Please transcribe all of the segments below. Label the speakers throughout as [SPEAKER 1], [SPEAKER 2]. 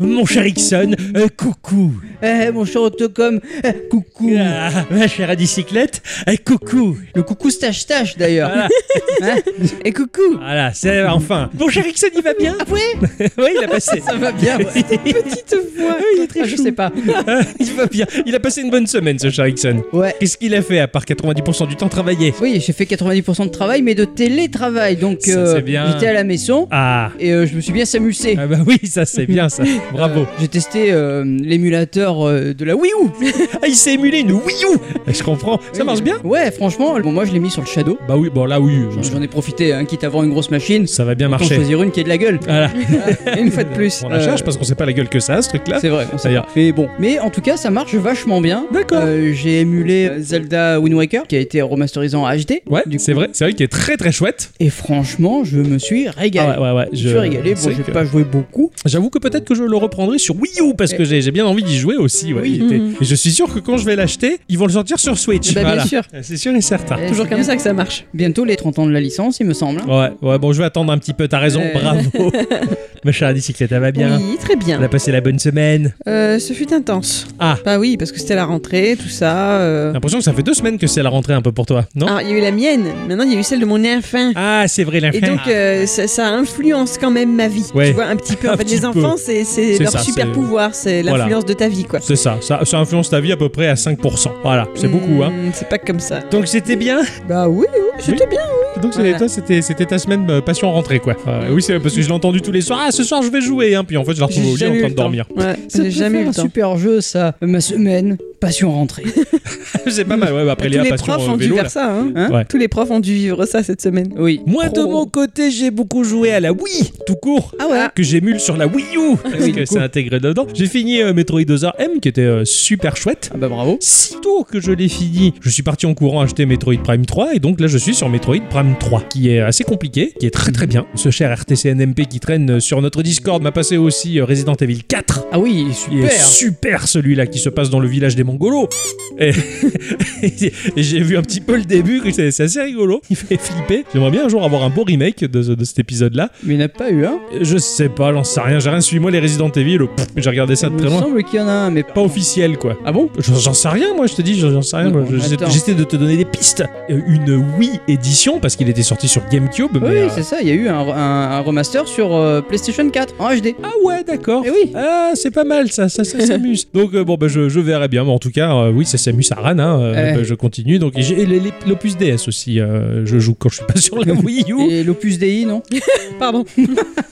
[SPEAKER 1] Mon cher Ixon, euh, coucou.
[SPEAKER 2] Eh, mon cher Autocom, eh, coucou.
[SPEAKER 1] Ah, ma chère à bicyclette, euh, coucou.
[SPEAKER 2] Le coucou stache tache d'ailleurs.
[SPEAKER 1] Voilà.
[SPEAKER 2] Hein Et coucou.
[SPEAKER 1] Voilà, c'est enfin. Mon cher Ixon, il va bien
[SPEAKER 2] Ah ouais
[SPEAKER 1] Oui, il a passé.
[SPEAKER 2] Ça va bien. ouais. Petite voix.
[SPEAKER 1] Oui, il est très
[SPEAKER 2] Ah, je
[SPEAKER 1] chou.
[SPEAKER 2] sais pas.
[SPEAKER 1] il va bien. Il a passé une bonne semaine, ce cher Ixon.
[SPEAKER 2] Ouais.
[SPEAKER 1] Qu'est-ce qu'il a fait à part 90% du temps travailler
[SPEAKER 2] Oui, j'ai fait 90% de travail, mais de télétravail. Donc, euh,
[SPEAKER 1] Ça, c'est bien.
[SPEAKER 2] j'étais à la maison
[SPEAKER 1] Ah
[SPEAKER 2] et euh, je me suis bien s'amusé.
[SPEAKER 1] ah bah oui, ça c'est bien ça. Bravo.
[SPEAKER 2] Euh, j'ai testé euh, l'émulateur euh, de la Wii U.
[SPEAKER 1] Ah, il s'est émulé une Wii U. Je comprends. Ça marche bien
[SPEAKER 2] Ouais, franchement, bon, moi je l'ai mis sur le Shadow.
[SPEAKER 1] Bah oui, bon là oui.
[SPEAKER 2] J'en ai profité, hein, quitte à avoir une grosse machine.
[SPEAKER 1] Ça va bien
[SPEAKER 2] Autant
[SPEAKER 1] marcher.
[SPEAKER 2] choisir une qui est de la gueule.
[SPEAKER 1] Voilà.
[SPEAKER 2] Et une fois de plus.
[SPEAKER 1] On la
[SPEAKER 2] euh,
[SPEAKER 1] charge parce qu'on sait pas la gueule que ça, a, ce truc-là.
[SPEAKER 2] C'est vrai, on sait
[SPEAKER 1] D'ailleurs.
[SPEAKER 2] pas. Mais bon, mais en tout cas, ça marche vachement bien.
[SPEAKER 1] D'accord.
[SPEAKER 2] Euh, j'ai émulé euh, Zelda Wind Waker, qui a été remasterisé en HD.
[SPEAKER 1] Ouais,
[SPEAKER 2] Du coup-
[SPEAKER 1] c'est vrai. C'est vrai qu'il est très très chouette.
[SPEAKER 2] Et franchement, je me suis régalé.
[SPEAKER 1] Ah ouais, ouais, ouais.
[SPEAKER 2] Je me suis régalé. Bon,
[SPEAKER 1] sais
[SPEAKER 2] j'ai
[SPEAKER 1] que-
[SPEAKER 2] pas joué beaucoup.
[SPEAKER 1] J'avoue que peut-être que je le reprendrai sur Wii U parce que j'ai j'ai bien envie d'y jouer aussi. ouais.
[SPEAKER 2] Oui.
[SPEAKER 1] Il était-
[SPEAKER 3] Mhm.
[SPEAKER 1] Et je suis sûr que quand je vais l'acheter, ils vont le sortir sur Switch.
[SPEAKER 3] Bah, bien
[SPEAKER 1] Voilà.
[SPEAKER 3] sûr.
[SPEAKER 1] C'est sûr et certain.
[SPEAKER 2] Eh,
[SPEAKER 3] Toujours
[SPEAKER 2] c'est
[SPEAKER 3] comme
[SPEAKER 2] bien.
[SPEAKER 3] ça que ça marche.
[SPEAKER 2] Bientôt les 30 ans de la licence, il me semble. hein.
[SPEAKER 1] Ouais, ouais, bon, je vais attendre un petit peu. T'as raison,
[SPEAKER 2] Euh.
[SPEAKER 1] bravo. Ma chère bicyclette, elle va bien.
[SPEAKER 3] Oui, très bien.
[SPEAKER 1] On a passé la bonne semaine.
[SPEAKER 3] Euh, ce fut intense.
[SPEAKER 1] Ah.
[SPEAKER 3] Bah oui, parce que c'était la rentrée, tout ça. euh.
[SPEAKER 1] J'ai l'impression que ça fait deux semaines que c'est la rentrée un peu pour toi, non
[SPEAKER 3] Alors, il y a eu la mienne. Maintenant, il y a eu celle de mon enfant.
[SPEAKER 1] Ah, c'est vrai, l'infini.
[SPEAKER 3] Et donc, euh, ça, ça influence quand même ma vie.
[SPEAKER 1] Ouais.
[SPEAKER 3] Tu vois, un petit peu.
[SPEAKER 1] Un
[SPEAKER 3] En fait,
[SPEAKER 1] petit
[SPEAKER 3] les
[SPEAKER 1] peu.
[SPEAKER 3] enfants, c'est c'est
[SPEAKER 1] C'est
[SPEAKER 3] leur
[SPEAKER 1] ça,
[SPEAKER 3] super
[SPEAKER 1] c'est-
[SPEAKER 3] pouvoir. C'est
[SPEAKER 1] Voilà.
[SPEAKER 3] l'influence de ta vie, quoi.
[SPEAKER 1] Ah, C'est ça, ça, ça influence ta vie à peu près à 5%. Voilà, c'est beaucoup, hein.
[SPEAKER 3] Hmm, C'est pas comme ça.
[SPEAKER 1] Donc c'était bien.
[SPEAKER 3] Bah oui, oui
[SPEAKER 1] c'était
[SPEAKER 3] c'était bien.
[SPEAKER 1] Donc c'est-
[SPEAKER 3] Voilà.
[SPEAKER 1] toi, c'était c'était ta semaine euh, passion rentrée, quoi. Euh, oui, c'est parce que je l'ai entendu tous les soirs. Ah, ce soir, je vais jouer, hein. Puis en fait, je la retrouve au lit en train de dormir.
[SPEAKER 3] Ouais,
[SPEAKER 2] Ça peut
[SPEAKER 3] j'ai jamais
[SPEAKER 2] faire
[SPEAKER 3] eu le
[SPEAKER 2] un
[SPEAKER 3] temps.
[SPEAKER 2] super jeu, ça. Ma semaine, passion rentrée.
[SPEAKER 1] c'est pas mal, ouais. bah, Après,
[SPEAKER 3] Tous
[SPEAKER 1] Léa,
[SPEAKER 3] les
[SPEAKER 1] passion
[SPEAKER 3] profs
[SPEAKER 1] euh,
[SPEAKER 3] ont dû
[SPEAKER 1] vélo, là.
[SPEAKER 3] faire ça. Hein.
[SPEAKER 2] Hein
[SPEAKER 1] Ouais.
[SPEAKER 3] Tous les profs ont dû vivre ça cette semaine.
[SPEAKER 2] Oui.
[SPEAKER 1] Moi, de
[SPEAKER 3] Pro.
[SPEAKER 1] mon côté, j'ai beaucoup joué à la Wii, tout court.
[SPEAKER 3] Ah ouais.
[SPEAKER 1] Que j'émule sur la Wii U, parce
[SPEAKER 2] Ah Oui,
[SPEAKER 1] que
[SPEAKER 2] du coup.
[SPEAKER 1] c'est intégré dedans. J'ai fini euh, Metroid 2RM, qui était euh, super chouette.
[SPEAKER 2] Ah bah bravo.
[SPEAKER 1] Sitôt que je l'ai fini, je suis parti en courant acheter Metroid Prime 3 et donc là je suis sur Metroid Prime 3 qui est assez compliqué, qui est très très bien. Ce cher RTCNMP qui traîne euh, sur notre Discord m'a passé aussi euh, Resident Evil 4.
[SPEAKER 2] Ah oui,
[SPEAKER 1] Il est
[SPEAKER 2] super.
[SPEAKER 1] super celui-là qui se passe dans le village des Mongolos. Et, et j'ai vu un petit peu le début, que c'est c'est assez rigolo. Il fait flipper. J'aimerais bien un jour avoir un beau remake de, ce- de cet épisode-là.
[SPEAKER 2] Mais il n'y en a pas eu hein. un.
[SPEAKER 1] Je sais pas, j'en sais rien. J'ai rien suivi. Moi, les Resident Evil, euh, pff, j'ai regardé ça de
[SPEAKER 2] Il
[SPEAKER 1] très
[SPEAKER 2] me
[SPEAKER 1] loin.
[SPEAKER 2] semble qu'il y en a un, mais
[SPEAKER 1] Pas officiel quoi.
[SPEAKER 2] Ah bon
[SPEAKER 1] J'en j'en sais rien, moi, je te dis, j'en j'en sais rien.
[SPEAKER 2] Non,
[SPEAKER 1] moi. Je-
[SPEAKER 2] attends.
[SPEAKER 1] J'essaie de te donner des pistes. Euh, Une Wii édition, parce qu'il était sorti sur GameCube. mais,
[SPEAKER 2] Oui,
[SPEAKER 1] euh,
[SPEAKER 2] c'est ça. Il y a eu un, un- un remaster sur euh, PlayStation 4 en HD.
[SPEAKER 1] Ah ouais, d'accord.
[SPEAKER 2] Eh oui.
[SPEAKER 1] Ah, c'est pas mal ça, ça, ça s'amuse. donc, euh, bon, bah, je, je verrai bien. Mais en tout cas, euh, oui, ça s'amuse à Rennes. hein, euh,
[SPEAKER 2] Ouais.
[SPEAKER 1] bah, je continue. Donc, et j'ai et les- les- l'Opus DS aussi. euh, je joue quand je suis pas sur la Wii U.
[SPEAKER 2] Et l'Opus Dei, non
[SPEAKER 3] Pardon.
[SPEAKER 1] Ah.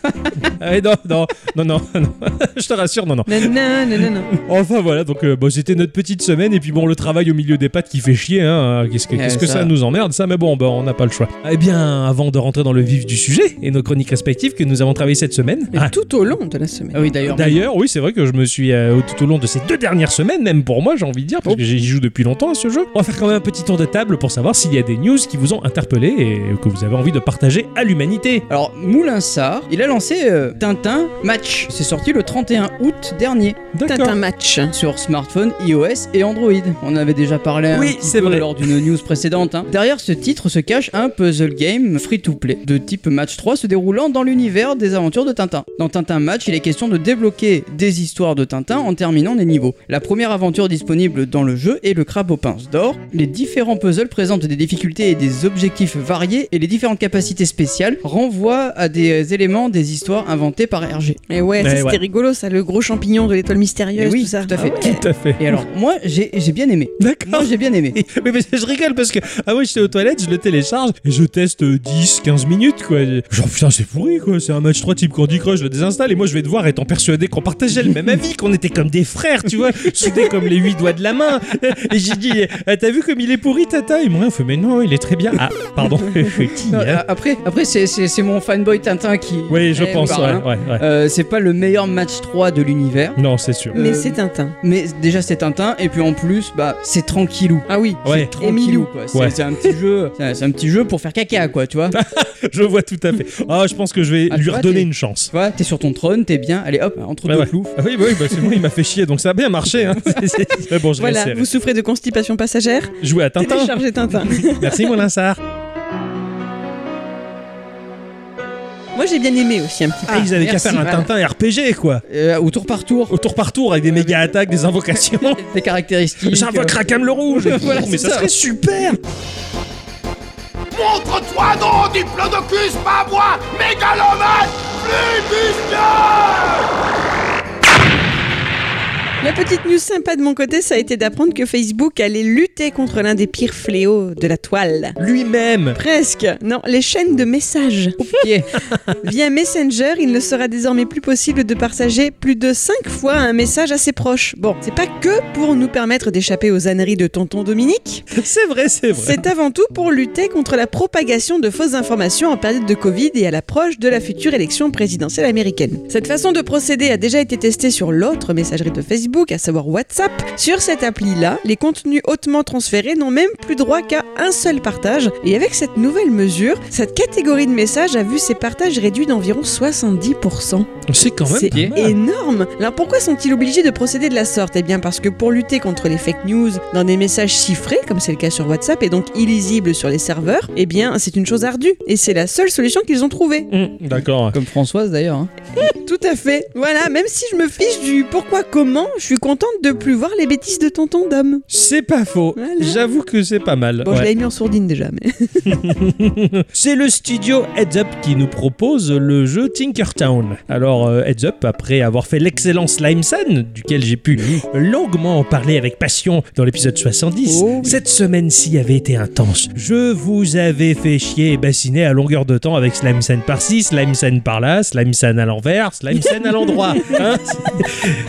[SPEAKER 1] Eh, non, non, non, non, non. je te rassure, non, non.
[SPEAKER 3] non, non, non, non, non.
[SPEAKER 1] Enfin, voilà. Donc, euh, bah, c'était notre petite semaine. Et puis, bon, le travail au milieu des pattes qui fait chier. hein, Qu'est-ce que,
[SPEAKER 2] Eh,
[SPEAKER 1] qu'est-ce que ça
[SPEAKER 2] ça.
[SPEAKER 1] nous emmerde, ça Mais bon, bah, on n'a pas le choix. Eh bien, avant de rentrer dans le vif du sujet et nos chroniques respectives que nous avons travaillées cette semaine.
[SPEAKER 2] Eh,
[SPEAKER 3] Mais
[SPEAKER 1] Ah,
[SPEAKER 3] tout au long de la semaine.
[SPEAKER 1] Euh,
[SPEAKER 2] Ah oui, d'ailleurs.
[SPEAKER 1] D'ailleurs, oui, c'est vrai que je me suis, euh, tout au long de ces deux dernières semaines, même pour moi, j'ai envie de dire,
[SPEAKER 2] Oh.
[SPEAKER 1] parce que j'y joue depuis longtemps à ce jeu, on va faire quand même un petit tour de table pour savoir s'il y a des news qui vous ont interpellé et que vous avez envie de partager à l'humanité.
[SPEAKER 2] Alors, Moulin Sar, il a lancé euh, Tintin Match. C'est sorti le 31 août dernier
[SPEAKER 3] Tintin
[SPEAKER 1] D'accord.
[SPEAKER 3] match.
[SPEAKER 2] sur smartphone, iOS et Android. On en avait déjà parlé un
[SPEAKER 1] Oui,
[SPEAKER 2] petit
[SPEAKER 1] c'est
[SPEAKER 2] peu
[SPEAKER 1] vrai.
[SPEAKER 2] lors d'une news précédente. hein. Derrière ce titre se cache un puzzle game free-to-play de type Match 3 se déroulant dans l'univers des aventures de Tintin. Dans Tintin Match, il est question de débloquer des histoires de Tintin en terminant des niveaux. La première aventure disponible dans le jeu est le crabe aux pinces d'or. Les différents puzzles présentent des difficultés et des objectifs variés et les différentes capacités spéciales renvoient à des éléments des histoires inventées par RG.
[SPEAKER 3] Et ouais,
[SPEAKER 1] Ouais,
[SPEAKER 3] ça, c'était
[SPEAKER 1] ouais.
[SPEAKER 3] rigolo, ça, le gros champignon de l'étoile mystérieuse,
[SPEAKER 2] Eh oui,
[SPEAKER 3] tout ça.
[SPEAKER 2] tout à fait.
[SPEAKER 3] Ah ouais.
[SPEAKER 1] Tout à fait.
[SPEAKER 2] Et alors, moi, j'ai j'ai bien aimé. Moi,
[SPEAKER 1] D'accord.
[SPEAKER 2] j'ai bien aimé.
[SPEAKER 1] Mais, mais je rigole parce que ah ouais j'étais aux toilettes, je le télécharge et je teste 10-15 minutes quoi. Genre putain c'est pourri quoi, c'est un match 3 type Candy Crush, je le désinstalle et moi je vais devoir étant persuadé qu'on partageait le même avis, qu'on était comme des frères tu vois, soudés comme les huit doigts de la main. Et j'ai dit Ah, t'as vu comme il est pourri Tata Et moi il fait mais non il est très bien. Ah pardon, je suis petit,
[SPEAKER 2] Non,
[SPEAKER 1] hein.
[SPEAKER 2] a- euh, Après, après c'est- c'est c'est mon fanboy Tintin qui.
[SPEAKER 1] Oui je
[SPEAKER 2] Eh,
[SPEAKER 1] pense ouais,
[SPEAKER 2] parle, hein.
[SPEAKER 1] ouais, ouais.
[SPEAKER 2] Euh, c'est pas le meilleur match 3 de l'univers,
[SPEAKER 1] Non c'est sûr.
[SPEAKER 3] Oh. Mais
[SPEAKER 2] Euh,
[SPEAKER 3] c'est Tintin.
[SPEAKER 2] mais déjà c'est Tintin, et puis en plus, bah, c'est tranquillou.
[SPEAKER 3] Ah oui.
[SPEAKER 1] Ouais,
[SPEAKER 2] Tranquillou,
[SPEAKER 3] Emilou.
[SPEAKER 2] quoi. C'est
[SPEAKER 1] Ouais.
[SPEAKER 2] c'est un petit jeu, c'est un- c'est un petit jeu pour faire caca, quoi, tu vois. tu
[SPEAKER 1] je vois tout à fait. Ah, je pense que je vais
[SPEAKER 2] Ah, tu
[SPEAKER 1] lui
[SPEAKER 2] vois,
[SPEAKER 1] redonner
[SPEAKER 2] t'es-
[SPEAKER 1] une chance.
[SPEAKER 2] vois, t'es sur ton trône, t'es bien, allez hop, entre
[SPEAKER 1] Ouais,
[SPEAKER 2] deux
[SPEAKER 1] ouais.
[SPEAKER 2] ploufs.
[SPEAKER 1] Ah oui, bah oui, bah c'est bon, il m'a fait chier, donc ça a bien marché. Hein. C'est- c'est- Mais bon, je
[SPEAKER 3] Voilà,
[SPEAKER 1] vais
[SPEAKER 3] vous souffrez de constipation passagère
[SPEAKER 1] jouer à Tintin.
[SPEAKER 3] Téléchargez Tintin.
[SPEAKER 1] Merci, mon linsard.
[SPEAKER 3] Moi, Moi j'ai bien aimé aussi un petit peu.
[SPEAKER 1] Ah, ils avaient qu'à
[SPEAKER 2] merci,
[SPEAKER 1] faire un
[SPEAKER 2] voilà.
[SPEAKER 1] Tintin RPG, quoi.
[SPEAKER 2] Euh, au tour par tour,
[SPEAKER 1] Au tour par tour, avec des méga attaques, des invocations.
[SPEAKER 2] des caractéristiques.
[SPEAKER 1] J'invoque
[SPEAKER 2] euh,
[SPEAKER 1] Rakam le Rouge.
[SPEAKER 2] Voilà,
[SPEAKER 1] mais
[SPEAKER 2] c'est
[SPEAKER 1] ça
[SPEAKER 2] ça.
[SPEAKER 1] serait super.
[SPEAKER 4] Montre-toi donc, diplodocus, pas moi, mégalomane, plus
[SPEAKER 3] La petite news sympa de mon côté, ça a été d'apprendre que Facebook allait lutter contre l'un des pires fléaux de la toile.
[SPEAKER 1] Lui-même.
[SPEAKER 3] Presque. Non, les chaînes de messages.
[SPEAKER 2] pied.
[SPEAKER 3] Via Messenger, il ne sera désormais plus possible de partager plus de 5 fois un message à ses proches. Bon, c'est pas que pour nous permettre d'échapper aux âneries de tonton Dominique,
[SPEAKER 1] C'est vrai, c'est vrai.
[SPEAKER 3] c'est avant tout pour lutter contre la propagation de fausses informations en période de Covid et à l'approche de la future élection présidentielle américaine. Cette façon de procéder a déjà été testée sur l'autre messagerie de Facebook, à savoir WhatsApp. Sur cette appli-là, les contenus hautement transférés n'ont même plus droit qu'à un seul partage. Et avec cette nouvelle mesure, cette catégorie de messages a vu ses partages réduits d'environ 70%.
[SPEAKER 1] C'est quand même
[SPEAKER 3] C'est
[SPEAKER 1] pas mal.
[SPEAKER 3] énorme. Alors pourquoi sont-ils obligés de procéder de la sorte Eh bien parce que pour lutter contre les fake news dans des messages chiffrés, comme c'est le cas sur WhatsApp, et donc illisibles sur les serveurs, eh bien c'est une chose ardue. Et c'est la seule solution qu'ils ont trouvée.
[SPEAKER 1] Hum, D'accord.
[SPEAKER 2] Comme Françoise d'ailleurs. hein.
[SPEAKER 3] Tout à fait. Voilà, même si je me fiche du pourquoi comment, je suis contente de plus voir les bêtises de tonton d'homme.
[SPEAKER 1] C'est pas faux.
[SPEAKER 3] Voilà.
[SPEAKER 1] J'avoue que c'est pas mal.
[SPEAKER 3] Bon,
[SPEAKER 1] ouais.
[SPEAKER 3] je l'avais mis en sourdine déjà, mais...
[SPEAKER 1] C'est le studio Heads Up qui nous propose le jeu Tinkertown. Alors, euh, Heads Up, après avoir fait l'excellent Slime Sun, duquel j'ai pu longuement en parler avec passion dans l'épisode 70,
[SPEAKER 2] Oh oui.
[SPEAKER 1] cette semaine-ci avait été intense. Je vous avais fait chier et bassiner à longueur de temps avec Slime Sun par-ci, Slime Sun par-là, Slime Sun à l'envers, Slime Sun à l'endroit. hein.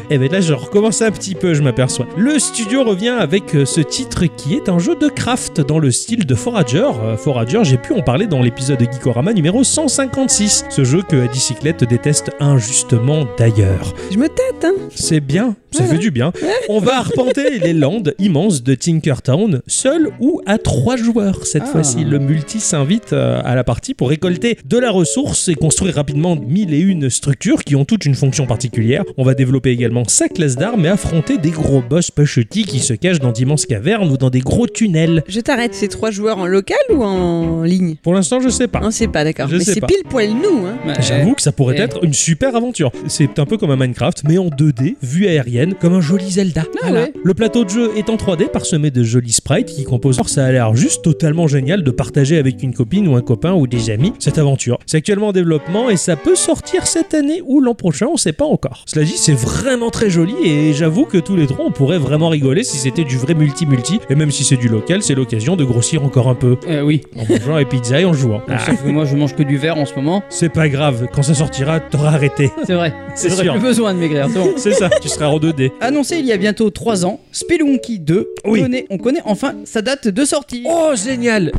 [SPEAKER 1] et bien Eh ben là, je recommence un petit peu, je m'aperçois. Le studio revient avec euh, ce titre qui est un jeu de craft dans le style de Forager. Euh, Forager, j'ai pu en parler dans l'épisode Geekorama numéro 156. Ce jeu que Adicyclette déteste injustement d'ailleurs.
[SPEAKER 3] Je me tâte, hein.
[SPEAKER 1] C'est bien, ça fait du bien. On va arpenter les landes immenses de Tinkertown, seul ou à trois joueurs. Cette
[SPEAKER 2] Ah.
[SPEAKER 1] fois-ci, le multi s'invite euh, à la partie pour récolter de la ressource et construire rapidement mille et une structures qui ont toutes une fonction particulière. On va développer également sa classe d'armes et affronter des gros boss pachetis qui se cachent dans d'immenses cavernes ou dans des gros tunnels.
[SPEAKER 3] Je t'arrête, c'est trois joueurs en local ou en ligne
[SPEAKER 1] Pour l'instant, je sais pas.
[SPEAKER 3] On sait pas, d'accord.
[SPEAKER 1] Je
[SPEAKER 3] Mais
[SPEAKER 1] sais
[SPEAKER 3] c'est
[SPEAKER 1] pas.
[SPEAKER 3] pile poil nous, hein.
[SPEAKER 2] Ouais.
[SPEAKER 1] J'avoue que ça pourrait
[SPEAKER 2] Eh.
[SPEAKER 1] être une super aventure. C'est un peu comme un Minecraft, mais en 2D, vue aérienne, comme un joli Zelda.
[SPEAKER 2] Ah ouais.
[SPEAKER 1] Le plateau de jeu est en 3D parsemé de jolis sprites qui composent. Or, Ça a l'air juste totalement génial de partager avec une copine ou un copain ou des amis cette aventure. C'est actuellement en développement et ça peut sortir cette année ou l'an prochain, on sait pas encore. Cela dit, c'est vraiment très joli et j'avoue que tous les trois, on pourrait vraiment rigoler si c'était du vrai multi-multi. Et même si c'est du local, c'est l'occasion de grossir encore un peu
[SPEAKER 2] Euh, oui.
[SPEAKER 1] en mangeant les pizzas et en jouant. Ah,
[SPEAKER 2] Sauf que moi je mange que du verre en ce moment.
[SPEAKER 1] c'est pas grave, quand ça sortira, t'auras arrêté.
[SPEAKER 2] C'est vrai.
[SPEAKER 1] C'est
[SPEAKER 2] J'aurais
[SPEAKER 1] sûr.
[SPEAKER 2] plus besoin de maigrir. c'est bon.
[SPEAKER 1] C'est ça, tu seras en 2D.
[SPEAKER 2] Annoncé il y a bientôt 3 ans, Spelunky 2,
[SPEAKER 1] Oui.
[SPEAKER 2] on, connaît, on connaît enfin sa date de sortie.
[SPEAKER 1] Oh, génial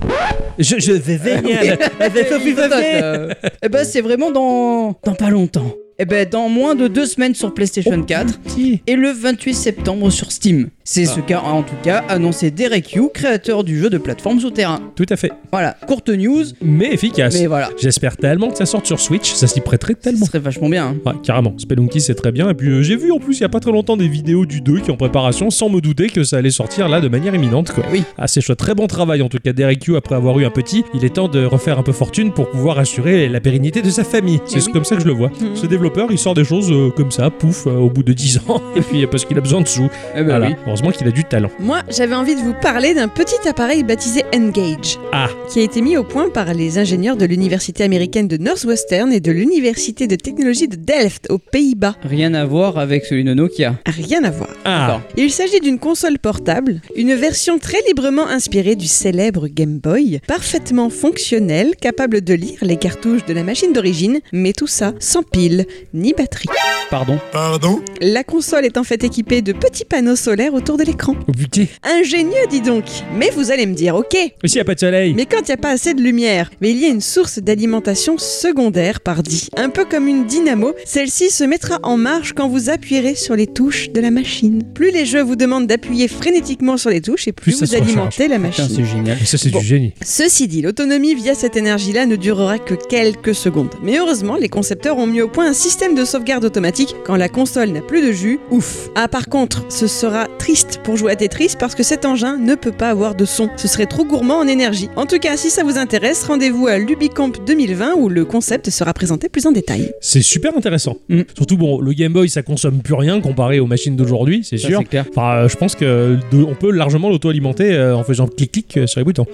[SPEAKER 1] Je, je vais génial
[SPEAKER 2] Il patate, euh. Eh ben c'est vraiment dans... dans pas longtemps. Eh ben dans moins de 2 semaines sur PlayStation 4 et le 28 septembre sur Steam. C'est ce qu'a en tout cas annoncé Derek Yu, créateur du jeu de plateforme souterrain.
[SPEAKER 1] Tout à fait.
[SPEAKER 2] Voilà, courte news,
[SPEAKER 1] Mais efficace.
[SPEAKER 2] mais voilà.
[SPEAKER 1] J'espère tellement que ça sorte sur Switch, ça s'y prêterait
[SPEAKER 2] Ce
[SPEAKER 1] tellement.
[SPEAKER 2] serait vachement bien. hein.
[SPEAKER 1] Ouais, carrément. Spelunky, c'est très bien. Et puis, euh, j'ai vu en plus, il y a pas très longtemps, des vidéos du 2 qui en préparation, sans me douter que ça allait sortir là de manière imminente, quoi.
[SPEAKER 2] Oui.
[SPEAKER 1] Ah, c'est chouette. Très bon travail, en tout cas, Derek Yu, après avoir eu un petit. Il est temps de refaire un peu fortune pour pouvoir assurer la pérennité de sa famille. C'est
[SPEAKER 3] Eh oui.
[SPEAKER 1] comme ça que je le vois.
[SPEAKER 3] Mhm.
[SPEAKER 1] Ce développeur, il sort des choses euh, comme ça, pouf, euh, au bout de 10 ans. Et puis, euh, parce qu'il a besoin de sous.
[SPEAKER 2] Eh ben
[SPEAKER 1] Voilà.
[SPEAKER 2] oui.
[SPEAKER 1] Heureusement qu'il a du talent.
[SPEAKER 3] Moi, j'avais envie de vous parler d'un petit appareil baptisé Engage,
[SPEAKER 1] Ah.
[SPEAKER 3] qui a été mis au point par les ingénieurs de l'université américaine de Northwestern et de l'université de technologie de Delft aux Pays-Bas.
[SPEAKER 2] Rien à voir avec celui de Nokia.
[SPEAKER 3] Rien à voir.
[SPEAKER 1] Ah.
[SPEAKER 2] D'accord.
[SPEAKER 3] Il s'agit d'une console portable, une version très librement inspirée du célèbre Game Boy, parfaitement fonctionnelle, capable de lire les cartouches de la machine d'origine, mais tout ça sans pile ni batterie.
[SPEAKER 2] Pardon.
[SPEAKER 4] Pardon
[SPEAKER 3] La console est en fait équipée de petits panneaux solaires autour de l'écran.
[SPEAKER 1] Oh putain.
[SPEAKER 3] Ingénieux, dis donc Mais vous allez me dire, ok,
[SPEAKER 1] Mais s'il y a pas de soleil.
[SPEAKER 3] mais quand il n'y a pas assez de lumière, mais il y a une source d'alimentation secondaire par dit. Un peu comme une dynamo, celle-ci se mettra en marche quand vous appuierez sur les touches de la machine. Plus les jeux vous demandent d'appuyer frénétiquement sur les touches et plus,
[SPEAKER 1] Plus ça
[SPEAKER 3] vous
[SPEAKER 1] se recharge.
[SPEAKER 3] alimentez la
[SPEAKER 2] Putain,
[SPEAKER 3] machine.
[SPEAKER 2] c'est génial.
[SPEAKER 1] Mais ça, c'est
[SPEAKER 3] Bon.
[SPEAKER 1] du génie.
[SPEAKER 3] Ceci dit, l'autonomie via cette énergie-là ne durera que quelques secondes. Mais heureusement, les concepteurs ont mis au point un système de sauvegarde automatique quand la console n'a plus de jus, ouf. Ah par contre, ce sera triste pour jouer à Tetris parce que cet engin ne peut pas avoir de son. Ce serait trop gourmand en énergie. En tout cas, si ça vous intéresse, rendez-vous à l'Ubicamp 2020 où le concept sera présenté plus en détail.
[SPEAKER 1] C'est super intéressant.
[SPEAKER 2] Mm.
[SPEAKER 1] Surtout, bon, le Game Boy, ça consomme plus rien comparé aux machines d'aujourd'hui, c'est
[SPEAKER 2] Ça,
[SPEAKER 1] sûr.
[SPEAKER 2] c'est clair.
[SPEAKER 1] Enfin, euh, je pense que de- on peut largement l'auto-alimenter euh, en faisant clic-clic euh, sur les boutons.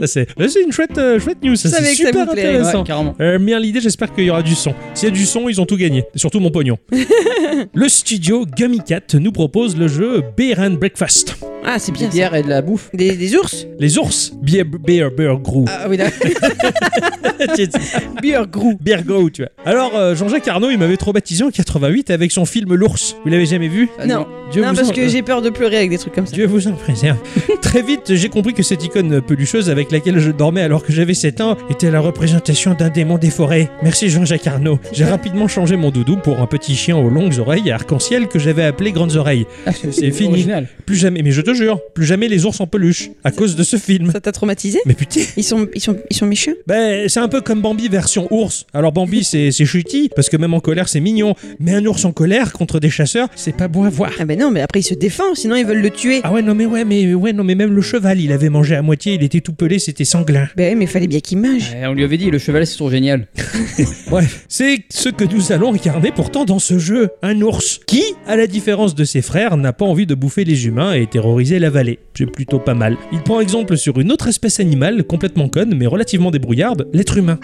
[SPEAKER 1] Ça, c'est là, c'est une chouette, euh, chouette news, ça,
[SPEAKER 3] Je savais
[SPEAKER 1] c'est
[SPEAKER 3] que ça
[SPEAKER 1] super
[SPEAKER 3] vous plairait,
[SPEAKER 1] intéressant.
[SPEAKER 2] Ouais, carrément.
[SPEAKER 1] Euh, bien l'idée, j'espère qu'il y aura du son. S'il y a du son, ils ont tout gagné. Et Surtout mon pognon. le studio Gummy Cat nous propose le jeu Bear and Breakfast.
[SPEAKER 3] Ah c'est
[SPEAKER 2] Des
[SPEAKER 3] bien. ça.
[SPEAKER 2] bières et de la bouffe.
[SPEAKER 3] Des, des ours
[SPEAKER 1] Les ours Bear, Bear, Bear Grew.
[SPEAKER 2] Ah oui, d'accord. Ah.
[SPEAKER 1] Bear Grew. Bear Go, tu vois. Alors, euh, Jean-Jacques Arnaud, il m'avait traumatisé en 88 avec son film L'ours. Vous l'avez jamais vu
[SPEAKER 2] Ah,
[SPEAKER 3] Non.
[SPEAKER 1] Dieu
[SPEAKER 3] non
[SPEAKER 1] vous
[SPEAKER 3] parce
[SPEAKER 1] en- euh,
[SPEAKER 3] que j'ai peur de pleurer avec des trucs comme ça.
[SPEAKER 1] Dieu vous en préserve. Très vite, j'ai compris que cette icône pelucheuse avec laquelle je dormais alors que j'avais 7 ans était la représentation d'un démon des forêts. Merci Jean-Jacques Arnaud. J'ai rapidement changé mon doudou pour un petit chien aux longues oreilles et arc-en-ciel que j'avais appelé Grandes Oreilles. C'est fini.
[SPEAKER 2] original.
[SPEAKER 1] Plus jamais, mais je te jure, plus jamais les ours en peluche à cause de ce film.
[SPEAKER 3] Ça t'a traumatisé
[SPEAKER 1] Mais putain,
[SPEAKER 3] ils sont, ils, sont, ils sont méchants
[SPEAKER 1] ben, c'est un peu comme Bambi version ours. Alors Bambi, c'est c'est chutty, parce que même en colère, c'est mignon. Mais un ours en colère contre des chasseurs, c'est pas beau à voir.
[SPEAKER 3] Ah ben non, mais après il se défend, sinon ils veulent le tuer.
[SPEAKER 1] Ah ouais, non mais ouais, mais ouais, non mais même le cheval, il avait mangé à moitié, il était tout pelé, c'était sanglant.
[SPEAKER 3] Ben mais fallait bien qu'il mange.
[SPEAKER 2] Ouais, on lui avait dit, le cheval, c'est trop génial.
[SPEAKER 1] Bref, c'est ce que nous allons incarner pourtant dans ce jeu, un ours qui, à la différence de ses frères, n'a pas envie de bouffer les humains et terroriser la vallée. C'est plutôt pas mal. Il prend exemple sur une autre espèce animale complètement conne mais relativement débrouillarde, l'être humain.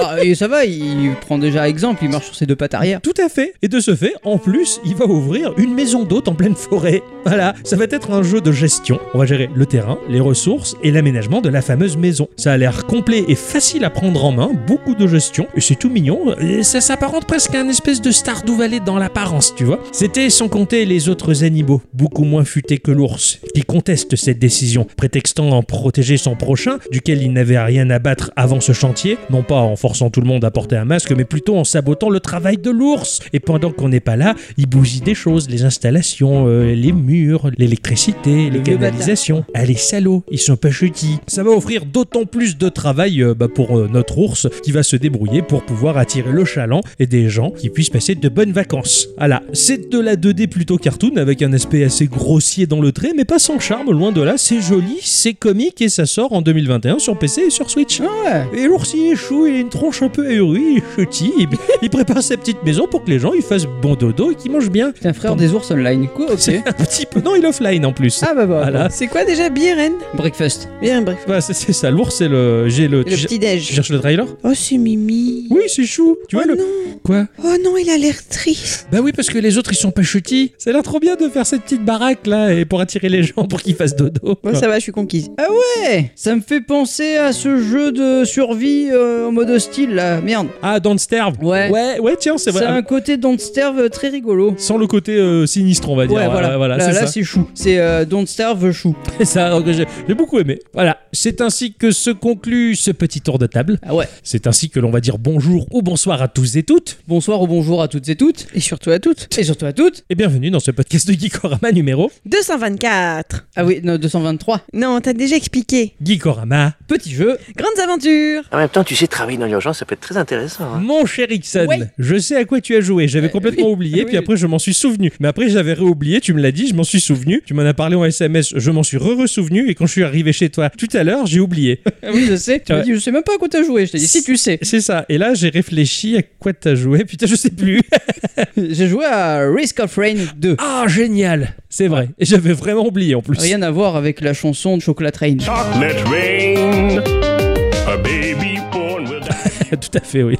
[SPEAKER 2] Ah, et ça va, il prend déjà exemple, il marche sur ses deux pattes arrière.
[SPEAKER 1] Tout à fait. Et de ce fait, en plus, il va ouvrir une maison d'hôte en pleine forêt. Voilà, ça va être un jeu de gestion. On va gérer le terrain, les ressources et l'aménagement de la fameuse maison. Ça a l'air complet et facile à prendre en main, beaucoup de gestion, et c'est tout mignon. Et ça s'apparente presque à une espèce de Stardew Valley dans l'apparence, tu vois. C'était sans compter les autres animaux, beaucoup moins futés que l'ours, qui contestent cette décision, prétextant en protéger son prochain, duquel il n'avait rien à battre avant ce chantier, non pas en forçant tout le monde à porter un masque, mais plutôt en sabotant le travail de l'ours. Et pendant qu'on n'est pas là, il bousille des choses, les installations, euh, les murs, l'électricité, les
[SPEAKER 2] vieux
[SPEAKER 1] canalisations. Ah les salauds, ils sont pas chutis. Ça va offrir d'autant plus de travail euh, bah, pour euh, notre ours, qui va se débrouiller pour pouvoir attirer le chaland et des gens qui puissent passer de bonnes vacances. Voilà, c'est de la 2D plutôt cartoon, avec un aspect assez grossier dans le trait, mais pas sans charme, loin de là. C'est joli, c'est comique, et ça sort en 2021 sur PC et sur Switch.
[SPEAKER 2] Ah
[SPEAKER 1] Et l'ours il échoue, il a une tronche un peu ahurie, il chutit, il, il prépare sa petite maison pour que les gens ils fassent bon dodo et qu'ils mangent bien.
[SPEAKER 2] ouais, un frère des ours online. Quoi, ok.
[SPEAKER 1] C'est un petit peu. Non, il est offline en plus.
[SPEAKER 2] Ah bah bah.
[SPEAKER 1] Voilà.
[SPEAKER 3] C'est quoi déjà Biren
[SPEAKER 2] bon. Breakfast.
[SPEAKER 3] Bien bref.
[SPEAKER 1] Bah, c'est c'est ça, l'ours c'est le. J'ai le.
[SPEAKER 3] Le
[SPEAKER 1] tu-
[SPEAKER 3] petit
[SPEAKER 1] tu
[SPEAKER 3] déj.
[SPEAKER 1] cherches le trailer
[SPEAKER 3] Oh c'est Mimi.
[SPEAKER 1] Oui, c'est chou. Tu vois
[SPEAKER 3] oh
[SPEAKER 1] le.
[SPEAKER 3] non.
[SPEAKER 1] Quoi
[SPEAKER 3] Oh non, il a l'air triste.
[SPEAKER 1] Bah oui, parce que les autres ils sont pas chutis. Ça a l'air trop bien de faire cette petite baraque là et pour attirer les gens pour qu'ils fassent dodo.
[SPEAKER 3] Moi Ah, ça va, je suis conquise.
[SPEAKER 2] Ah Ouais, ça me fait penser à ce jeu de survie euh, en mode hostile là. Merde.
[SPEAKER 1] Ah, Don't Starve.
[SPEAKER 2] Ouais.
[SPEAKER 1] Ouais, ouais, tiens, c'est vrai.
[SPEAKER 2] Ça a un côté Don't Starve euh, très rigolo.
[SPEAKER 1] Sans le côté euh, sinistre, on va dire.
[SPEAKER 2] Ouais, voilà. là,
[SPEAKER 1] c'est
[SPEAKER 2] là,
[SPEAKER 1] ça.
[SPEAKER 2] c'est chou. C'est euh, Don't Starve chou.
[SPEAKER 1] C'est ça alors que j'ai j'ai beaucoup aimé. Voilà, c'est ainsi que se conclut ce petit tour de table.
[SPEAKER 2] Ah ouais.
[SPEAKER 1] C'est ainsi que l'on va dire bonjour ou bonsoir à tous et toutes.
[SPEAKER 2] Bonsoir ou bonjour à toutes et toutes.
[SPEAKER 3] Et surtout à toutes.
[SPEAKER 2] Et surtout à toutes.
[SPEAKER 1] Et bienvenue dans ce podcast de Geekorama numéro
[SPEAKER 3] 224.
[SPEAKER 2] Ah oui, non, 223.
[SPEAKER 3] Non, t'as déjà expliqué.
[SPEAKER 1] Geekorama.
[SPEAKER 2] Petit jeu.
[SPEAKER 3] Grandes aventures.
[SPEAKER 5] En même temps, tu sais, travailler dans l'urgence, ça peut être très intéressant. hein.
[SPEAKER 1] Mon cher Ixon,
[SPEAKER 2] Ah. Ouais.
[SPEAKER 1] je sais à quoi tu as joué. J'avais
[SPEAKER 2] Euh,
[SPEAKER 1] complètement
[SPEAKER 2] oui.
[SPEAKER 1] oublié,
[SPEAKER 2] Oui.
[SPEAKER 1] puis après je m'en suis souvenu. Mais après j'avais réoublié, tu me l'as dit, je m'en suis souvenu. Tu m'en as parlé en SMS, je m'en suis re-re-souvenu. Et quand je suis arrivé chez toi tout à l'heure, j'ai oublié.
[SPEAKER 2] Ah oui, je sais. Tu m'as
[SPEAKER 1] Ouais.
[SPEAKER 2] dit, je sais même pas à quoi t'as joué. Je t'ai dit, si tu sais.
[SPEAKER 1] C'est ça. Et là, j'ai réfléchi à quoi t'as joué. Putain, je sais plus.
[SPEAKER 2] J'ai joué à Risk of Rain 2.
[SPEAKER 1] Ah, génial. C'est vrai. Et j'avais vraiment oublié en plus.
[SPEAKER 2] Ah, Rien à voir avec la chanson de Chocolat Train.
[SPEAKER 6] Chocolate rain. A baby born with
[SPEAKER 1] Tout à fait, oui.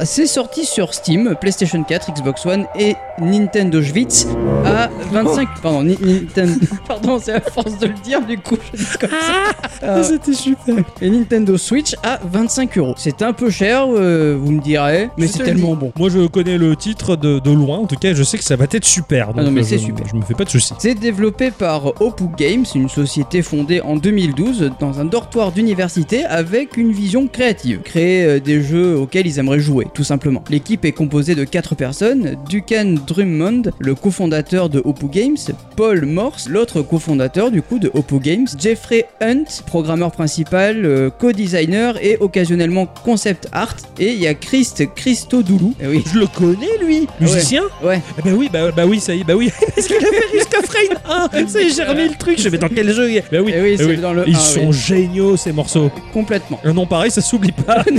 [SPEAKER 2] Ah, C'est sorti sur Steam, PlayStation 4, Xbox One et Nintendo Switch à 25. Pardon, Ni- Nintendo. Pardon, c'est à force de le dire du coup. je dis comme ça.
[SPEAKER 1] Ah, c'était super.
[SPEAKER 2] Et Nintendo Switch à 25 euros. C'est un peu cher, euh, vous me direz, mais
[SPEAKER 1] Je te
[SPEAKER 2] c'est
[SPEAKER 1] le
[SPEAKER 2] tellement
[SPEAKER 1] dis.
[SPEAKER 2] bon.
[SPEAKER 1] Moi, je connais le titre de, de loin. En tout cas, je sais que ça va être super. donc
[SPEAKER 2] Ah non, mais
[SPEAKER 1] je-
[SPEAKER 2] c'est
[SPEAKER 1] je-
[SPEAKER 2] super.
[SPEAKER 1] Je me fais pas de soucis.
[SPEAKER 2] C'est développé par Opu Games, une société fondée en 2012 dans un dortoir d'université avec une vision créative. Créer euh, des jeux auxquels ils aimeraient jouer, tout simplement. L'équipe est composée de 4 personnes, Dukan Drummond, le cofondateur de Oppo Games, Paul Morse, l'autre cofondateur du coup de Oppo Games, Jeffrey Hunt, programmeur principal, euh, co-designer et occasionnellement concept art, et il y a Christ Christodoulou. Eh oui.
[SPEAKER 1] Je le connais, lui Musicien
[SPEAKER 2] Ouais,
[SPEAKER 1] Ah Bah oui, bah, bah oui, ça y est, bah oui. Parce qu'il a fait jusqu'à Frame 1. Ça y est, j'ai remis le truc. Je vais dans quel jeu il y a Bah oui,
[SPEAKER 2] Eh oui,
[SPEAKER 1] eh
[SPEAKER 2] c'est dans le
[SPEAKER 1] Ils
[SPEAKER 2] un,
[SPEAKER 1] sont
[SPEAKER 2] oui.
[SPEAKER 1] géniaux, ces morceaux.
[SPEAKER 2] complètement.
[SPEAKER 1] Un nom pareil, ça s'oublie pas.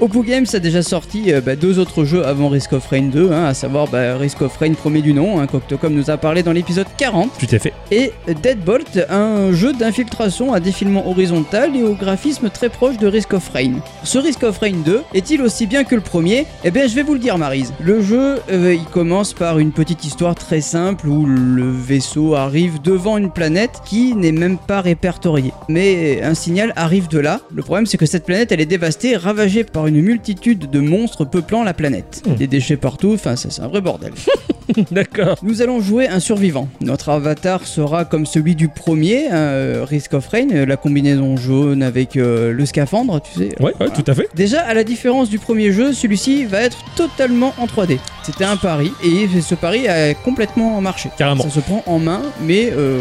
[SPEAKER 2] Oppo Games a déjà sorti euh, bah, deux autres jeux avant Risk of Rain 2, hein, à savoir bah, Risk of Rain premier du nom, hein, qu'Octocom nous a parlé dans l'épisode 40,
[SPEAKER 1] Tout à fait.
[SPEAKER 2] et Deadbolt, un jeu d'infiltration à défilement horizontal et au graphisme très proche de Risk of Rain. Ce Risk of Rain 2 est-il aussi bien que le premier Eh bien, je vais vous le dire, Marise. Le jeu, euh, il commence par une petite histoire très simple où le vaisseau arrive devant une planète qui n'est même pas répertoriée. Mais un signal arrive de là. Le problème, c'est que cette planète, elle est dévastée, ravagée par une multitude de monstres peuplant la planète. Des déchets partout, enfin, ça, c'est un vrai bordel.
[SPEAKER 1] D'accord.
[SPEAKER 2] Nous allons jouer un survivant. Notre avatar sera comme celui du premier, hein, euh, Risk of Rain, euh, la combinaison jaune avec euh, le scaphandre, tu sais.
[SPEAKER 1] Ouais, ouais, tout à fait.
[SPEAKER 2] Déjà, à la différence du premier jeu, celui-ci va être totalement en 3D. C'était un pari, et ce pari a complètement marché.
[SPEAKER 1] Carrément.
[SPEAKER 2] Ça se prend en main, mais euh,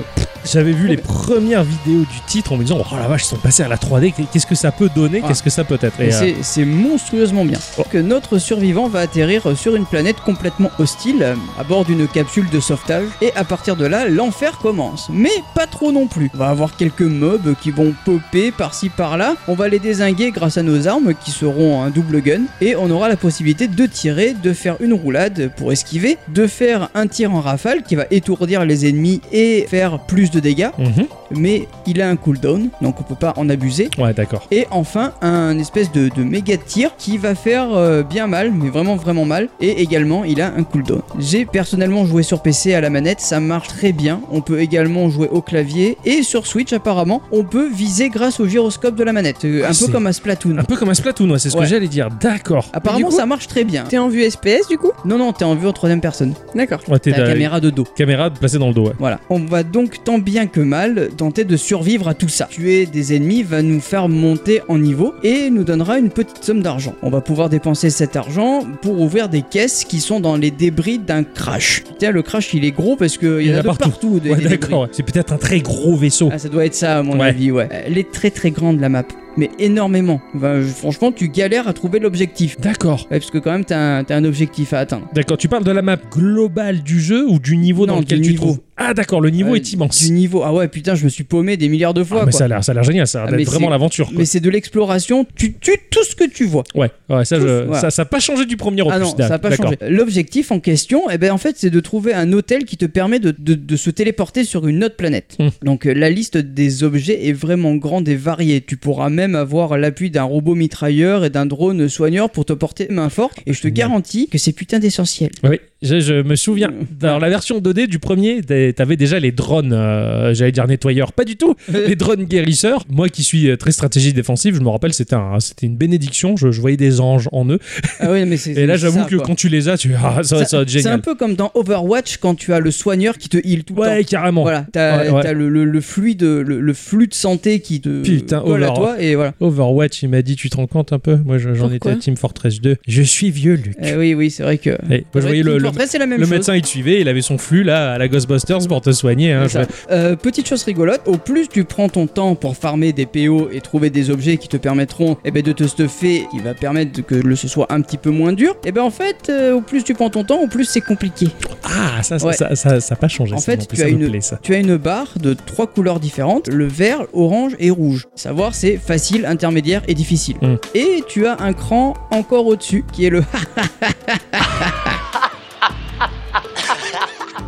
[SPEAKER 1] J'avais vu les premières vidéos du titre en me disant Oh la vache, ils sont passés à la 3D. Qu'est-ce que ça peut donner
[SPEAKER 2] Ouais.
[SPEAKER 1] Qu'est-ce que ça peut être Et,
[SPEAKER 2] Ah.
[SPEAKER 1] euh,
[SPEAKER 2] Mais
[SPEAKER 1] Oh.
[SPEAKER 2] c'est- C'est monstrueusement bien. Que notre survivant va atterrir sur une planète complètement hostile, euh, à bord d'une capsule de sauvetage, et à partir de là, l'enfer commence. Mais pas trop non plus. On va avoir quelques mobs qui vont popper par-ci par-là. On va les désinguer grâce à nos armes qui seront un double gun, et on aura la possibilité de tirer, de faire une roulade pour esquiver, de faire un tir en rafale qui va étourdir les ennemis et faire plus de dégâts.
[SPEAKER 1] mhm.
[SPEAKER 2] Mais il a un cooldown, donc on peut pas en abuser.
[SPEAKER 1] Ouais, d'accord.
[SPEAKER 2] Et enfin, un espèce de, de méga tir qui va faire euh, bien mal, mais vraiment vraiment mal. Et également, il a un cooldown. J'ai personnellement joué sur PC à la manette, ça marche très bien. On peut également jouer au clavier. Et sur Switch, apparemment, on peut viser grâce au gyroscope de la manette. Euh,
[SPEAKER 1] Ah,
[SPEAKER 2] Un peu
[SPEAKER 1] c'est-
[SPEAKER 2] comme à Splatoon.
[SPEAKER 1] Un peu comme un Splatoon, ouais, c'est ce
[SPEAKER 2] Ouais. Ah,
[SPEAKER 1] que j'allais dire. D'accord.
[SPEAKER 2] Apparemment,
[SPEAKER 3] Mais du coup-
[SPEAKER 2] ça marche très bien.
[SPEAKER 3] T'es en vue SPS du coup
[SPEAKER 2] Non, non, t'es en vue en troisième personne.
[SPEAKER 3] D'accord.
[SPEAKER 1] Ouais, t'es
[SPEAKER 2] T'as la
[SPEAKER 1] euh,
[SPEAKER 2] caméra de dos.
[SPEAKER 1] caméra placée dans le dos, ouais.
[SPEAKER 2] Voilà. On va donc tant bien que mal tenter de survivre à tout ça. Tuer des ennemis va nous faire monter en niveau et nous donnera une petite somme d'argent. On va pouvoir dépenser cet argent pour ouvrir des caisses qui sont dans les débris d'un crash. Putain, le crash il est gros parce qu'il y, en a, de partout. des,
[SPEAKER 1] Ouais,
[SPEAKER 2] des débris.
[SPEAKER 1] d'accord. ouais. C'est peut-être un très gros vaisseau.
[SPEAKER 2] Ah, ça doit être ça à mon
[SPEAKER 1] Ouais.
[SPEAKER 2] avis, ouais. Elle est très très grande la map, mais énormément. Enfin, je- franchement, tu galères à trouver l'objectif.
[SPEAKER 1] D'accord.
[SPEAKER 2] Ouais, parce que quand même, t'as un, t'as un objectif à atteindre.
[SPEAKER 1] D'accord, tu parles de la map globale du jeu ou du niveau dans
[SPEAKER 2] Non,
[SPEAKER 1] lequel
[SPEAKER 2] du
[SPEAKER 1] tu
[SPEAKER 2] niveau.
[SPEAKER 1] trouves Ah d'accord, le niveau
[SPEAKER 2] Euh,
[SPEAKER 1] est immense.
[SPEAKER 2] Du niveau. Ah ouais, putain, je me suis paumé des milliards de fois.
[SPEAKER 1] Ah, mais
[SPEAKER 2] quoi.
[SPEAKER 1] ça a l'air, ça a l'air génial, ça a
[SPEAKER 2] Ah,
[SPEAKER 1] l'air
[SPEAKER 2] mais
[SPEAKER 1] d'être vraiment
[SPEAKER 2] c'est-
[SPEAKER 1] l'aventure. quoi.
[SPEAKER 2] Mais c'est de l'exploration, tu tues tout ce que tu vois.
[SPEAKER 1] Ouais, ouais, ça, je-
[SPEAKER 2] Voilà.
[SPEAKER 1] ça, ça a pas changé du premier opus.
[SPEAKER 2] Ah non, ça
[SPEAKER 1] d'ac-
[SPEAKER 2] n'a pas
[SPEAKER 1] d'accord.
[SPEAKER 2] changé. L'objectif en question, eh ben, en fait, c'est de trouver un hôtel qui te permet de, de- de se téléporter sur une autre planète.
[SPEAKER 1] Hmm.
[SPEAKER 2] Donc euh, la liste des objets est vraiment grande et variée. Tu pourras même avoir l'appui d'un robot mitrailleur et d'un drone soigneur pour te porter main forte. Et je te
[SPEAKER 1] Génial.
[SPEAKER 2] garantis que c'est putain d'essentiel.
[SPEAKER 1] Oui, oui, je, je me souviens.
[SPEAKER 2] Mm.
[SPEAKER 1] Dans la version 2D du premier, t'es- t'avais déjà les drones, euh, j'allais dire nettoyeurs, pas du tout, les drones guérisseurs. Moi qui suis euh, très stratégie défensive, je me rappelle, c'était un, c'était une bénédiction, je, je voyais des anges en eux.
[SPEAKER 2] Ah ouais, mais c'est-
[SPEAKER 1] Et là,
[SPEAKER 2] c'est
[SPEAKER 1] j'avoue
[SPEAKER 2] ça,
[SPEAKER 1] que
[SPEAKER 2] quoi.
[SPEAKER 1] quand tu les as, tu ah, ça,
[SPEAKER 2] Ça-
[SPEAKER 1] ça va être
[SPEAKER 2] C'est un
[SPEAKER 1] génial.
[SPEAKER 2] peu comme dans Overwatch quand tu as le soigneur qui te heal tout le temps.
[SPEAKER 1] Ouais, carrément.
[SPEAKER 2] Voilà, t'as
[SPEAKER 1] Ouais, ouais.
[SPEAKER 2] t'as le, le- le fluide, le, le flux de santé qui te
[SPEAKER 1] Putain,
[SPEAKER 2] colle à
[SPEAKER 1] over.
[SPEAKER 2] toi et voilà.
[SPEAKER 1] Overwatch, il m'a dit, tu te rends compte un peu Moi, je- j'en
[SPEAKER 3] Pourquoi
[SPEAKER 1] étais à Team Fortress 2. Je suis vieux, Luc.
[SPEAKER 2] Eh oui, oui, c'est vrai que.
[SPEAKER 1] Et moi, je voyais le,
[SPEAKER 2] Team
[SPEAKER 1] le-
[SPEAKER 2] Fortress, c'est la même
[SPEAKER 1] le
[SPEAKER 2] chose.
[SPEAKER 1] médecin, il te suivait, il avait son flux là à la Ghostbusters pour te soigner. hein,
[SPEAKER 2] C'est
[SPEAKER 1] je-
[SPEAKER 2] ça. Euh, petite chose rigolote, au plus tu prends ton temps pour farmer des PO et trouver des objets qui te permettront eh ben, de te stuffer, qui va permettre que le ce soit un petit peu moins dur, et ben en fait, euh, au plus tu prends ton temps, au plus c'est compliqué.
[SPEAKER 1] Ah, ça, ça-
[SPEAKER 2] Ouais.
[SPEAKER 1] ça, ça, ça a pas changé.
[SPEAKER 2] En
[SPEAKER 1] ça,
[SPEAKER 2] fait,
[SPEAKER 1] non plus,
[SPEAKER 2] tu
[SPEAKER 1] ça
[SPEAKER 2] as
[SPEAKER 1] me
[SPEAKER 2] une-
[SPEAKER 1] plaît, ça.
[SPEAKER 2] Tu as une barre de trois couleurs différentes, le vert, orange et rouge. Savoir c'est facile, intermédiaire et difficile.
[SPEAKER 1] Mm.
[SPEAKER 2] Et tu as un cran encore au-dessus qui est le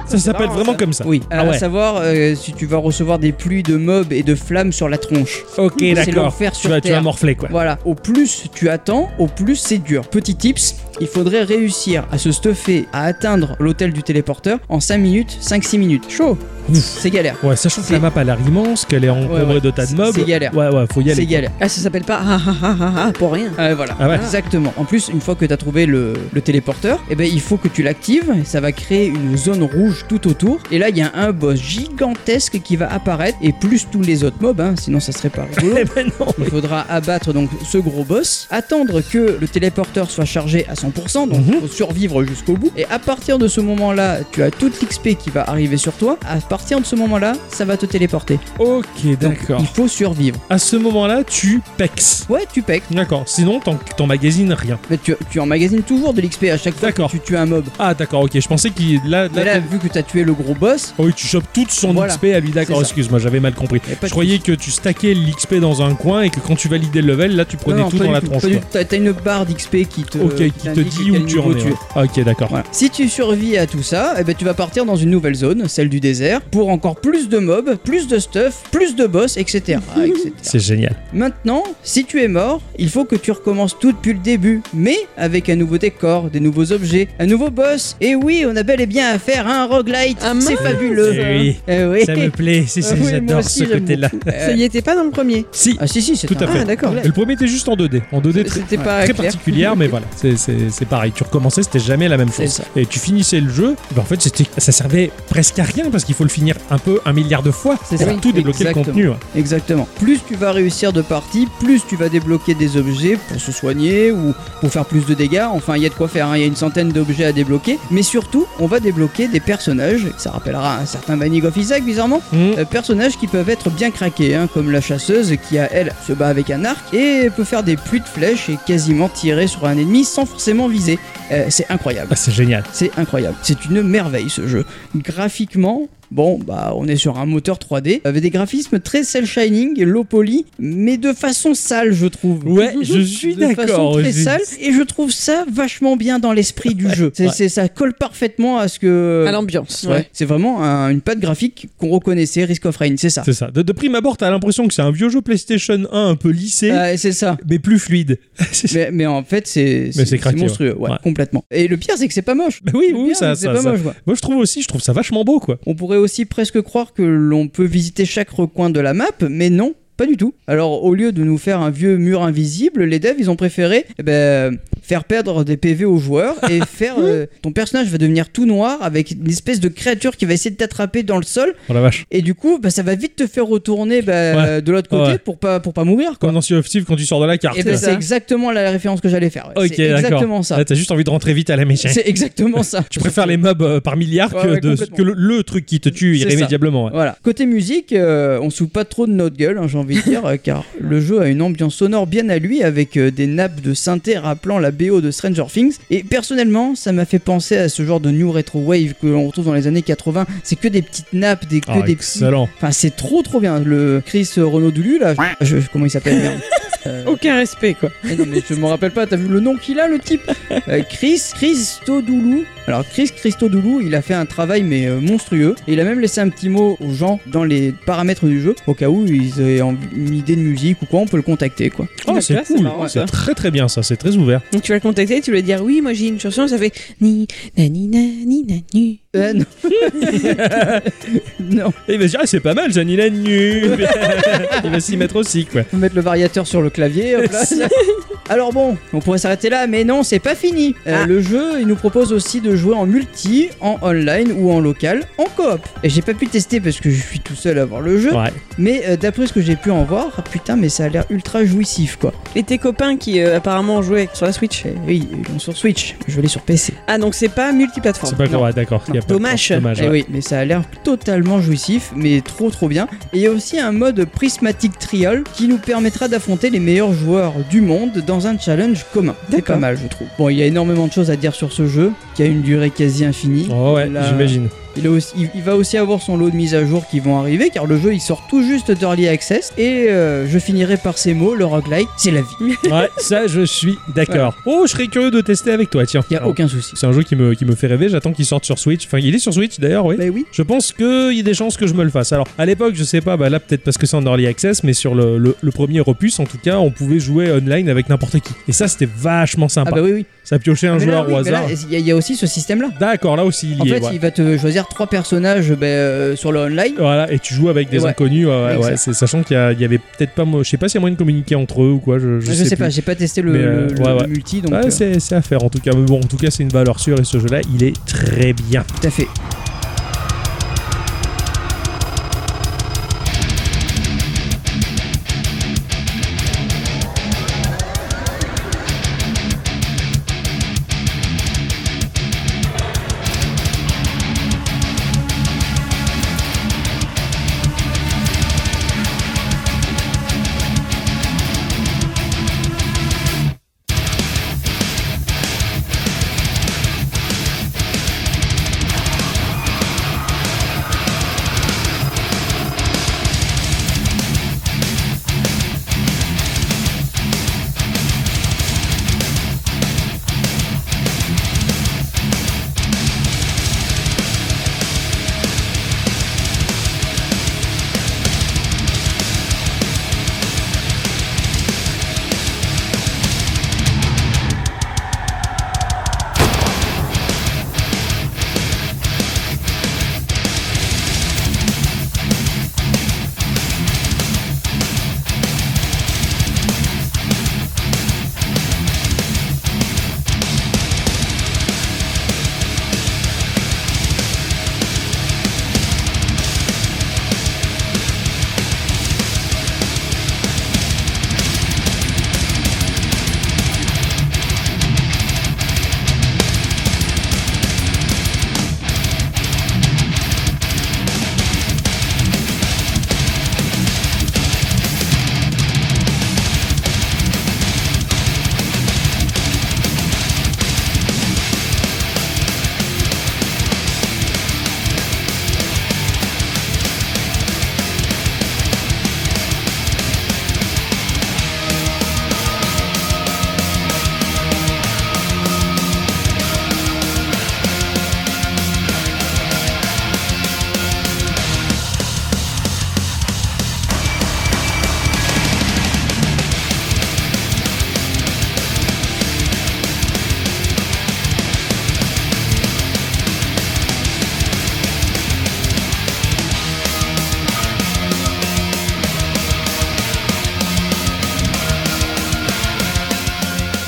[SPEAKER 1] Ça s'appelle vraiment comme ça.
[SPEAKER 2] Oui,
[SPEAKER 1] Ah
[SPEAKER 2] à
[SPEAKER 1] ouais.
[SPEAKER 2] savoir euh, si tu vas recevoir des pluies de mobs et de flammes sur la tronche.
[SPEAKER 1] Ok,
[SPEAKER 2] C'est
[SPEAKER 1] d'accord.
[SPEAKER 2] l'enfer
[SPEAKER 1] Tu
[SPEAKER 2] sur
[SPEAKER 1] vas, tu vas
[SPEAKER 2] Terre.
[SPEAKER 1] morfler quoi.
[SPEAKER 2] Voilà, au plus tu attends, au plus c'est dur. Petit tips, il faudrait réussir à se stuffer, à atteindre l'hôtel du téléporteur en 5 minutes, 5-6 minutes. Chaud
[SPEAKER 1] Ouf.
[SPEAKER 2] C'est galère.
[SPEAKER 1] Ouais, sachant que
[SPEAKER 2] C'est-
[SPEAKER 1] la map a l'air immense, qu'elle est encombrée
[SPEAKER 2] Ouais, ouais.
[SPEAKER 1] de tas de
[SPEAKER 2] C'est-
[SPEAKER 1] mobs.
[SPEAKER 2] c'est galère.
[SPEAKER 1] Ouais, ouais, faut y
[SPEAKER 2] C'est
[SPEAKER 1] aller.
[SPEAKER 2] galère.
[SPEAKER 3] Ah, ça s'appelle pas ah, ah, ah, ah, ah, pour rien.
[SPEAKER 2] Ah, voilà.
[SPEAKER 1] Ah ouais.
[SPEAKER 2] Exactement. En plus, une fois que tu as trouvé le, le téléporteur, eh ben, il faut que tu l'actives. et Ça va créer une zone rouge tout autour. Et là, il y a un boss gigantesque qui va apparaître. Et plus tous les autres mobs, hein, sinon ça serait pas rigolo.
[SPEAKER 1] Eh ben non.
[SPEAKER 2] Il faudra abattre donc ce gros boss, attendre que le téléporteur soit chargé à 100%, donc
[SPEAKER 1] Mhm.
[SPEAKER 2] faut survivre jusqu'au bout. Et à partir de ce moment-là, tu as toute l'XP qui va arriver sur toi. À partir de ce moment-là, ça va te téléporter.
[SPEAKER 1] Ok,
[SPEAKER 2] Donc
[SPEAKER 1] d'accord.
[SPEAKER 2] il faut survivre.
[SPEAKER 1] À ce moment-là, tu pex.
[SPEAKER 2] Ouais, tu pecs,
[SPEAKER 1] D'accord. Sinon, t'en- t'emmagasines rien.
[SPEAKER 2] mais tu, tu emmagasines toujours de l'XP à chaque fois que
[SPEAKER 1] D'accord.
[SPEAKER 2] tu tues un mob.
[SPEAKER 1] Ah, d'accord, ok. Je pensais qu'il. Là, là,
[SPEAKER 2] Mais là, vu que tu as tué le gros boss,
[SPEAKER 1] Ah oui, tu chopes toute son
[SPEAKER 2] Voilà.
[SPEAKER 1] XP à lui. D'accord,
[SPEAKER 2] ça.
[SPEAKER 1] excuse-moi, j'avais mal compris.
[SPEAKER 2] y a
[SPEAKER 1] Je
[SPEAKER 2] pas de
[SPEAKER 1] croyais que tu stackais l'XP dans un coin et que quand tu validais le level, là, tu prenais
[SPEAKER 2] Non, non,
[SPEAKER 1] tout
[SPEAKER 2] pas
[SPEAKER 1] dans
[SPEAKER 2] du
[SPEAKER 1] la
[SPEAKER 2] tout,
[SPEAKER 1] tronche.
[SPEAKER 2] pas du
[SPEAKER 1] quoi.
[SPEAKER 2] tout. T'as t'as une barre d'XP qui te,
[SPEAKER 1] Ok, qui te
[SPEAKER 2] t'indique
[SPEAKER 1] dit
[SPEAKER 2] quel
[SPEAKER 1] où tu en
[SPEAKER 2] niveau
[SPEAKER 1] es.
[SPEAKER 2] es.
[SPEAKER 1] ouais. Ah, Ok, d'accord.
[SPEAKER 2] Voilà. Si tu survis à tout ça, eh ben, tu vas partir dans une nouvelle zone, celle du désert, pour encore plus de mobs, plus de stuff, plus de boss, etc. etc.
[SPEAKER 1] C'est génial.
[SPEAKER 2] Maintenant, si tu es mort, il faut que tu recommences tout depuis le début, mais avec un nouveau décor, des nouveaux objets, un nouveau boss. Et oui, on a bel et bien affaire à un roguelite.
[SPEAKER 3] Ah,
[SPEAKER 2] C'est
[SPEAKER 3] mince.
[SPEAKER 2] fabuleux.
[SPEAKER 1] Eh oui,
[SPEAKER 2] Eh oui.
[SPEAKER 1] ça me plaît. Si, si,
[SPEAKER 2] Ah oui, moi
[SPEAKER 1] j'adore
[SPEAKER 2] aussi,
[SPEAKER 1] ce
[SPEAKER 2] j'aime
[SPEAKER 1] côté-là.
[SPEAKER 2] beaucoup. Euh,
[SPEAKER 3] Ça y était pas dans le premier.
[SPEAKER 1] Si,
[SPEAKER 2] Ah si si, c'est
[SPEAKER 1] Tout à
[SPEAKER 2] un-
[SPEAKER 1] fait.
[SPEAKER 3] Ah, d'accord.
[SPEAKER 1] le premier était juste en 2D. En 2D très,
[SPEAKER 3] C'était
[SPEAKER 2] ouais,
[SPEAKER 3] pas
[SPEAKER 1] très
[SPEAKER 3] clair.
[SPEAKER 1] particulière, mais voilà, c'est- c'est c'est pareil. Tu recommençais, c'était jamais la même
[SPEAKER 2] C'est
[SPEAKER 1] chose.
[SPEAKER 2] ça.
[SPEAKER 1] Et tu finissais le jeu, ben en fait, c'était- ça servait presque à rien parce qu'il faut le finir un peu un milliard de fois
[SPEAKER 2] C'est
[SPEAKER 1] pour
[SPEAKER 2] ça.
[SPEAKER 1] tout débloquer
[SPEAKER 2] Exactement.
[SPEAKER 1] le contenu. hein. ouais.
[SPEAKER 2] Exactement. Plus tu vas réussir de parties, plus tu vas débloquer des objets pour se soigner ou pour faire plus de dégâts. Enfin, il y a de quoi faire. hein. Il y a une centaine d'objets à débloquer. Mais surtout, on va débloquer des personnages. Ça rappellera un certain Vanning of Isaac, bizarrement.
[SPEAKER 1] Hmm.
[SPEAKER 2] Euh, personnages qui peuvent être bien craqués, hein, comme la chasseuse qui, à elle, se bat avec un arc et peut faire des pluies de flèches et quasiment tirer sur un ennemi sans forcément viser. Euh, c'est incroyable.
[SPEAKER 1] Ah, c'est génial.
[SPEAKER 2] C'est incroyable. C'est une merveille ce jeu. Graphiquement, bon, bah, on est sur un moteur 3D avec des graphismes très cel shining, low poly, mais de façon sale, je trouve.
[SPEAKER 1] Ouais, je suis
[SPEAKER 2] De façon
[SPEAKER 1] d'accord.
[SPEAKER 2] très
[SPEAKER 1] j'ai-
[SPEAKER 2] sale, et je trouve ça vachement bien dans l'esprit du jeu. C'est,
[SPEAKER 1] ouais.
[SPEAKER 2] c'est- ça colle parfaitement à ce
[SPEAKER 1] Euh,
[SPEAKER 2] que.
[SPEAKER 3] À l'ambiance.
[SPEAKER 2] Ouais. C'est vraiment un- une patte graphique qu'on reconnaissait, Risk of Rain, c'est ça.
[SPEAKER 1] C'est ça. De, de prime abord, t'as l'impression que c'est un vieux jeu PlayStation 1 un peu lissé,
[SPEAKER 2] Euh, c'est ça.
[SPEAKER 1] mais plus fluide. C'est-
[SPEAKER 2] Mais, mais en fait, c'est,
[SPEAKER 1] c'est craqué, ouais.
[SPEAKER 2] monstrueux, ouais,
[SPEAKER 1] Ouais.
[SPEAKER 2] complètement. Et le pire, c'est que c'est pas moche.
[SPEAKER 1] Bah oui,
[SPEAKER 2] Le
[SPEAKER 1] oui,
[SPEAKER 2] pire,
[SPEAKER 1] ça-
[SPEAKER 2] c'est
[SPEAKER 1] ça-
[SPEAKER 2] pas
[SPEAKER 1] ça-
[SPEAKER 2] moche, quoi.
[SPEAKER 1] Moi, je trouve aussi, je trouve ça vachement beau, quoi.
[SPEAKER 2] On pourrait aussi presque croire que l'on peut visiter chaque recoin de la map, mais non. Pas du tout. Alors, au lieu de nous faire un vieux mur invisible, les devs, ils ont préféré eh ben, faire perdre des PV aux joueurs et faire. euh, ton personnage va devenir tout noir avec une espèce de créature qui va essayer de t'attraper dans le sol.
[SPEAKER 1] Oh la vache.
[SPEAKER 2] Et du coup, bah, ça va vite te faire retourner bah,
[SPEAKER 1] Ouais.
[SPEAKER 2] de l'autre côté
[SPEAKER 1] Ouais.
[SPEAKER 2] pour, pas, pour pas mourir. Quoi.
[SPEAKER 1] Comme dans Sea of Thieves quand tu sors de la carte.
[SPEAKER 2] Et ben,
[SPEAKER 1] là.
[SPEAKER 2] c'est exactement la référence que j'allais faire. ouais.
[SPEAKER 1] ok,
[SPEAKER 2] c'est
[SPEAKER 1] d'accord.
[SPEAKER 2] exactement ça.
[SPEAKER 1] Là, t'as juste envie de rentrer vite à la méchante.
[SPEAKER 2] C'est exactement ça.
[SPEAKER 1] Tu préfères les mobs euh, par milliard
[SPEAKER 2] Ouais,
[SPEAKER 1] que,
[SPEAKER 2] ouais,
[SPEAKER 1] de-
[SPEAKER 2] complètement.
[SPEAKER 1] que le, le truc qui te tue
[SPEAKER 2] C'est ça.
[SPEAKER 1] irrémédiablement. ouais.
[SPEAKER 2] Voilà. Côté musique, euh, on se fout pas trop de notre gueule, hein, j'ai envie de dire, euh, car le jeu a une ambiance sonore bien à lui, avec euh, des nappes de synthé rappelant la BO de Stranger Things. Et personnellement, ça m'a fait penser à ce genre de new retro wave que l'on retrouve dans les années 80. C'est que des petites nappes, des que
[SPEAKER 1] Ah,
[SPEAKER 2] des petits.
[SPEAKER 1] excellent.
[SPEAKER 2] Enfin, c'est trop trop bien. Le Chris euh, Renaud Dulu là, je- comment il s'appelle merde. Euh,
[SPEAKER 3] Aucun respect, quoi.
[SPEAKER 2] mais Ah non, mais je me rappelle pas, t'as vu le nom qu'il a, le type Euh, Chris Christodoulou. Alors, Chris Christodoulou, il a fait un travail, mais euh, monstrueux. Et il a même laissé un petit mot aux gens dans les paramètres du jeu, au cas où ils aient envie- une idée de musique ou quoi, on peut le contacter, quoi.
[SPEAKER 1] Oh,
[SPEAKER 3] D'accord,
[SPEAKER 1] c'est
[SPEAKER 3] c'est
[SPEAKER 1] cool.
[SPEAKER 3] marrant,
[SPEAKER 1] C'est
[SPEAKER 3] ça.
[SPEAKER 1] très très bien ça, c'est très ouvert.
[SPEAKER 3] Donc tu vas le contacter, tu vas lui dire oui, moi j'ai une chanson, ça fait ni na ni na ni na ni.
[SPEAKER 2] Euh, non. non,
[SPEAKER 1] Et il va se dire, Ah, c'est pas mal, Johnny la nuit. il va s'y mettre aussi, quoi.
[SPEAKER 2] faut mettre le variateur sur le clavier. hop là. Alors bon, on pourrait s'arrêter là, mais non, c'est pas fini. Euh,
[SPEAKER 3] Ah.
[SPEAKER 2] Le jeu, il nous propose aussi de jouer en multi, en online ou en local, en coop. Et j'ai pas pu tester parce que je suis tout seul à voir le jeu.
[SPEAKER 1] Ouais.
[SPEAKER 2] Mais euh, d'après ce que j'ai pu en voir, ah, putain, mais ça a l'air ultra jouissif quoi.
[SPEAKER 3] Et tes copains qui euh, apparemment ont joué sur la Switch.
[SPEAKER 2] Eh oui, ils l'ont sur Switch, je vais aller sur PC.
[SPEAKER 3] Ah donc c'est pas
[SPEAKER 1] C'est
[SPEAKER 3] multiplateforme.
[SPEAKER 1] pas
[SPEAKER 2] Non.
[SPEAKER 1] grave, d'accord. il y a pas de-
[SPEAKER 3] Dommage.
[SPEAKER 1] Dommage. Ah,
[SPEAKER 2] Eh
[SPEAKER 1] ouais.
[SPEAKER 2] oui, mais ça a l'air totalement jouissif, mais trop trop bien. Et il y a aussi un mode prismatique trial qui nous permettra d'affronter les meilleurs joueurs du monde dans un challenge commun. C'est
[SPEAKER 3] D'accord.
[SPEAKER 2] pas mal, je trouve. Bon, il y a énormément de choses à dire sur ce jeu, qui a une durée quasi infinie.
[SPEAKER 1] Oh ouais,
[SPEAKER 2] Il a-
[SPEAKER 1] j'imagine.
[SPEAKER 2] Il, a aussi- il- il va aussi avoir son lot de mises à jour qui vont arriver, car le jeu il sort tout juste d'Early Access. Et euh, je finirai par ces mots, le roguelike, c'est la vie.
[SPEAKER 1] Ouais, ça je suis d'accord. Oh, je serais curieux de tester avec toi, tiens.
[SPEAKER 2] Il a aucun souci.
[SPEAKER 1] C'est un jeu qui me, qui me fait rêver, j'attends qu'il sorte sur Switch. Enfin, il est sur Switch d'ailleurs, oui.
[SPEAKER 2] Bah oui.
[SPEAKER 1] Je pense qu'il y a des chances que je me le fasse. Alors, à l'époque, je sais pas, bah là, peut-être parce que c'est en early access, mais sur le, le- le premier opus, en tout cas, on pouvait jouer online avec n'importe qui. Et ça, c'était vachement
[SPEAKER 2] Ah
[SPEAKER 1] sympa.
[SPEAKER 2] bah oui, oui.
[SPEAKER 1] Ça piochait un
[SPEAKER 2] Mais là,
[SPEAKER 1] joueur
[SPEAKER 2] oui,
[SPEAKER 1] au
[SPEAKER 2] mais là,
[SPEAKER 1] hasard.
[SPEAKER 2] Il y, a- il y a aussi ce système-là.
[SPEAKER 1] D'accord, là aussi, il
[SPEAKER 2] En
[SPEAKER 1] y
[SPEAKER 2] fait,
[SPEAKER 1] est. ouais.
[SPEAKER 2] il va te choisir trois personnages ben, euh, sur le online.
[SPEAKER 1] Voilà, et tu joues avec des
[SPEAKER 2] Ouais.
[SPEAKER 1] inconnus, ouais,
[SPEAKER 2] Avec
[SPEAKER 1] ouais,
[SPEAKER 2] ça.
[SPEAKER 1] c'est- sachant qu'il y, a- il y avait peut-être pas, mo- je sais pas s'il y a moyen de communiquer entre eux ou quoi, je, je
[SPEAKER 2] Je, sais,
[SPEAKER 1] plus.
[SPEAKER 2] pas, j'ai pas testé le,
[SPEAKER 1] Mais, euh,
[SPEAKER 2] le- le
[SPEAKER 1] ouais, ouais.
[SPEAKER 2] multi, donc
[SPEAKER 1] Ouais,
[SPEAKER 2] euh,
[SPEAKER 1] c'est c'est à faire en tout cas, mais bon, en tout cas, c'est une valeur sûre et ce jeu-là, il est très bien.
[SPEAKER 2] tout à fait.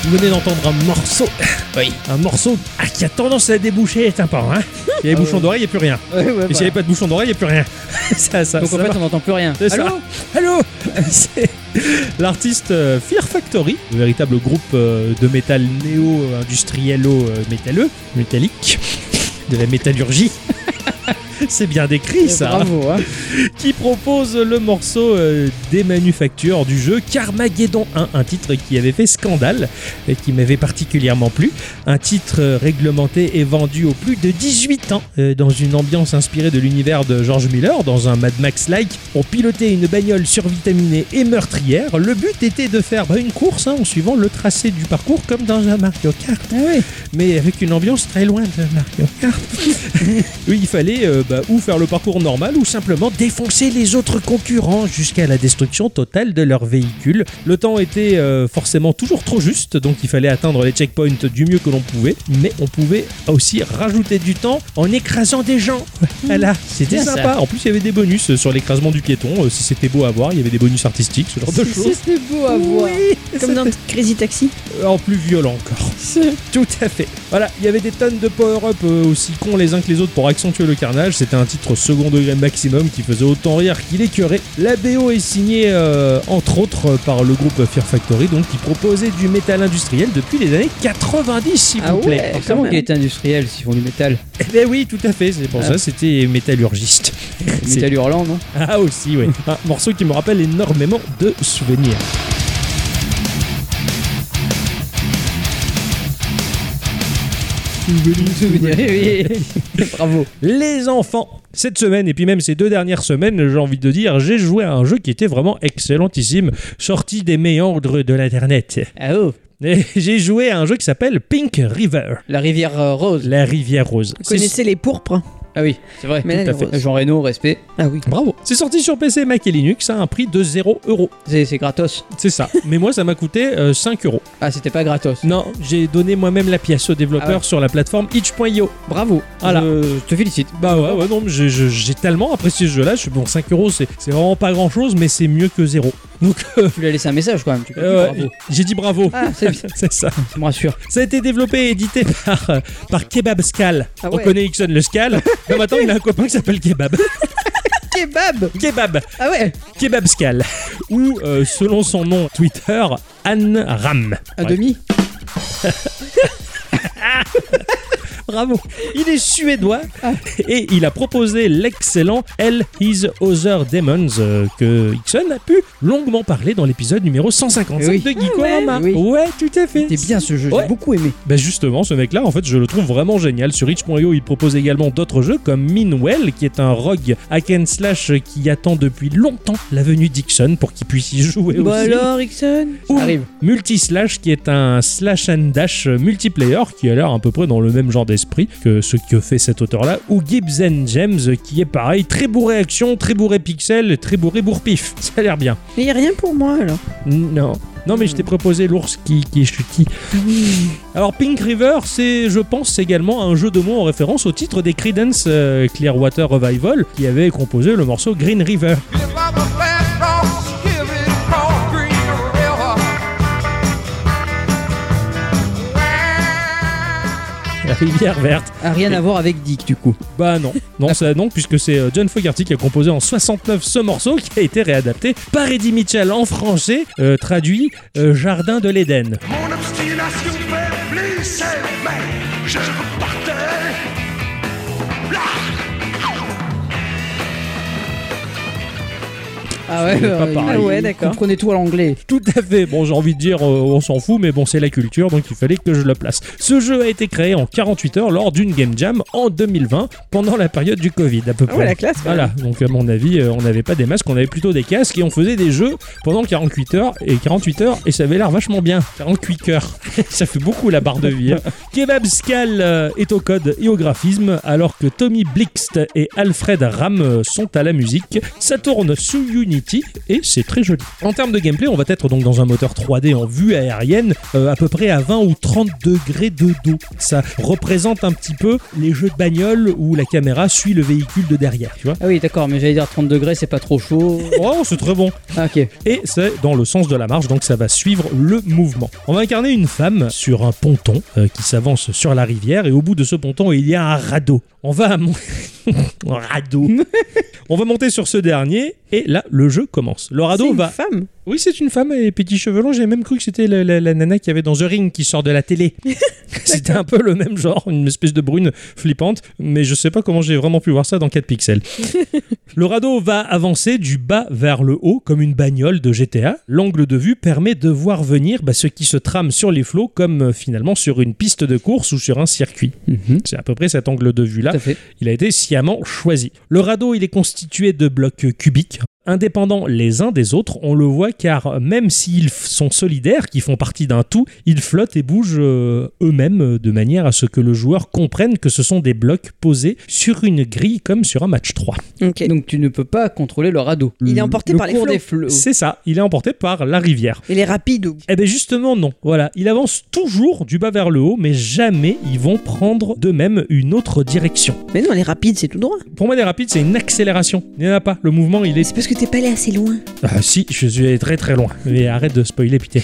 [SPEAKER 1] Vous venez d'entendre un morceau, un morceau ah, qui a tendance à déboucher les tympans. Hein il y a les bouchons d'oreille, il n'y a plus rien.
[SPEAKER 2] Ah Ouais, ouais,
[SPEAKER 1] Et
[SPEAKER 2] voilà.
[SPEAKER 1] s'il n'y avait pas de bouchons d'oreille, il n'y a plus rien. ça, ça,
[SPEAKER 2] Donc en
[SPEAKER 1] ça
[SPEAKER 2] fait, on n'entend plus rien.
[SPEAKER 1] C'est ça.
[SPEAKER 2] Allô
[SPEAKER 1] Allô C'est l'artiste euh, Fear Factory, le véritable groupe euh, de métal néo-industriello-métalleux, métallique, de la métallurgie. C'est bien décrit ça,
[SPEAKER 2] Bravo, hein.
[SPEAKER 1] qui propose le morceau euh, des manufactures du jeu Carmageddon 1, un titre qui avait fait scandale et qui m'avait particulièrement plu. Un titre euh, réglementé et vendu aux plus de 18 ans, euh, dans une ambiance inspirée de l'univers de George Miller, dans un Mad Max-like. On pilotait une bagnole survitaminée et meurtrière. Le but était de faire bah, une course hein, en suivant le tracé du parcours comme dans un Mario Kart, mais avec une ambiance très loin de Mario Kart. Oui, il fallait euh, bah, ou faire le parcours normal ou simplement défoncer les autres concurrents jusqu'à la destruction totale de leur véhicule. Le temps était euh, forcément toujours trop juste, donc il fallait atteindre les checkpoints du mieux que l'on pouvait, mais on pouvait aussi rajouter du temps en écrasant des gens. Voilà, c'était
[SPEAKER 2] C'est Mmh. ça.
[SPEAKER 1] sympa. En plus, il y avait des bonus sur l'écrasement du piéton, euh, si c'était beau à voir, il y avait des bonus artistiques, ce genre de choses.
[SPEAKER 2] C'était beau à voir.
[SPEAKER 3] Comme dans Crazy Taxi.
[SPEAKER 1] En plus violent encore. Tout à fait. Voilà, il y avait des tonnes de power-up euh, aussi cons les uns que les autres pour accentuer le carnage. C'était un titre second degré maximum qui faisait autant rire qu'il écœurait. La BO est signée euh, entre autres euh, par le groupe Fear Factory, donc qui proposait du métal industriel depuis les années 90, s'il
[SPEAKER 3] Ah
[SPEAKER 1] vous plaît.
[SPEAKER 3] ouais.
[SPEAKER 2] Forcément
[SPEAKER 3] quand
[SPEAKER 2] qu'il était industriel s'ils font du métal.
[SPEAKER 1] Eh ben oui, tout à fait. C'est pour
[SPEAKER 2] Ah.
[SPEAKER 1] ça, c'était métallurgiste. C'est-
[SPEAKER 2] Métal hurlant, non
[SPEAKER 1] ah aussi, oui. Un morceau qui me rappelle énormément de souvenirs.
[SPEAKER 2] Oui, oui. Bravo.
[SPEAKER 1] les enfants. Cette semaine, et puis même ces deux dernières semaines, j'ai envie de dire, j'ai joué à un jeu qui était vraiment excellentissime, sorti des méandres de l'Internet.
[SPEAKER 2] Ah oh,
[SPEAKER 1] Et J'ai joué à un jeu qui s'appelle Pink River,
[SPEAKER 2] la rivière euh, rose.
[SPEAKER 1] la rivière rose.
[SPEAKER 3] Vous connaissez les pourpres
[SPEAKER 2] Ah oui, c'est vrai.
[SPEAKER 3] Mais là,
[SPEAKER 2] tout à
[SPEAKER 3] elle est
[SPEAKER 2] fait.
[SPEAKER 3] rose.
[SPEAKER 2] Jean Reno, respect.
[SPEAKER 3] Ah oui.
[SPEAKER 1] Bravo. C'est sorti sur PC, Mac et Linux à un prix de 0 euros.
[SPEAKER 2] C'est c'est gratos.
[SPEAKER 1] C'est ça. Mais moi, ça m'a coûté euh, 5 euros.
[SPEAKER 2] Ah, c'était pas gratos.
[SPEAKER 1] Non, j'ai donné moi-même la pièce au développeur
[SPEAKER 2] Ah ouais.
[SPEAKER 1] sur la plateforme itch.io.
[SPEAKER 2] Bravo.
[SPEAKER 1] Voilà.
[SPEAKER 2] Euh, Je te félicite.
[SPEAKER 1] Bah ouais, ouais, non, mais j'ai- je- j'ai tellement apprécié ce jeu-là. Je suis bon, 5 euros, c'est c'est vraiment pas grand-chose, mais c'est mieux que zéro. Donc, euh,
[SPEAKER 2] Tu lui as laissé un message quand même. Tu peux
[SPEAKER 1] euh,
[SPEAKER 2] bravo.
[SPEAKER 1] j'ai dit bravo.
[SPEAKER 2] Ah, c'est bien.
[SPEAKER 1] C'est ça.
[SPEAKER 2] Ça me rassure.
[SPEAKER 1] Ça a été développé et édité par, euh, par Kebab Scal.
[SPEAKER 3] Ah
[SPEAKER 1] On
[SPEAKER 3] ouais.
[SPEAKER 1] connaît Ixon le Scal. Mais maintenant, il a un copain qui s'appelle Kebab.
[SPEAKER 3] Kebab
[SPEAKER 1] Kebab.
[SPEAKER 3] Ah ouais
[SPEAKER 1] Kebab Scal. Ou, euh, selon son nom Twitter, Anne Ram.
[SPEAKER 2] À
[SPEAKER 1] Ouais.
[SPEAKER 2] demi.
[SPEAKER 1] Bravo. Il est suédois
[SPEAKER 2] Ah.
[SPEAKER 1] et il a proposé l'excellent Hell His Other Demons euh, que Ixon a pu longuement parler dans l'épisode numéro 155
[SPEAKER 2] Oui. Ah
[SPEAKER 1] de Geekorama.
[SPEAKER 2] ouais. Oui.
[SPEAKER 1] Ouais, tout à fait.
[SPEAKER 2] C'était bien ce jeu.
[SPEAKER 1] Ouais.
[SPEAKER 2] J'ai beaucoup aimé.
[SPEAKER 1] Bah justement, ce mec-là, en fait, je le trouve vraiment génial. Sur itch.io, il propose également d'autres jeux comme Minwell, qui est un rogue hack and slash qui attend depuis longtemps la venue d'Ixon pour qu'il puisse y jouer
[SPEAKER 3] Bah
[SPEAKER 1] aussi.
[SPEAKER 3] alors, Rickson
[SPEAKER 1] Ouh.
[SPEAKER 2] Arrive.
[SPEAKER 1] Multislash qui est un slash and dash multiplayer qui a l'air à peu près dans le même genre d'esprit que ce que fait cet auteur-là, ou Gibbs and James qui est pareil, très bourré action, très bourré pixel, très bourré bourre-pif. Ça a l'air bien.
[SPEAKER 3] Mais y a rien pour moi alors.
[SPEAKER 1] Non. Non mais je t'ai proposé l'ours qui, qui est chuti. Alors Pink River, c'est je pense également un jeu de mots en référence au titre des Creedence euh, Clearwater Revival qui avait composé le morceau Green River. La rivière verte.
[SPEAKER 2] Ah, rien à voir avec Dick du coup.
[SPEAKER 1] Bah non, non, ça non, puisque c'est euh, John Fogerty qui a composé en 69 ce morceau qui a été réadapté par Eddie Mitchell en français, euh, traduit euh, Jardin de l'Éden.
[SPEAKER 4] Mon obstination faiblissait, mais je repartais.
[SPEAKER 2] Ah ouais.
[SPEAKER 1] C'est pas pareil.
[SPEAKER 2] il-
[SPEAKER 3] Ah ouais,
[SPEAKER 2] il
[SPEAKER 3] d'accord.
[SPEAKER 2] comprenait tout à l'anglais.
[SPEAKER 1] Tout à fait. Bon, j'ai envie de dire, euh, on s'en fout, mais bon, c'est la culture, donc il fallait que je le place. Ce jeu a été créé en 48 heures lors d'une Game Jam en 2020, pendant la période du Covid, à peu
[SPEAKER 3] Ah
[SPEAKER 1] près.
[SPEAKER 3] ouais, la classe
[SPEAKER 1] Voilà, donc à mon avis, euh, on n'avait pas des masques, on avait plutôt des casques et on faisait des jeux pendant 48 heures et 48 heures et ça avait l'air vachement bien. 48 heures, ça fait beaucoup la barre de vie. hein. Kebab Scal euh, est au code et au graphisme, alors que Tommy Blixt et Alfred Ram euh, sont à la musique. Ça tourne sous Unity et c'est très joli. En termes de gameplay, on va être donc dans un moteur 3D en vue aérienne, euh, à peu près à 20 ou 30 degrés de dos. Ça représente un petit peu les jeux de bagnole où la caméra suit le véhicule de derrière, tu vois.
[SPEAKER 2] Ah oui, d'accord, mais j'allais dire 30 degrés, c'est pas trop chaud.
[SPEAKER 1] Oh, c'est très bon.
[SPEAKER 2] Ah, ok.
[SPEAKER 1] Et c'est dans le sens de la marche, donc ça va suivre le mouvement. On va incarner une femme sur un ponton euh, qui s'avance sur la rivière et au bout de ce ponton, il y a un radeau. On va mon- un radeau. On va monter sur ce dernier et là, le jeu commence. Le
[SPEAKER 3] C'est
[SPEAKER 1] radeau
[SPEAKER 3] une
[SPEAKER 1] va.
[SPEAKER 3] femme
[SPEAKER 1] Oui, c'est une femme et petits cheveux longs. J'ai même cru que c'était la, la- la nana qui avait dans The Ring qui sort de la télé. c'était un peu le même genre, une espèce de brune flippante, mais je sais pas comment j'ai vraiment pu voir ça dans 4 pixels. le radeau va avancer du bas vers le haut comme une bagnole de GTA. L'angle de vue permet de voir venir bah, ce qui se trame sur les flots comme euh, finalement sur une piste de course ou sur un circuit. C'est à peu près cet angle de vue là
[SPEAKER 2] Mhm. Tout à fait.
[SPEAKER 1] il a été sciemment choisi. Le radeau, il est constitué de blocs cubiques. Indépendants les uns des autres, on le voit car même s'ils f- sont solidaires, qui font partie d'un tout, ils flottent et bougent euh, eux-mêmes euh, de manière à ce que le joueur comprenne que ce sont des blocs posés sur une grille comme sur un match 3.
[SPEAKER 3] Ok.
[SPEAKER 2] Donc tu ne peux pas contrôler le radeau.
[SPEAKER 3] Il est
[SPEAKER 2] Le-
[SPEAKER 3] emporté
[SPEAKER 2] le
[SPEAKER 3] par les
[SPEAKER 2] cours
[SPEAKER 3] flots.
[SPEAKER 2] des flots.
[SPEAKER 1] C'est ça, il est emporté par la rivière.
[SPEAKER 3] Il est rapide. ou-
[SPEAKER 1] Eh bien justement non, voilà, il avance toujours du bas vers le haut, mais jamais ils vont prendre d'eux-mêmes une autre direction.
[SPEAKER 3] Mais non, il est rapide, c'est tout droit.
[SPEAKER 1] Pour moi des rapides, c'est une accélération, il n'y en a pas, le mouvement il est
[SPEAKER 3] C'est parce que t'es pas allé assez loin.
[SPEAKER 1] Ah si, je suis allé très très loin. Mais arrête de spoiler, putain.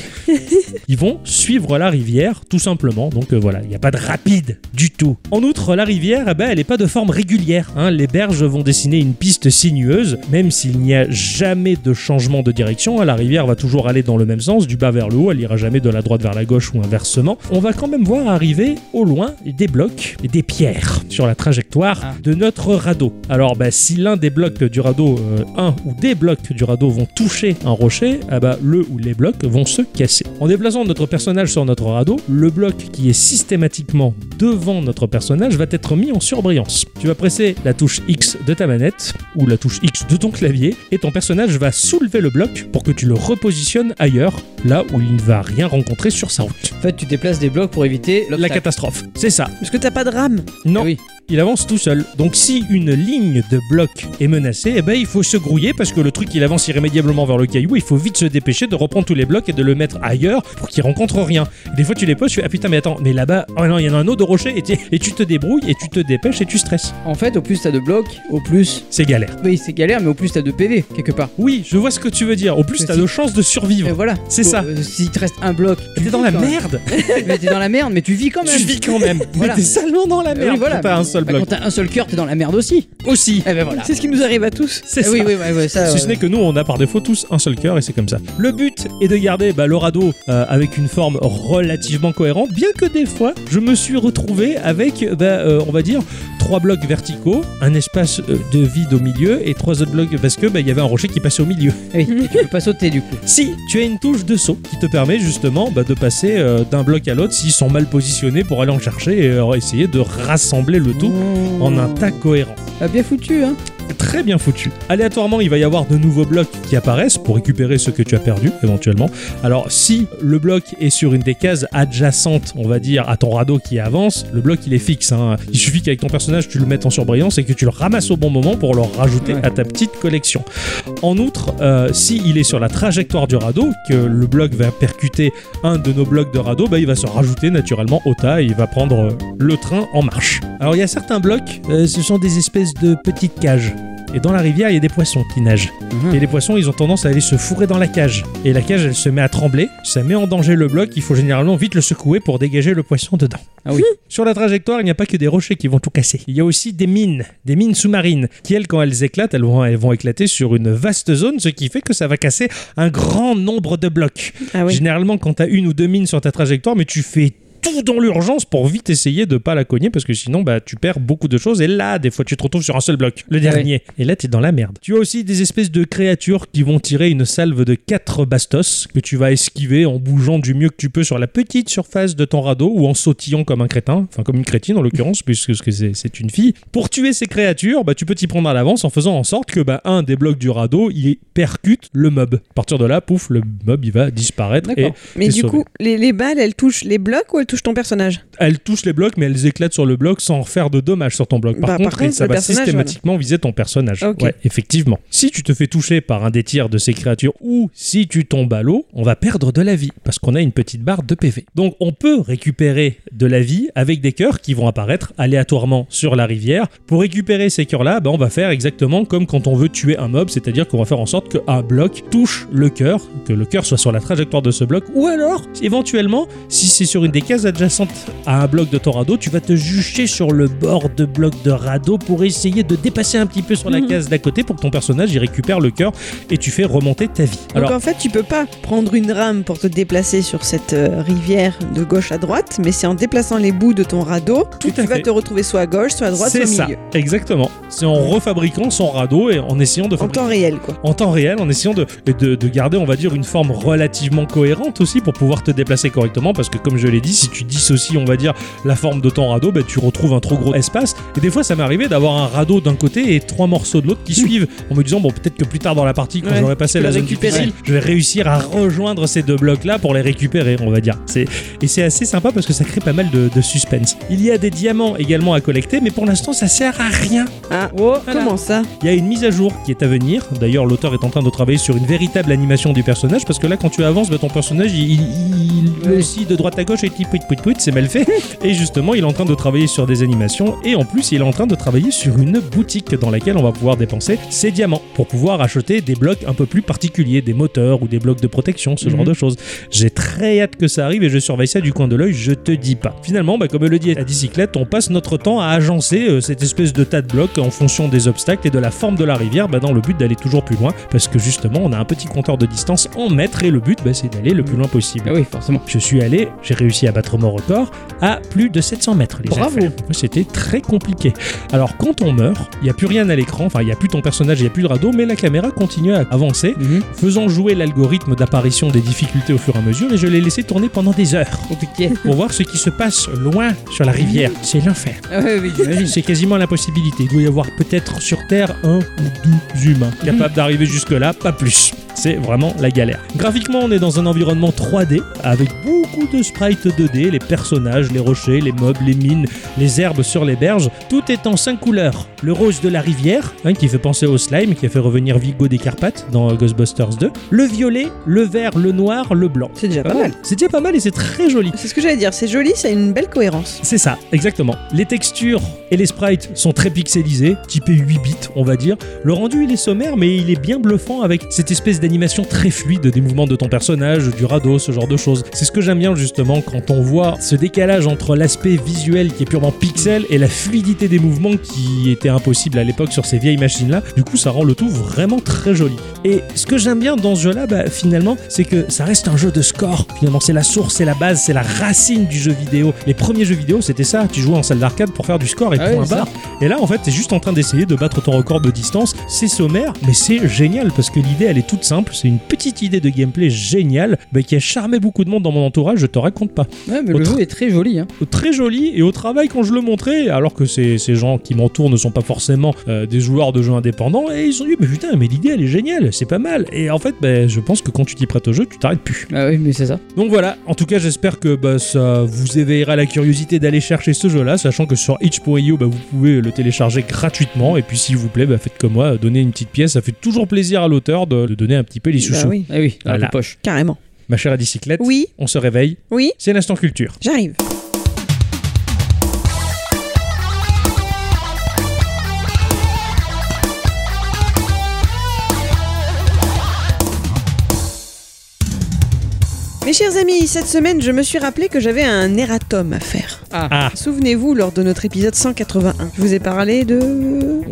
[SPEAKER 1] Ils vont suivre la rivière, tout simplement. Donc euh, voilà, il n'y a pas de rapide du tout. En outre, la rivière, eh ben, elle n'est pas de forme régulière. hein. Les berges vont dessiner une piste sinueuse, même s'il n'y a jamais de changement de direction. hein. La rivière va toujours aller dans le même sens, du bas vers le haut. Elle ira jamais de la droite vers la gauche ou inversement. On va quand même voir arriver au loin des blocs et des pierres sur la trajectoire
[SPEAKER 2] Ah.
[SPEAKER 1] de notre radeau. Alors, bah, si l'un des blocs du radeau, euh, un ou des blocs du radeau vont toucher un rocher, ah bah, le ou les blocs vont se casser. En déplaçant notre personnage sur notre radeau, le bloc qui est systématiquement devant notre personnage va être mis en surbrillance. Tu vas presser la touche X de ta manette ou la touche X de ton clavier et ton personnage va soulever le bloc pour que tu le repositionnes ailleurs, là où il ne va rien rencontrer sur sa route.
[SPEAKER 2] En fait, tu déplaces des blocs pour éviter
[SPEAKER 1] La
[SPEAKER 2] l'obstacle.
[SPEAKER 1] catastrophe, c'est ça.
[SPEAKER 3] Parce que t'as pas de rame.
[SPEAKER 1] Non,
[SPEAKER 2] Ah oui.
[SPEAKER 1] il avance tout seul. Donc si une ligne de bloc est menacée, eh ben, il faut se grouiller parce que le truc il avance irrémédiablement vers le caillou. Il faut vite se dépêcher de reprendre tous les blocs et de le mettre ailleurs pour qu'il rencontre rien. Des fois tu les poses, tu fais ah putain mais attends, mais là-bas, oh non, il y en a un autre de rocher et tu, et tu te débrouilles et tu te dépêches et tu stresses.
[SPEAKER 2] En fait, au plus t'as de blocs, au plus.
[SPEAKER 1] C'est galère.
[SPEAKER 2] Oui, c'est galère, mais au plus t'as de PV, quelque part.
[SPEAKER 1] Oui, je vois ce que tu veux dire. Au plus
[SPEAKER 2] Mais
[SPEAKER 1] t'as
[SPEAKER 2] si.
[SPEAKER 1] de chances de survivre.
[SPEAKER 2] Et voilà.
[SPEAKER 1] C'est
[SPEAKER 2] Faut-
[SPEAKER 1] ça.
[SPEAKER 2] euh, S'il te reste un bloc. tu
[SPEAKER 1] T'es dans
[SPEAKER 2] vis
[SPEAKER 1] la
[SPEAKER 2] Eh quand même.
[SPEAKER 1] merde.
[SPEAKER 2] Mais t'es dans la merde, mais tu vis quand même.
[SPEAKER 1] Tu vis quand même.
[SPEAKER 2] Voilà.
[SPEAKER 1] Mais t'es salement dans la
[SPEAKER 2] Eh
[SPEAKER 1] merde.
[SPEAKER 2] oui, voilà.
[SPEAKER 1] quand T'as un seul
[SPEAKER 2] Bah,
[SPEAKER 1] bloc.
[SPEAKER 2] quand t'as un seul cœur, t'es dans la merde aussi.
[SPEAKER 1] Aussi.
[SPEAKER 2] Eh ben voilà.
[SPEAKER 3] C'est ce qui nous arrive à tous.
[SPEAKER 1] C'est
[SPEAKER 2] Eh
[SPEAKER 1] ça.
[SPEAKER 2] oui, oui, oui, oui, ça.
[SPEAKER 1] Si
[SPEAKER 2] ouais.
[SPEAKER 1] ce n'est que nous, on a par défaut tous un seul cœur et c'est comme ça. Le but est de garder bah, le radeau euh, avec une forme relativement cohérente, bien que des fois, je me suis retrouvé avec, bah, euh, on va dire, trois blocs verticaux, un espace euh, de vide au milieu et trois autres blocs parce que bah, il y avait un rocher qui passait au milieu.
[SPEAKER 2] Eh oui, et tu peux pas sauter du coup.
[SPEAKER 1] Si tu as une touche de saut qui te permet justement bah, de passer euh, d'un bloc à l'autre s'ils sont mal positionnés pour aller en chercher et euh, essayer de rassembler le tout
[SPEAKER 2] Mmh.
[SPEAKER 1] en un tas cohérent
[SPEAKER 2] Ah, bien foutu, hein.
[SPEAKER 1] très bien foutu. Aléatoirement, il va y avoir de nouveaux blocs qui apparaissent pour récupérer ce que tu as perdu éventuellement. Alors, si le bloc est sur une des cases adjacentes, on va dire, à ton radeau qui avance, le bloc il est fixe. hein. Il suffit qu'avec ton personnage, tu le mettes en surbrillance et que tu le ramasses au bon moment pour le rajouter
[SPEAKER 2] Ouais.
[SPEAKER 1] à ta petite collection. En outre, euh, si il est sur la trajectoire du radeau, que le bloc va percuter un de nos blocs de radeau, bah, il va se rajouter naturellement au tas et il va prendre euh, le train en marche. Alors il y a certains blocs, euh, ce sont des espèces de petites cages. Et dans la rivière, il y a des poissons qui nagent.
[SPEAKER 2] Mhm.
[SPEAKER 1] Et les poissons, ils ont tendance à aller se fourrer dans la cage. Et la cage, elle se met à trembler, ça met en danger le bloc, il faut généralement vite le secouer pour dégager le poisson dedans.
[SPEAKER 2] Ah oui.
[SPEAKER 1] Sur la trajectoire, il n'y a pas que des rochers qui vont tout casser. Il y a aussi des mines, des mines sous-marines, qui elles, quand elles éclatent, elles vont, elles vont éclater sur une vaste zone, ce qui fait que ça va casser un grand nombre de blocs.
[SPEAKER 3] Ah oui.
[SPEAKER 1] Généralement, quand t'as une ou deux mines sur ta trajectoire, mais tu fais tout dans l'urgence pour vite essayer de pas la cogner parce que sinon bah tu perds beaucoup de choses et là des fois tu te retrouves sur un seul bloc le dernier et là t'es dans la merde tu as aussi des espèces de créatures qui vont tirer une salve de 4 bastos que tu vas esquiver en bougeant du mieux que tu peux sur la petite surface de ton radeau ou en sautillant comme un crétin enfin comme une crétine en l'occurrence puisque ce que c'est c'est une fille pour tuer ces créatures bah tu peux t'y prendre à l'avance en faisant en sorte que bah un des blocs du radeau il percute le mob à partir de là pouf le mob il va disparaître et
[SPEAKER 2] D'accord.
[SPEAKER 3] Mais
[SPEAKER 1] T'es
[SPEAKER 3] du
[SPEAKER 1] sauvé.
[SPEAKER 3] coup, les, les balles, elles touchent les blocs ou elles touchent ton personnage
[SPEAKER 1] elles touchent les blocs, mais elles éclatent sur le bloc sans faire de dommages sur ton bloc. Par
[SPEAKER 3] Bah, par
[SPEAKER 1] contre,
[SPEAKER 3] contre,
[SPEAKER 1] ça
[SPEAKER 3] le
[SPEAKER 1] va
[SPEAKER 3] personnage,
[SPEAKER 1] systématiquement viser ton personnage.
[SPEAKER 3] Ok.
[SPEAKER 1] Ouais, effectivement. Si tu te fais toucher par un des tirs de ces créatures ou si tu tombes à l'eau, on va perdre de la vie parce qu'on a une petite barre de PV. Donc, on peut récupérer de la vie avec des cœurs qui vont apparaître aléatoirement sur la rivière. Pour récupérer ces cœurs-là, bah, on va faire exactement comme quand on veut tuer un mob, c'est-à-dire qu'on va faire en sorte qu'un bloc touche le cœur, que le cœur soit sur la trajectoire de ce bloc, ou alors, éventuellement, si c'est sur une des cases adjacentes à un bloc de ton radeau, tu vas te jucher sur le bord de bloc de radeau pour essayer de dépasser un petit peu
[SPEAKER 3] Mhm.
[SPEAKER 1] sur la case d'à côté pour que ton personnage y récupère le cœur et tu fais remonter ta vie.
[SPEAKER 3] Donc en fait, tu peux pas prendre une rame pour te déplacer sur cette euh, rivière de gauche à droite, mais c'est en déplaçant les bouts de ton radeau que
[SPEAKER 1] Tout à
[SPEAKER 3] tu vas
[SPEAKER 1] fait.
[SPEAKER 3] te retrouver soit à gauche, soit à droite, soit
[SPEAKER 1] c'est
[SPEAKER 3] au
[SPEAKER 1] ça,
[SPEAKER 3] milieu.
[SPEAKER 1] exactement. C'est en refabriquant son radeau et en essayant de
[SPEAKER 3] En
[SPEAKER 1] fabriquer
[SPEAKER 3] temps réel, quoi.
[SPEAKER 1] en temps réel en essayant de, de, de garder, on va dire, une forme relativement cohérente aussi pour pouvoir te déplacer correctement. Parce que, comme je l'ai dit, si tu dissocies, on va dire, la forme de ton radeau, ben, tu retrouves un trop gros espace. Et des fois, ça m'est arrivé d'avoir un radeau d'un côté et trois morceaux de l'autre qui suivent en me disant, bon, peut-être que plus tard dans la partie, quand
[SPEAKER 3] Hmm. Ouais,
[SPEAKER 1] j'aurai
[SPEAKER 3] tu
[SPEAKER 1] passé
[SPEAKER 3] peux
[SPEAKER 1] la
[SPEAKER 3] les
[SPEAKER 1] zone
[SPEAKER 3] récupérer.
[SPEAKER 1] difficile, je vais réussir à rejoindre ces deux blocs-là pour les récupérer, on va dire. C'est et c'est assez sympa parce que ça crée pas mal de, de suspense. Il y a des diamants également à collecter, mais pour l'instant, ça sert à rien.
[SPEAKER 3] Ah,
[SPEAKER 1] Voilà.
[SPEAKER 3] comment ça
[SPEAKER 1] Il y a une mise à jour qui est à venir. D'ailleurs, l'auteur est en train de travailler sur une véritable animation du personnage parce que là, quand tu avances, bah, ton personnage il, il, il oscille de droite à gauche et il pouit pouit pouit, c'est mal fait. Et justement, il est en train de travailler sur des animations et en plus, il est en train de travailler sur une boutique dans laquelle on va pouvoir dépenser ses diamants pour pouvoir acheter des blocs un peu plus particuliers, des moteurs ou des blocs de protection, ce genre
[SPEAKER 2] Mhm.
[SPEAKER 1] de choses. J'ai très hâte que ça arrive et je surveille ça du coin de l'œil, je te dis pas. Finalement, bah, comme le dit à bicyclette, on passe notre temps à agencer euh, cette espèce de tas de blocs en fonction des obstacles et de la forme de la rivière bah, dans le but d'aller toujours plus loin parce que justement, on a un petit compteur de distance en mètres et le but, bah, c'est d'aller le plus loin possible.
[SPEAKER 2] Ah oui, forcément.
[SPEAKER 1] Je suis allé, j'ai réussi à battre mon record à plus de 700 mètres. Les
[SPEAKER 2] Bravo.
[SPEAKER 1] affaires. C'était très compliqué. Alors quand on meurt, il n'y a plus rien à l'écran, enfin il n'y a plus ton personnage, il n'y a plus de radeau, mais la caméra continue à avancer
[SPEAKER 2] Mhm.
[SPEAKER 1] faisant jouer l'algorithme d'apparition des difficultés au fur et à mesure et je l'ai laissé tourner pendant des heures
[SPEAKER 2] Compliqué.
[SPEAKER 1] pour voir ce qui se passe loin sur la rivière. C'est l'enfer.
[SPEAKER 2] Ah ouais, oui, j'imagine.
[SPEAKER 1] Imagine, c'est quasiment
[SPEAKER 3] Mhm.
[SPEAKER 1] l'impossibilité. Il doit y avoir peut-être sur Terre un ou deux humains capables d'arriver jusque-là, pas plus. c'est vraiment la galère. Graphiquement, on est dans un environnement 3D avec beaucoup de sprites 2D, les personnages, les rochers, les mobs, les mines, les herbes sur les berges, tout est en cinq couleurs. Le rose de la rivière, hein, qui fait penser au slime, qui a fait revenir Vigo des Carpates dans euh, Ghostbusters 2, le violet, le vert, le noir, le blanc.
[SPEAKER 3] C'est déjà pas
[SPEAKER 1] Vraiment,
[SPEAKER 3] mal.
[SPEAKER 1] C'est déjà pas mal et c'est très joli.
[SPEAKER 3] C'est ce que j'allais dire, c'est joli, ça a une belle cohérence.
[SPEAKER 1] C'est ça, exactement. Les textures et les sprites sont très pixelisés, typés 8 bits, on va dire. Le rendu, il est sommaire, mais il est bien bluffant avec cette espèce d'animation très fluide des mouvements de ton personnage, du radeau, ce genre de choses. C'est ce que j'aime bien, justement, quand on voit ce décalage entre l'aspect visuel qui est purement pixel et la fluidité des mouvements qui était impossible à l'époque sur ces vieilles machines-là. Du coup, ça rend le tout vraiment très joli. Et ce que j'aime bien dans ce jeu-là, bah, finalement, c'est que ça reste un jeu de score. Finalement, c'est la source, c'est la base, c'est la racine du jeu vidéo. Les premiers jeux vidéo, c'était ça. Tu jouais en salle d'arcade pour faire du score et
[SPEAKER 2] Ah
[SPEAKER 1] point
[SPEAKER 2] oui, ça.
[SPEAKER 1] barre. Et là, en fait, t'es juste en train d'essayer de battre ton record de distance. C'est sommaire, mais c'est génial parce que l'idée, elle est toute simple. C'est une petite idée de gameplay géniale bah, qui a charmé beaucoup de monde dans mon entourage. Je te raconte pas
[SPEAKER 2] Ouais, mais le
[SPEAKER 1] Autre-
[SPEAKER 2] jeu est très joli. Hein.
[SPEAKER 1] très joli et au travail quand je le montrais alors que ces, ces gens qui m'entourent ne sont pas forcément euh, des joueurs de jeux indépendants et ils se sont dit mais putain mais l'idée elle est géniale c'est pas mal et en fait ben, je pense que quand tu t'y prêtes au jeu tu t'arrêtes plus
[SPEAKER 2] Ah oui, mais c'est ça.
[SPEAKER 1] donc voilà en tout cas j'espère que bah, ça vous éveillera la curiosité d'aller chercher ce jeu là sachant que sur itch.io bah, vous pouvez le télécharger gratuitement et puis s'il vous plaît bah, faites comme moi donnez une petite pièce ça fait toujours plaisir à l'auteur de, de donner un petit peu les chouchous
[SPEAKER 3] oui,
[SPEAKER 2] Ah oui, dans
[SPEAKER 1] Voilà.
[SPEAKER 2] la poche.
[SPEAKER 3] carrément.
[SPEAKER 1] ma chère à bicyclette
[SPEAKER 3] Oui,
[SPEAKER 1] on se réveille
[SPEAKER 3] oui,
[SPEAKER 1] c'est l'instant culture
[SPEAKER 3] j'arrive. Mes chers amis, cette semaine, je me suis rappelé que j'avais un erratum à faire.
[SPEAKER 1] ah
[SPEAKER 3] Souvenez-vous, lors de notre épisode 181, je vous ai parlé de...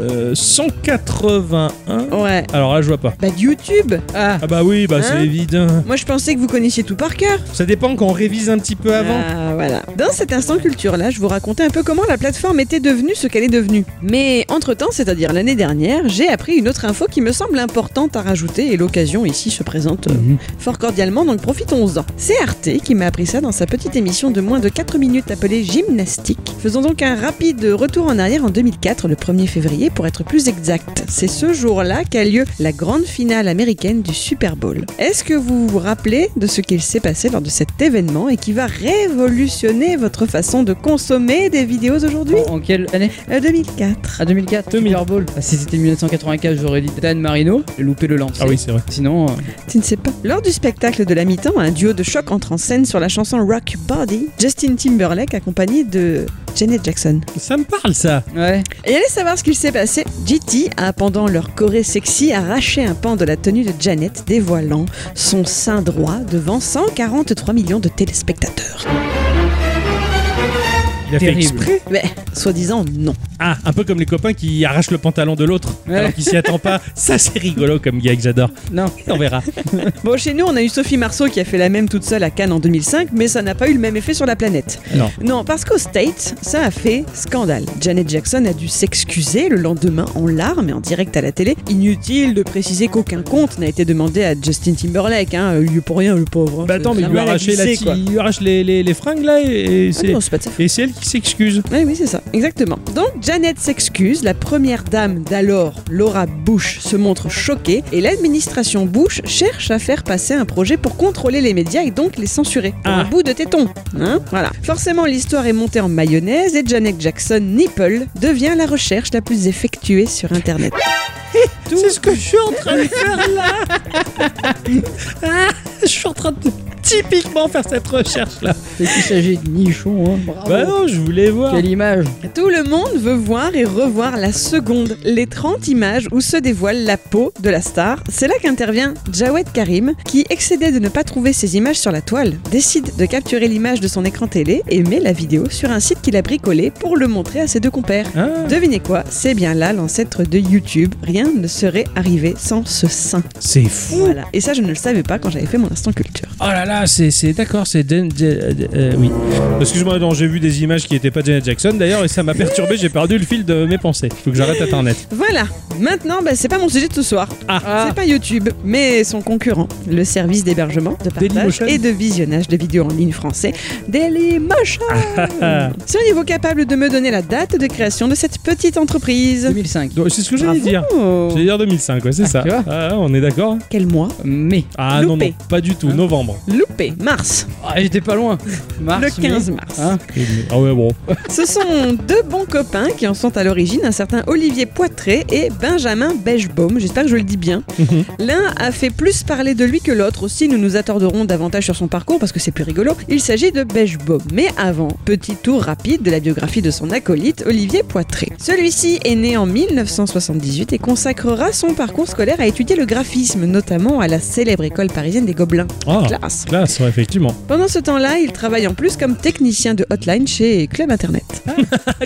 [SPEAKER 1] euh, 181
[SPEAKER 3] Ouais,
[SPEAKER 1] Alors là, je vois pas.
[SPEAKER 3] bah de YouTube Ah
[SPEAKER 1] Ah bah oui, bah
[SPEAKER 3] Hein
[SPEAKER 1] c'est évident.
[SPEAKER 3] Moi, je pensais que vous connaissiez tout par cœur.
[SPEAKER 1] Ça dépend quand on révise un petit peu avant.
[SPEAKER 3] Ah, voilà. Dans cet instant culture-là, je vous racontais un peu comment la plateforme était devenue ce qu'elle est devenue. Mais entre-temps, c'est-à-dire l'année dernière, j'ai appris une autre info qui me semble importante à rajouter et l'occasion ici se présente euh, fort cordialement, donc profitons-en. C'est Arte qui m'a appris ça dans sa petite émission de moins de 4 minutes appelée Gymnastique. Faisons donc un rapide retour en arrière en 2004, le 1er février pour être plus exact. C'est ce jour-là qu'a lieu la grande finale américaine du Super Bowl. Est-ce que vous vous rappelez de ce qu'il s'est passé lors de cet événement et qui va révolutionner votre façon de consommer des vidéos aujourd'hui
[SPEAKER 2] En quelle année
[SPEAKER 3] Euh, 2004.
[SPEAKER 2] À 2004. Super Bowl. Ah, si c'était 1984, j'aurais dit Dan Marino. J'ai loupé le lancer.
[SPEAKER 1] Ah oui, c'est vrai.
[SPEAKER 2] Sinon, euh,
[SPEAKER 3] Tu ne sais pas. Lors du spectacle de la mi-temps, un duo de choc entre en scène sur la chanson Rock Your Body, Justin Timberlake accompagné de Janet Jackson.
[SPEAKER 1] Ça me parle ça.
[SPEAKER 2] ouais.
[SPEAKER 3] Et allez savoir ce qu'il s'est passé. GT a, pendant leur choré sexy, arraché un pan de la tenue de Janet, dévoilant son sein droit devant 143 millions de téléspectateurs.
[SPEAKER 1] Il a
[SPEAKER 2] Terrible.
[SPEAKER 1] fait exprès.
[SPEAKER 3] Mais, soi-disant, non.
[SPEAKER 1] Ah, un peu comme les copains qui arrachent le pantalon de l'autre
[SPEAKER 2] Ouais.
[SPEAKER 1] alors qu'il s'y attend pas. Ça c'est rigolo comme gag, j'adore.
[SPEAKER 2] Non.
[SPEAKER 1] On verra.
[SPEAKER 3] Bon, chez nous, on a eu Sophie Marceau qui a fait la même toute seule à Cannes en 2005, mais ça n'a pas eu le même effet sur la planète.
[SPEAKER 1] Non.
[SPEAKER 3] Non, parce qu'aux States, ça a fait scandale. Janet Jackson a dû s'excuser le lendemain en larmes et en direct à la télé. Inutile de préciser qu'aucun compte n'a été demandé à Justin Timberlake, hein, il est pour rien, le pauvre. hein.
[SPEAKER 1] Bah attends, mais il
[SPEAKER 3] Ça
[SPEAKER 1] lui
[SPEAKER 3] a mal à
[SPEAKER 1] arrache, la
[SPEAKER 3] glisser, quoi.
[SPEAKER 1] il lui arrache les, les, les fringues là et, et
[SPEAKER 3] Ah
[SPEAKER 1] c'est
[SPEAKER 3] non, c'est pas de sa faute.
[SPEAKER 1] et c'est elle qui s'excuse.
[SPEAKER 3] Oui, oui, c'est ça, exactement. Donc Janet s'excuse, la première dame d'alors, Laura Bush, se montre choquée et l'administration Bush cherche à faire passer un projet pour contrôler les médias et donc les censurer. Pour
[SPEAKER 1] Ah.
[SPEAKER 3] Un bout de téton, hein Voilà. Forcément, l'histoire est montée en mayonnaise et Janet Jackson Nipple devient la recherche la plus effectuée sur Internet.
[SPEAKER 1] C'est ce que je suis en train de faire là. Ah, je suis en train de typiquement faire cette recherche là.
[SPEAKER 2] C'est qu'il s'agit de nichon. Hein. Bravo.
[SPEAKER 1] Bah non, je voulais voir.
[SPEAKER 2] Quelle image
[SPEAKER 3] Tout le monde veut voir et revoir la seconde, les 30 images où se dévoile la peau de la star. C'est là qu'intervient Jawed Karim, qui, excédé de ne pas trouver ses images sur la toile, décide de capturer l'image de son écran télé et met la vidéo sur un site qu'il a bricolé pour le montrer à ses deux compères.
[SPEAKER 1] Ah,
[SPEAKER 3] Devinez quoi, c'est bien là l'ancêtre de YouTube. Rien ne serait arrivé sans ce sein.
[SPEAKER 1] c'est fou.
[SPEAKER 3] Voilà. Et ça, je ne le savais pas quand j'avais fait mon instant culture.
[SPEAKER 1] Oh là là, c'est c'est- d'accord, c'est Dan- Ja- euh, oui. Excuse-moi, non, j'ai vu des images qui n'étaient pas Janet Jackson d'ailleurs et ça m'a perturbé, j'ai perdu le fil de mes pensées. Faut que j'arrête Internet.
[SPEAKER 3] Voilà, Maintenant, bah, c'est pas mon sujet de ce soir.
[SPEAKER 1] Ah.
[SPEAKER 3] C'est pas YouTube, mais son concurrent, le service d'hébergement, de partage
[SPEAKER 1] Dailymotion.
[SPEAKER 3] et de visionnage de vidéos en ligne français, Dailymotion. Seriez-vous capable de me donner la date de création de cette petite entreprise
[SPEAKER 2] 2005.
[SPEAKER 1] Donc, C'est ce que j'allais
[SPEAKER 3] Bravo.
[SPEAKER 1] dire. J'allais dire 2005, ouais, c'est ça.
[SPEAKER 2] tu vois.
[SPEAKER 1] Ah, on est d'accord
[SPEAKER 3] Quel mois
[SPEAKER 2] Mais.
[SPEAKER 1] Ah non, non,
[SPEAKER 3] Loupé.
[SPEAKER 1] pas du tout, novembre.
[SPEAKER 3] Loupé, mars,
[SPEAKER 2] Ah, j'étais pas loin. Mars,
[SPEAKER 3] le
[SPEAKER 2] mai.
[SPEAKER 3] 15 mars.
[SPEAKER 2] Hein
[SPEAKER 1] Ah ouais, bon.
[SPEAKER 3] Ce sont deux bons copains qui en sont à l'origine, un certain Olivier Poitré et Benjamin Beigebaum, j'espère que je le dis bien. L'un a fait plus parler de lui que l'autre, aussi nous nous attarderons davantage sur son parcours parce que c'est plus rigolo. Il s'agit de Beigebaum. Mais avant, petit tour rapide de la biographie de son acolyte, Olivier Poitré. Celui-ci est né en 1978 et consacrera son parcours scolaire à étudier le graphisme, notamment à la célèbre école parisienne des Gobelins.
[SPEAKER 1] Ah,
[SPEAKER 3] Classe
[SPEAKER 1] classe, ouais, effectivement.
[SPEAKER 3] Pendant ce temps-là, il travaille en plus comme technicien de hotline chez Club Internet.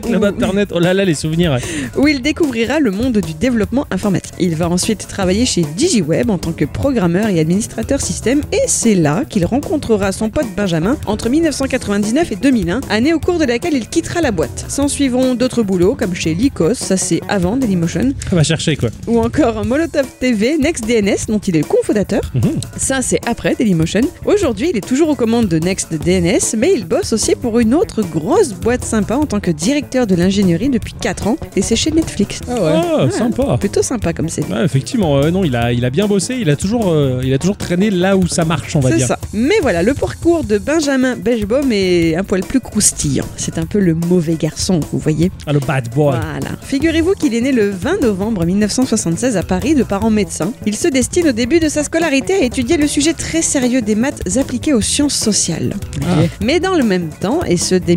[SPEAKER 1] Club Internet, oh là là, les souvenirs. ouais.
[SPEAKER 3] où il découvrira le monde du développement informatique. Il va ensuite travailler chez DigiWeb en tant que programmeur et administrateur système et c'est là qu'il rencontrera son pote Benjamin entre 1999 et 2001, année au cours de laquelle il quittera la boîte. S'en suivront d'autres boulots comme chez Lycos, ça c'est avant Dailymotion,
[SPEAKER 1] On va chercher, quoi.
[SPEAKER 3] ou encore Molotov TV, NextDNS dont il est cofondateur.
[SPEAKER 1] Mhm.
[SPEAKER 3] Ça c'est après Dailymotion. Aujourd'hui il est toujours aux commandes de NextDNS mais il bosse aussi pour une autre grosse boîte sympa en tant que directeur de l'ingénierie depuis 4 ans et c'est chez Netflix.
[SPEAKER 2] Ah ouais.
[SPEAKER 1] Ah,
[SPEAKER 3] Ouais.
[SPEAKER 1] sympa.
[SPEAKER 3] Plutôt sympa comme série.
[SPEAKER 1] Ouais, effectivement, euh, non, il a, il a bien bossé, il a, toujours, euh, il a toujours traîné là où ça marche, on va
[SPEAKER 3] C'est
[SPEAKER 1] dire.
[SPEAKER 3] ça. Mais voilà, le parcours de Benjamin Beigebaum est un poil plus croustillant. C'est un peu le mauvais garçon, vous voyez.
[SPEAKER 1] Ah, le bad boy.
[SPEAKER 3] Voilà. Figurez-vous qu'il est né le 20 novembre 1976 à Paris de parents médecins. Il se destine au début de sa scolarité à étudier le sujet très sérieux des maths appliquées aux sciences sociales.
[SPEAKER 2] Ah.
[SPEAKER 3] Mais dans le même temps, et ce dès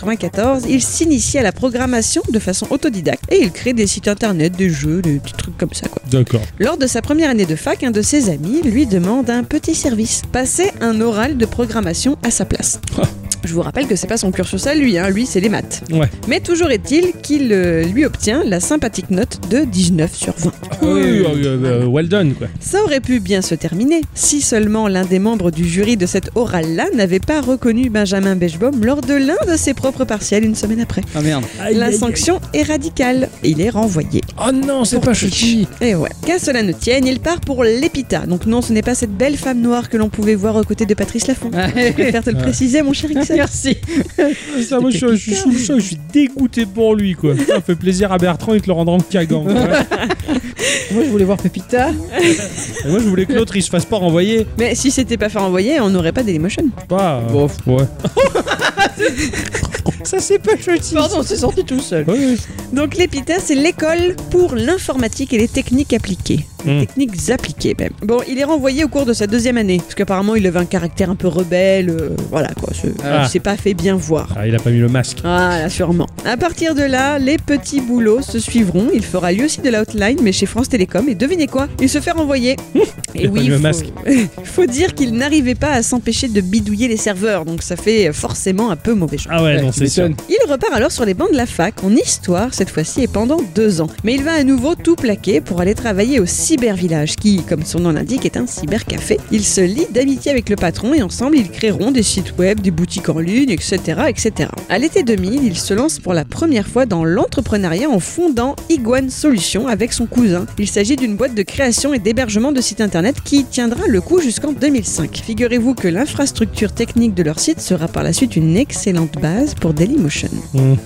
[SPEAKER 3] 1994, il s'initie à la programmation de façon autodidacte et il crée des sites internet, des jeux, des petits trucs comme ça quoi.
[SPEAKER 1] D'accord.
[SPEAKER 3] Lors de sa première année de fac, un de ses amis lui demande un petit service, passer un oral de programmation à sa place.
[SPEAKER 1] Ah.
[SPEAKER 3] Je vous rappelle que c'est pas son cursus à lui, hein, lui c'est les maths.
[SPEAKER 1] Ouais.
[SPEAKER 3] Mais toujours est-il qu'il euh, lui obtient la sympathique note de 19 sur 20.
[SPEAKER 1] Ah, Oui, oui, oui, euh, well done, quoi.
[SPEAKER 3] Ça aurait pu bien se terminer si seulement l'un des membres du jury de cette orale-là n'avait pas reconnu Benjamin Bechbaum lors de l'un de ses propres partiels une semaine après.
[SPEAKER 2] Ah merde.
[SPEAKER 1] Aïe,
[SPEAKER 3] La
[SPEAKER 1] aïe, aïe.
[SPEAKER 3] sanction est radicale. Il est renvoyé.
[SPEAKER 1] Oh non, c'est pas chuti.
[SPEAKER 3] Et ouais. Qu'à cela ne tienne, il part pour l'Epita. Donc non, ce n'est pas cette belle femme noire que l'on pouvait voir aux côtés de Patrice Laffont.
[SPEAKER 2] Ah,
[SPEAKER 3] Je préfère te le préciser, mon cher Ixon.
[SPEAKER 2] Merci.
[SPEAKER 1] Ah, Ça, moi, je, suis- je suis sous le choc, je suis dégoûté pour lui, quoi. Ça fait plaisir à Bertrand, il te le rendra en cagant. quoi.
[SPEAKER 2] Moi, je voulais voir Pépita.
[SPEAKER 1] Et moi, je voulais que l'autre, il se fasse pas renvoyer.
[SPEAKER 3] Mais si c'était pas fait renvoyer, on n'aurait pas Dailymotion.
[SPEAKER 1] Pas. euh,
[SPEAKER 2] Bon.
[SPEAKER 1] Ouais. Ça, c'est pas chuti.
[SPEAKER 2] Pardon, c'est sorti tout seul.
[SPEAKER 1] Ouais, ouais.
[SPEAKER 3] Donc l'EPITA, c'est l'école pour l'informatique et les techniques appliquées. Les
[SPEAKER 1] Hmm.
[SPEAKER 3] techniques appliquées, même. Bon, il est renvoyé au cours de sa deuxième année. Parce qu'apparemment, il avait un caractère un peu rebelle. euh, voilà, quoi. C'est
[SPEAKER 1] Ah.
[SPEAKER 3] c'est pas fait bien voir.
[SPEAKER 1] Ah, il a pas mis le masque.
[SPEAKER 3] Voilà, sûrement. À partir de là, les petits boulots se suivront. Il fera lui aussi de l'outline, mais chez France Télécom. Et devinez quoi Il se fait renvoyer.
[SPEAKER 1] Il a pas mis le masque.
[SPEAKER 3] faut, faut dire qu'il n'arrivait pas à s'empêcher de bidouiller les serveurs, donc ça fait forcément un peu mauvais genre.
[SPEAKER 1] Ah ouais,
[SPEAKER 2] Ouais,
[SPEAKER 1] non,
[SPEAKER 2] Eh, tu
[SPEAKER 1] c'est sûr.
[SPEAKER 2] m'étonnes.
[SPEAKER 3] Il repart alors sur les bancs de la fac, en histoire cette fois-ci, et pendant deux ans. Mais il va à nouveau tout plaquer pour aller travailler au cybervillage, qui, comme son nom l'indique, est un cybercafé. Il se lie d'amitié avec le patron et ensemble, ils créeront des sites web, des boutiques en ligne, etc. etc. À l'été 2000, il se lance pour la première fois dans l'entrepreneuriat en fondant Iguane Solutions avec son cousin. Il s'agit d'une boîte de création et d'hébergement de sites internet qui tiendra le coup jusqu'en 2005. Figurez-vous que l'infrastructure technique de leur site sera par la suite une excellente base pour Dailymotion.
[SPEAKER 1] Mhm.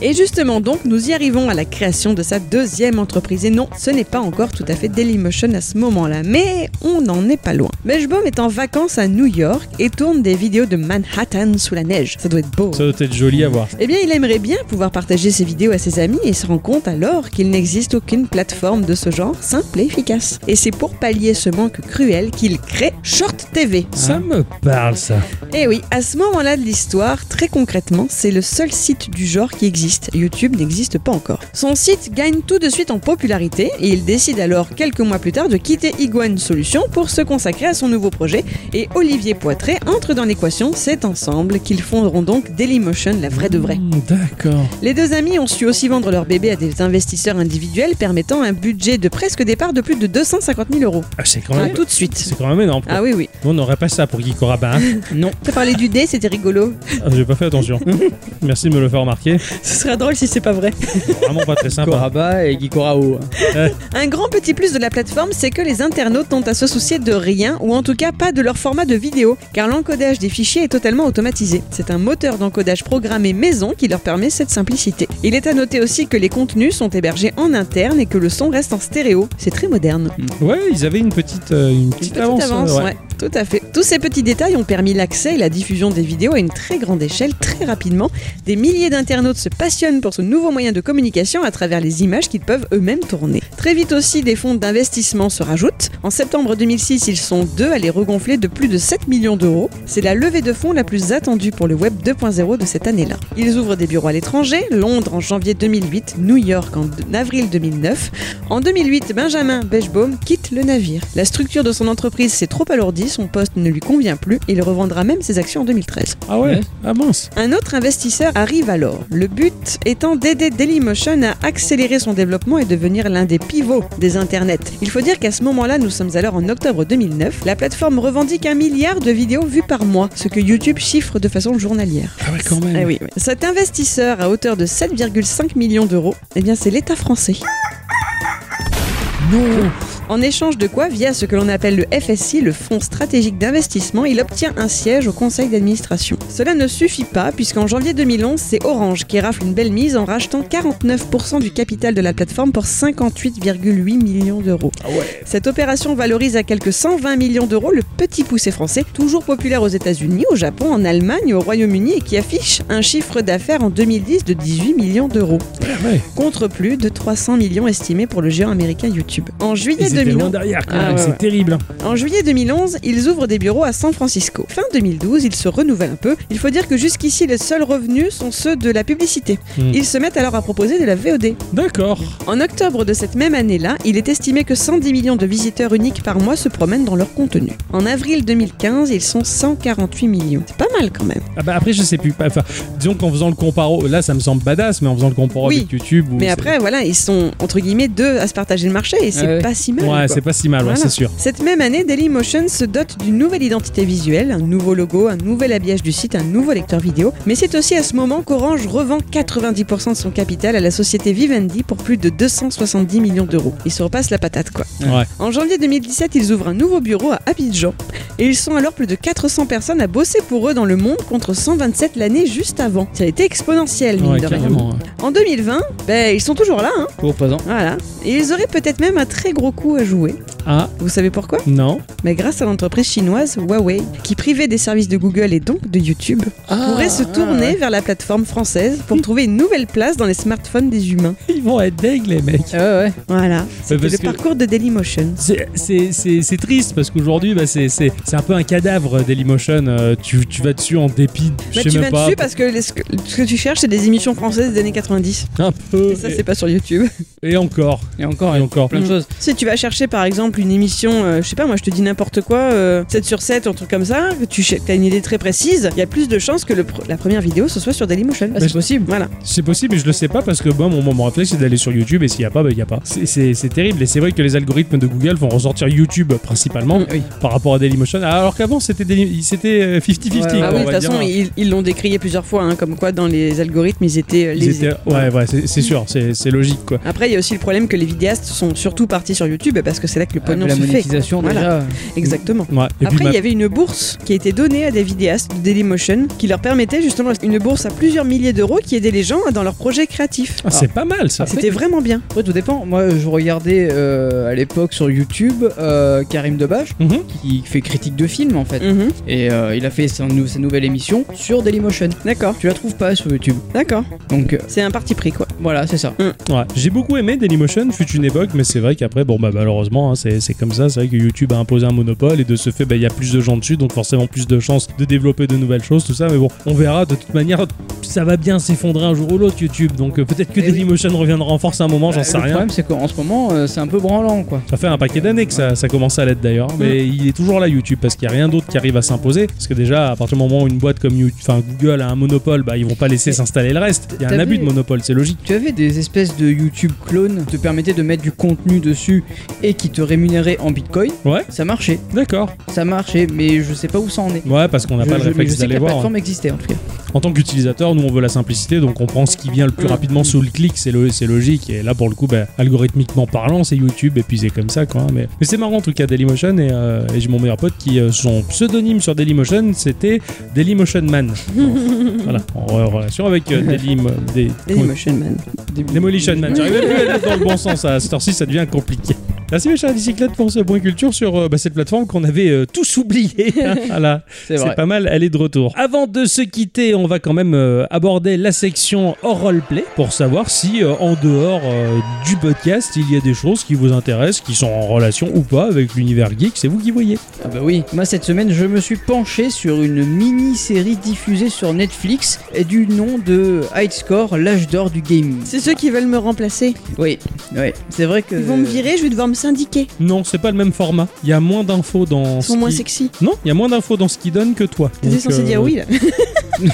[SPEAKER 3] Et justement, donc, nous y arrivons à la création de sa deuxième entreprise. Et non, ce n'est pas encore tout à fait Dailymotion à ce moment-là, mais on n'en est pas loin. Meshbaum est en vacances à New York et tourne des vidéos de Manhattan sous la neige. Ça doit être beau.
[SPEAKER 1] Ça doit être joli à voir.
[SPEAKER 3] Eh bien, il aimerait bien pouvoir partager ses vidéos à ses amis et se rend compte alors qu'il n'existe aucune plateforme de ce genre simple et efficace. Et c'est pour pallier ce manque cruel qu'il crée Short TV.
[SPEAKER 1] Ah.
[SPEAKER 2] Ah.
[SPEAKER 1] Ça me parle, ça.
[SPEAKER 3] Et oui, à ce moment-là de l'histoire, très concrètement, c'est le seul site du genre qui existe. YouTube n'existe pas encore. Son site gagne tout de suite en popularité et il décide alors, quel quelques mois plus tard de quitter Iguane Solutions pour se consacrer à son nouveau projet et Olivier Poitret entre dans l'équation, c'est ensemble qu'ils fonderont donc Dailymotion, la vraie de vraie.
[SPEAKER 1] Mmh, D'accord.
[SPEAKER 3] Les deux amis ont su aussi vendre leur bébé à des investisseurs individuels permettant un budget de presque départ de plus de 250 000 euros.
[SPEAKER 1] Ah, c'est quand
[SPEAKER 3] Enfin,
[SPEAKER 1] même.
[SPEAKER 3] tout de suite.
[SPEAKER 1] C'est quand même énorme. quoi.
[SPEAKER 3] Ah oui, oui.
[SPEAKER 1] Nous, On n'aurait pas ça pour Guy Corabin. hein.
[SPEAKER 2] Non.
[SPEAKER 3] T'as parlé du dé, c'était rigolo.
[SPEAKER 1] Ah, J'ai pas fait attention. Merci de me le faire remarquer.
[SPEAKER 3] Ce sera drôle si c'est pas vrai.
[SPEAKER 1] Vraiment pas très sympa.
[SPEAKER 2] Koraba et Gikorao.
[SPEAKER 3] Un grand petit plus de la plateforme, c'est que les internautes n'ont à se soucier de rien, ou en tout cas pas de leur format de vidéo, car l'encodage des fichiers est totalement automatisé. C'est un moteur d'encodage programmé maison qui leur permet cette simplicité. Il est à noter aussi que les contenus sont hébergés en interne et que le son reste en stéréo. C'est très moderne.
[SPEAKER 1] Ouais, ils avaient une petite, euh, une
[SPEAKER 3] Une
[SPEAKER 1] petite,
[SPEAKER 3] petite
[SPEAKER 1] avance.
[SPEAKER 3] avance,
[SPEAKER 1] ouais.
[SPEAKER 3] ouais, tout à fait. Tous ces petits détails ont permis l'accès et la diffusion des vidéos à une très grande échelle, très rapidement. Des milliers d'internautes se passionnent pour ce nouveau moyen de communication à travers les images qu'ils peuvent eux-mêmes tourner. Très vite aussi, des fonds d'investissement se rajoutent. En septembre 2006, ils sont deux à les regonfler de plus de 7 millions d'euros. C'est la levée de fonds la plus attendue pour le Web 2.0 de cette année-là. Ils ouvrent des bureaux à l'étranger, Londres en janvier 2008, New York en avril 2009, en 2008, Benjamin Bechbaum quitte le navire. La structure de son entreprise s'est trop alourdie, son poste ne lui convient plus, il revendra même ses actions en 2013.
[SPEAKER 1] Ah ouais, Ah mince.
[SPEAKER 3] Un autre investisseur arrive alors, le but étant d'aider Dailymotion à accélérer son développement et devenir l'un des pivots des internets. Il faut dire qu'à ce moment-là, nous sommes alors en octobre 2009, la plateforme revendique un milliard de vidéos vues par mois, ce que YouTube chiffre de façon journalière.
[SPEAKER 1] Ah ouais, quand même.
[SPEAKER 3] Ah oui, oui. Cet investisseur à hauteur de 7,5 millions d'euros, eh bien c'est l'État français.
[SPEAKER 1] Non.
[SPEAKER 3] En échange de quoi, via ce que l'on appelle le FSI, le Fonds stratégique d'investissement, il obtient un siège au conseil d'administration. Cela ne suffit pas, puisqu'en janvier 2011, c'est Orange qui rafle une belle mise en rachetant 49% du capital de la plateforme pour 58,8 millions d'euros. Cette opération valorise à quelques 120 millions d'euros le petit poussé français, toujours populaire aux États-Unis, au Japon, en Allemagne, au Royaume-Uni et qui affiche un chiffre d'affaires en 2010 de 18 millions d'euros,
[SPEAKER 1] Ah ouais.
[SPEAKER 3] contre plus de 300 millions estimés pour le géant américain YouTube. En
[SPEAKER 1] Ils
[SPEAKER 3] juillet
[SPEAKER 1] étaient
[SPEAKER 3] 2011,
[SPEAKER 1] loin derrière. quand
[SPEAKER 3] Ah
[SPEAKER 1] même,
[SPEAKER 3] ouais,
[SPEAKER 1] c'est
[SPEAKER 3] ouais.
[SPEAKER 1] terrible. hein.
[SPEAKER 3] en juillet 2011, ils ouvrent des bureaux à San Francisco. Fin 2012, ils se renouvellent un peu. Il faut dire que jusqu'ici, les seuls revenus sont ceux de la publicité.
[SPEAKER 1] Hmm.
[SPEAKER 3] Ils se mettent alors à proposer de la VOD.
[SPEAKER 1] D'accord.
[SPEAKER 3] En octobre de cette même année-là, il est estimé que 110 millions de visiteurs uniques par mois se promènent dans leur contenu. En avril 2015, ils sont 148 millions. C'est pas mal quand même.
[SPEAKER 1] Ah bah après, je sais plus. Enfin, disons qu'en faisant le comparo, là, ça me semble badass, mais en faisant le comparo
[SPEAKER 3] Oui.
[SPEAKER 1] avec YouTube. ou
[SPEAKER 3] Mais
[SPEAKER 1] c'est-
[SPEAKER 3] après, voilà, ils sont entre guillemets deux à se partager le marché et
[SPEAKER 2] Ah
[SPEAKER 3] c'est
[SPEAKER 2] ouais.
[SPEAKER 3] pas si mal. quoi.
[SPEAKER 1] Ouais, c'est pas si mal, ouais,
[SPEAKER 3] Voilà.
[SPEAKER 1] c'est sûr.
[SPEAKER 3] Cette même année, Dailymotion se dote d'une nouvelle identité visuelle, un nouveau logo, un nouvel habillage du site, un nouveau lecteur vidéo. Mais c'est aussi à ce moment qu'Orange revend 90% de son capital à la société Vivendi pour plus de 270 millions d'euros. Ils se repassent la patate, quoi.
[SPEAKER 1] Ouais.
[SPEAKER 3] En janvier 2017, ils ouvrent un nouveau bureau à Abidjan. Et ils sont alors plus de 400 personnes à bosser pour eux dans le monde contre 127 l'année juste avant. Ça a été exponentiel, mine
[SPEAKER 1] Ouais,
[SPEAKER 3] de rien.
[SPEAKER 1] carrément. hein. ouais.
[SPEAKER 3] En 2020, ben, ils sont toujours là, hein.
[SPEAKER 2] Pour présent.
[SPEAKER 3] Voilà. Et ils auraient peut-être même un très gros coup à jouer.
[SPEAKER 1] Ah,
[SPEAKER 3] Vous savez pourquoi
[SPEAKER 1] non.
[SPEAKER 3] mais grâce à l'entreprise chinoise Huawei, qui privée des services de Google et donc de YouTube,
[SPEAKER 1] Ah,
[SPEAKER 3] pourrait se tourner vers la plateforme française pour trouver une nouvelle place dans les smartphones des humains.
[SPEAKER 1] Ils vont être deg, les mecs.
[SPEAKER 2] Ah ouais, ouais.
[SPEAKER 3] Voilà,
[SPEAKER 1] Euh,
[SPEAKER 3] c'était
[SPEAKER 1] parce
[SPEAKER 3] le
[SPEAKER 1] que-
[SPEAKER 3] parcours de Dailymotion.
[SPEAKER 1] C'est- C'est c'est- c'est triste parce qu'aujourd'hui, bah, c'est c'est- c'est un peu un cadavre Dailymotion. euh, tu, tu vas dessus en dépit, je
[SPEAKER 3] Bah,
[SPEAKER 1] sais
[SPEAKER 3] tu vas
[SPEAKER 1] même pas.
[SPEAKER 3] dessus parce que les- ce que ce que tu cherches, c'est des émissions françaises des années 90.
[SPEAKER 1] Un peu.
[SPEAKER 3] Et ça, c'est pas sur YouTube.
[SPEAKER 1] et, et encore.
[SPEAKER 2] Et encore,
[SPEAKER 1] Et
[SPEAKER 2] et
[SPEAKER 1] encore.
[SPEAKER 2] plein de choses.
[SPEAKER 3] Si tu vas chercher par exemple une émission, euh, je sais pas moi, je te dis n'importe quoi, euh, 7 sur 7, un truc comme ça, que tu as une idée très précise, il y a plus de chances que le pr- la première vidéo ce soit sur Dailymotion.
[SPEAKER 2] Ah, c'est possible.
[SPEAKER 3] Voilà.
[SPEAKER 1] C'est possible, mais je le sais pas parce que moi, mon, moment réflexe, c'est d'aller sur YouTube et s'il y a pas, bah, il y a pas. C'est- C'est c'est terrible et c'est vrai que les algorithmes de Google font ressortir YouTube principalement
[SPEAKER 2] Mm, oui.
[SPEAKER 1] par rapport à Dailymotion. Alors qu'avant, c'était Daily- c'était euh, 50-50.
[SPEAKER 2] Ouais,
[SPEAKER 1] quoi,
[SPEAKER 3] Ah
[SPEAKER 1] on
[SPEAKER 3] oui, de
[SPEAKER 1] va
[SPEAKER 3] toute
[SPEAKER 1] dire.
[SPEAKER 3] façon, ils ils l'ont décrié plusieurs fois, hein, comme quoi dans les algorithmes, ils étaient euh,
[SPEAKER 1] Ils
[SPEAKER 3] lésés.
[SPEAKER 1] étaient- Ouais, ouais, c'est c'est sûr, c'est c'est logique quoi.
[SPEAKER 3] Après, il y a aussi le problème que les vidéastes sont surtout partis sur YouTube parce que c'est là que le
[SPEAKER 2] Ah,
[SPEAKER 3] pognon
[SPEAKER 2] la
[SPEAKER 3] se fait.
[SPEAKER 2] monétisation
[SPEAKER 3] Voilà.
[SPEAKER 2] déjà.
[SPEAKER 3] Exactement.
[SPEAKER 1] Ouais. Et puis,
[SPEAKER 3] Après,
[SPEAKER 1] ma-
[SPEAKER 3] il y avait une bourse qui a été donnée à des vidéastes de Dailymotion qui leur permettait justement une bourse à plusieurs milliers d'euros qui aidait les gens dans leurs projets créatifs.
[SPEAKER 1] Ah, c'est pas mal ça.
[SPEAKER 3] C'était vraiment bien.
[SPEAKER 2] Après, tout dépend. Moi, je regardais euh, à l'époque sur YouTube euh, Karim Debache,
[SPEAKER 1] Mhm.
[SPEAKER 2] qui fait critique de films en fait.
[SPEAKER 3] Mhm.
[SPEAKER 2] Et euh, il a fait sa, nou- sa nouvelle émission sur Dailymotion.
[SPEAKER 3] D'accord,
[SPEAKER 2] Tu la trouves pas sur YouTube.
[SPEAKER 3] d'accord.
[SPEAKER 2] Donc euh,
[SPEAKER 3] C'est un parti pris quoi.
[SPEAKER 2] voilà, c'est ça.
[SPEAKER 1] Ouais. J'ai beaucoup aimé Dailymotion, fut une époque, mais c'est vrai qu'après, bon, bah malheureusement, hein, c'est- c'est c'est comme ça. C'est vrai que YouTube a imposé un monopole et de ce fait, bah, il y a plus de gens dessus, donc forcément plus de chances de développer de nouvelles choses, tout ça. Mais bon, on verra. De toute manière, ça va bien s'effondrer un jour ou l'autre YouTube. Donc euh, peut-être que
[SPEAKER 2] Eh oui.
[SPEAKER 1] Dailymotion reviendra en force à un moment, j'en
[SPEAKER 2] Bah,
[SPEAKER 1] sais
[SPEAKER 2] Le
[SPEAKER 1] rien.
[SPEAKER 2] problème, c'est qu'en ce moment, euh, c'est un peu branlant, quoi.
[SPEAKER 1] Ça fait un paquet d'années que ça, ça commence à l'être d'ailleurs, mais il est toujours là YouTube parce qu'il n'y a rien d'autre qui arrive à s'imposer. Parce que déjà, à partir du moment où une boîte comme You- enfin, Google a un monopole, bah, ils vont pas laisser s'installer le reste. Il y a
[SPEAKER 2] T'as
[SPEAKER 1] un abus
[SPEAKER 2] vu
[SPEAKER 1] de monopole, c'est logique.
[SPEAKER 2] Tu avais des espèces de YouTube clones qui te permettaient de mettre du contenu dessus et qui te rémunéraient en bitcoin.
[SPEAKER 1] Ouais.
[SPEAKER 2] Ça marchait,
[SPEAKER 1] D'accord.
[SPEAKER 2] ça marchait, mais je sais pas où ça en est.
[SPEAKER 1] Ouais, parce qu'on n'a
[SPEAKER 2] Je-
[SPEAKER 1] pas le
[SPEAKER 2] je- mais je
[SPEAKER 1] réflexe
[SPEAKER 2] sais que
[SPEAKER 1] d'aller
[SPEAKER 2] la
[SPEAKER 1] voir. hein.
[SPEAKER 2] plateforme existait en tout cas.
[SPEAKER 1] En tant qu'utilisateur, nous on veut la simplicité, donc on prend ce qui vient le plus rapidement sous le clic, c'est lo- c'est logique. Et là pour le coup, bah, algorithmiquement parlant, c'est YouTube, et puis c'est comme ça quoi. hein, Mais, mais c'est marrant en tout cas Dailymotion, et, euh, et j'ai mon meilleur pote qui, euh, son pseudonyme sur Dailymotion, c'était Dailymotion Man. voilà, en re- relation avec euh, Dailymo- des-
[SPEAKER 3] Dailymotion Man.
[SPEAKER 1] Demolition Man. J'arrivais plus à le mettre dans le bon sens, à cette heure-ci ça devient compliqué. Merci mes chers bicyclettes pour ce point culture sur euh, bah, cette plateforme qu'on avait euh, tous oublié à la,
[SPEAKER 2] C'est
[SPEAKER 1] c'est
[SPEAKER 2] vrai.
[SPEAKER 1] pas mal, elle est de retour. Avant de se quitter, on va quand même euh, aborder la section hors roleplay pour savoir si, euh, en dehors euh, du podcast, il y a des choses qui vous intéressent, qui sont en relation ou pas avec l'univers geek. C'est vous qui voyez.
[SPEAKER 2] Ah bah oui. Moi cette semaine, je me suis penché sur une mini-série diffusée sur Netflix et du nom de High Score, l'âge d'or du gaming.
[SPEAKER 3] C'est ceux qui veulent me remplacer.
[SPEAKER 2] Oui, ouais. C'est vrai que.
[SPEAKER 1] Euh,
[SPEAKER 3] Ils vont me virer, je vais devoir me syndiquer.
[SPEAKER 1] Non, c'est pas le même format. Il y a moins d'infos dans.
[SPEAKER 3] Ils
[SPEAKER 1] ce
[SPEAKER 3] sont moins
[SPEAKER 1] qui-
[SPEAKER 3] sexy.
[SPEAKER 1] Non, il y a moins d'infos dans ce qui donne que toi.
[SPEAKER 3] T'étais
[SPEAKER 1] Donc,
[SPEAKER 3] censé
[SPEAKER 1] euh,
[SPEAKER 2] ah
[SPEAKER 3] dire oui là.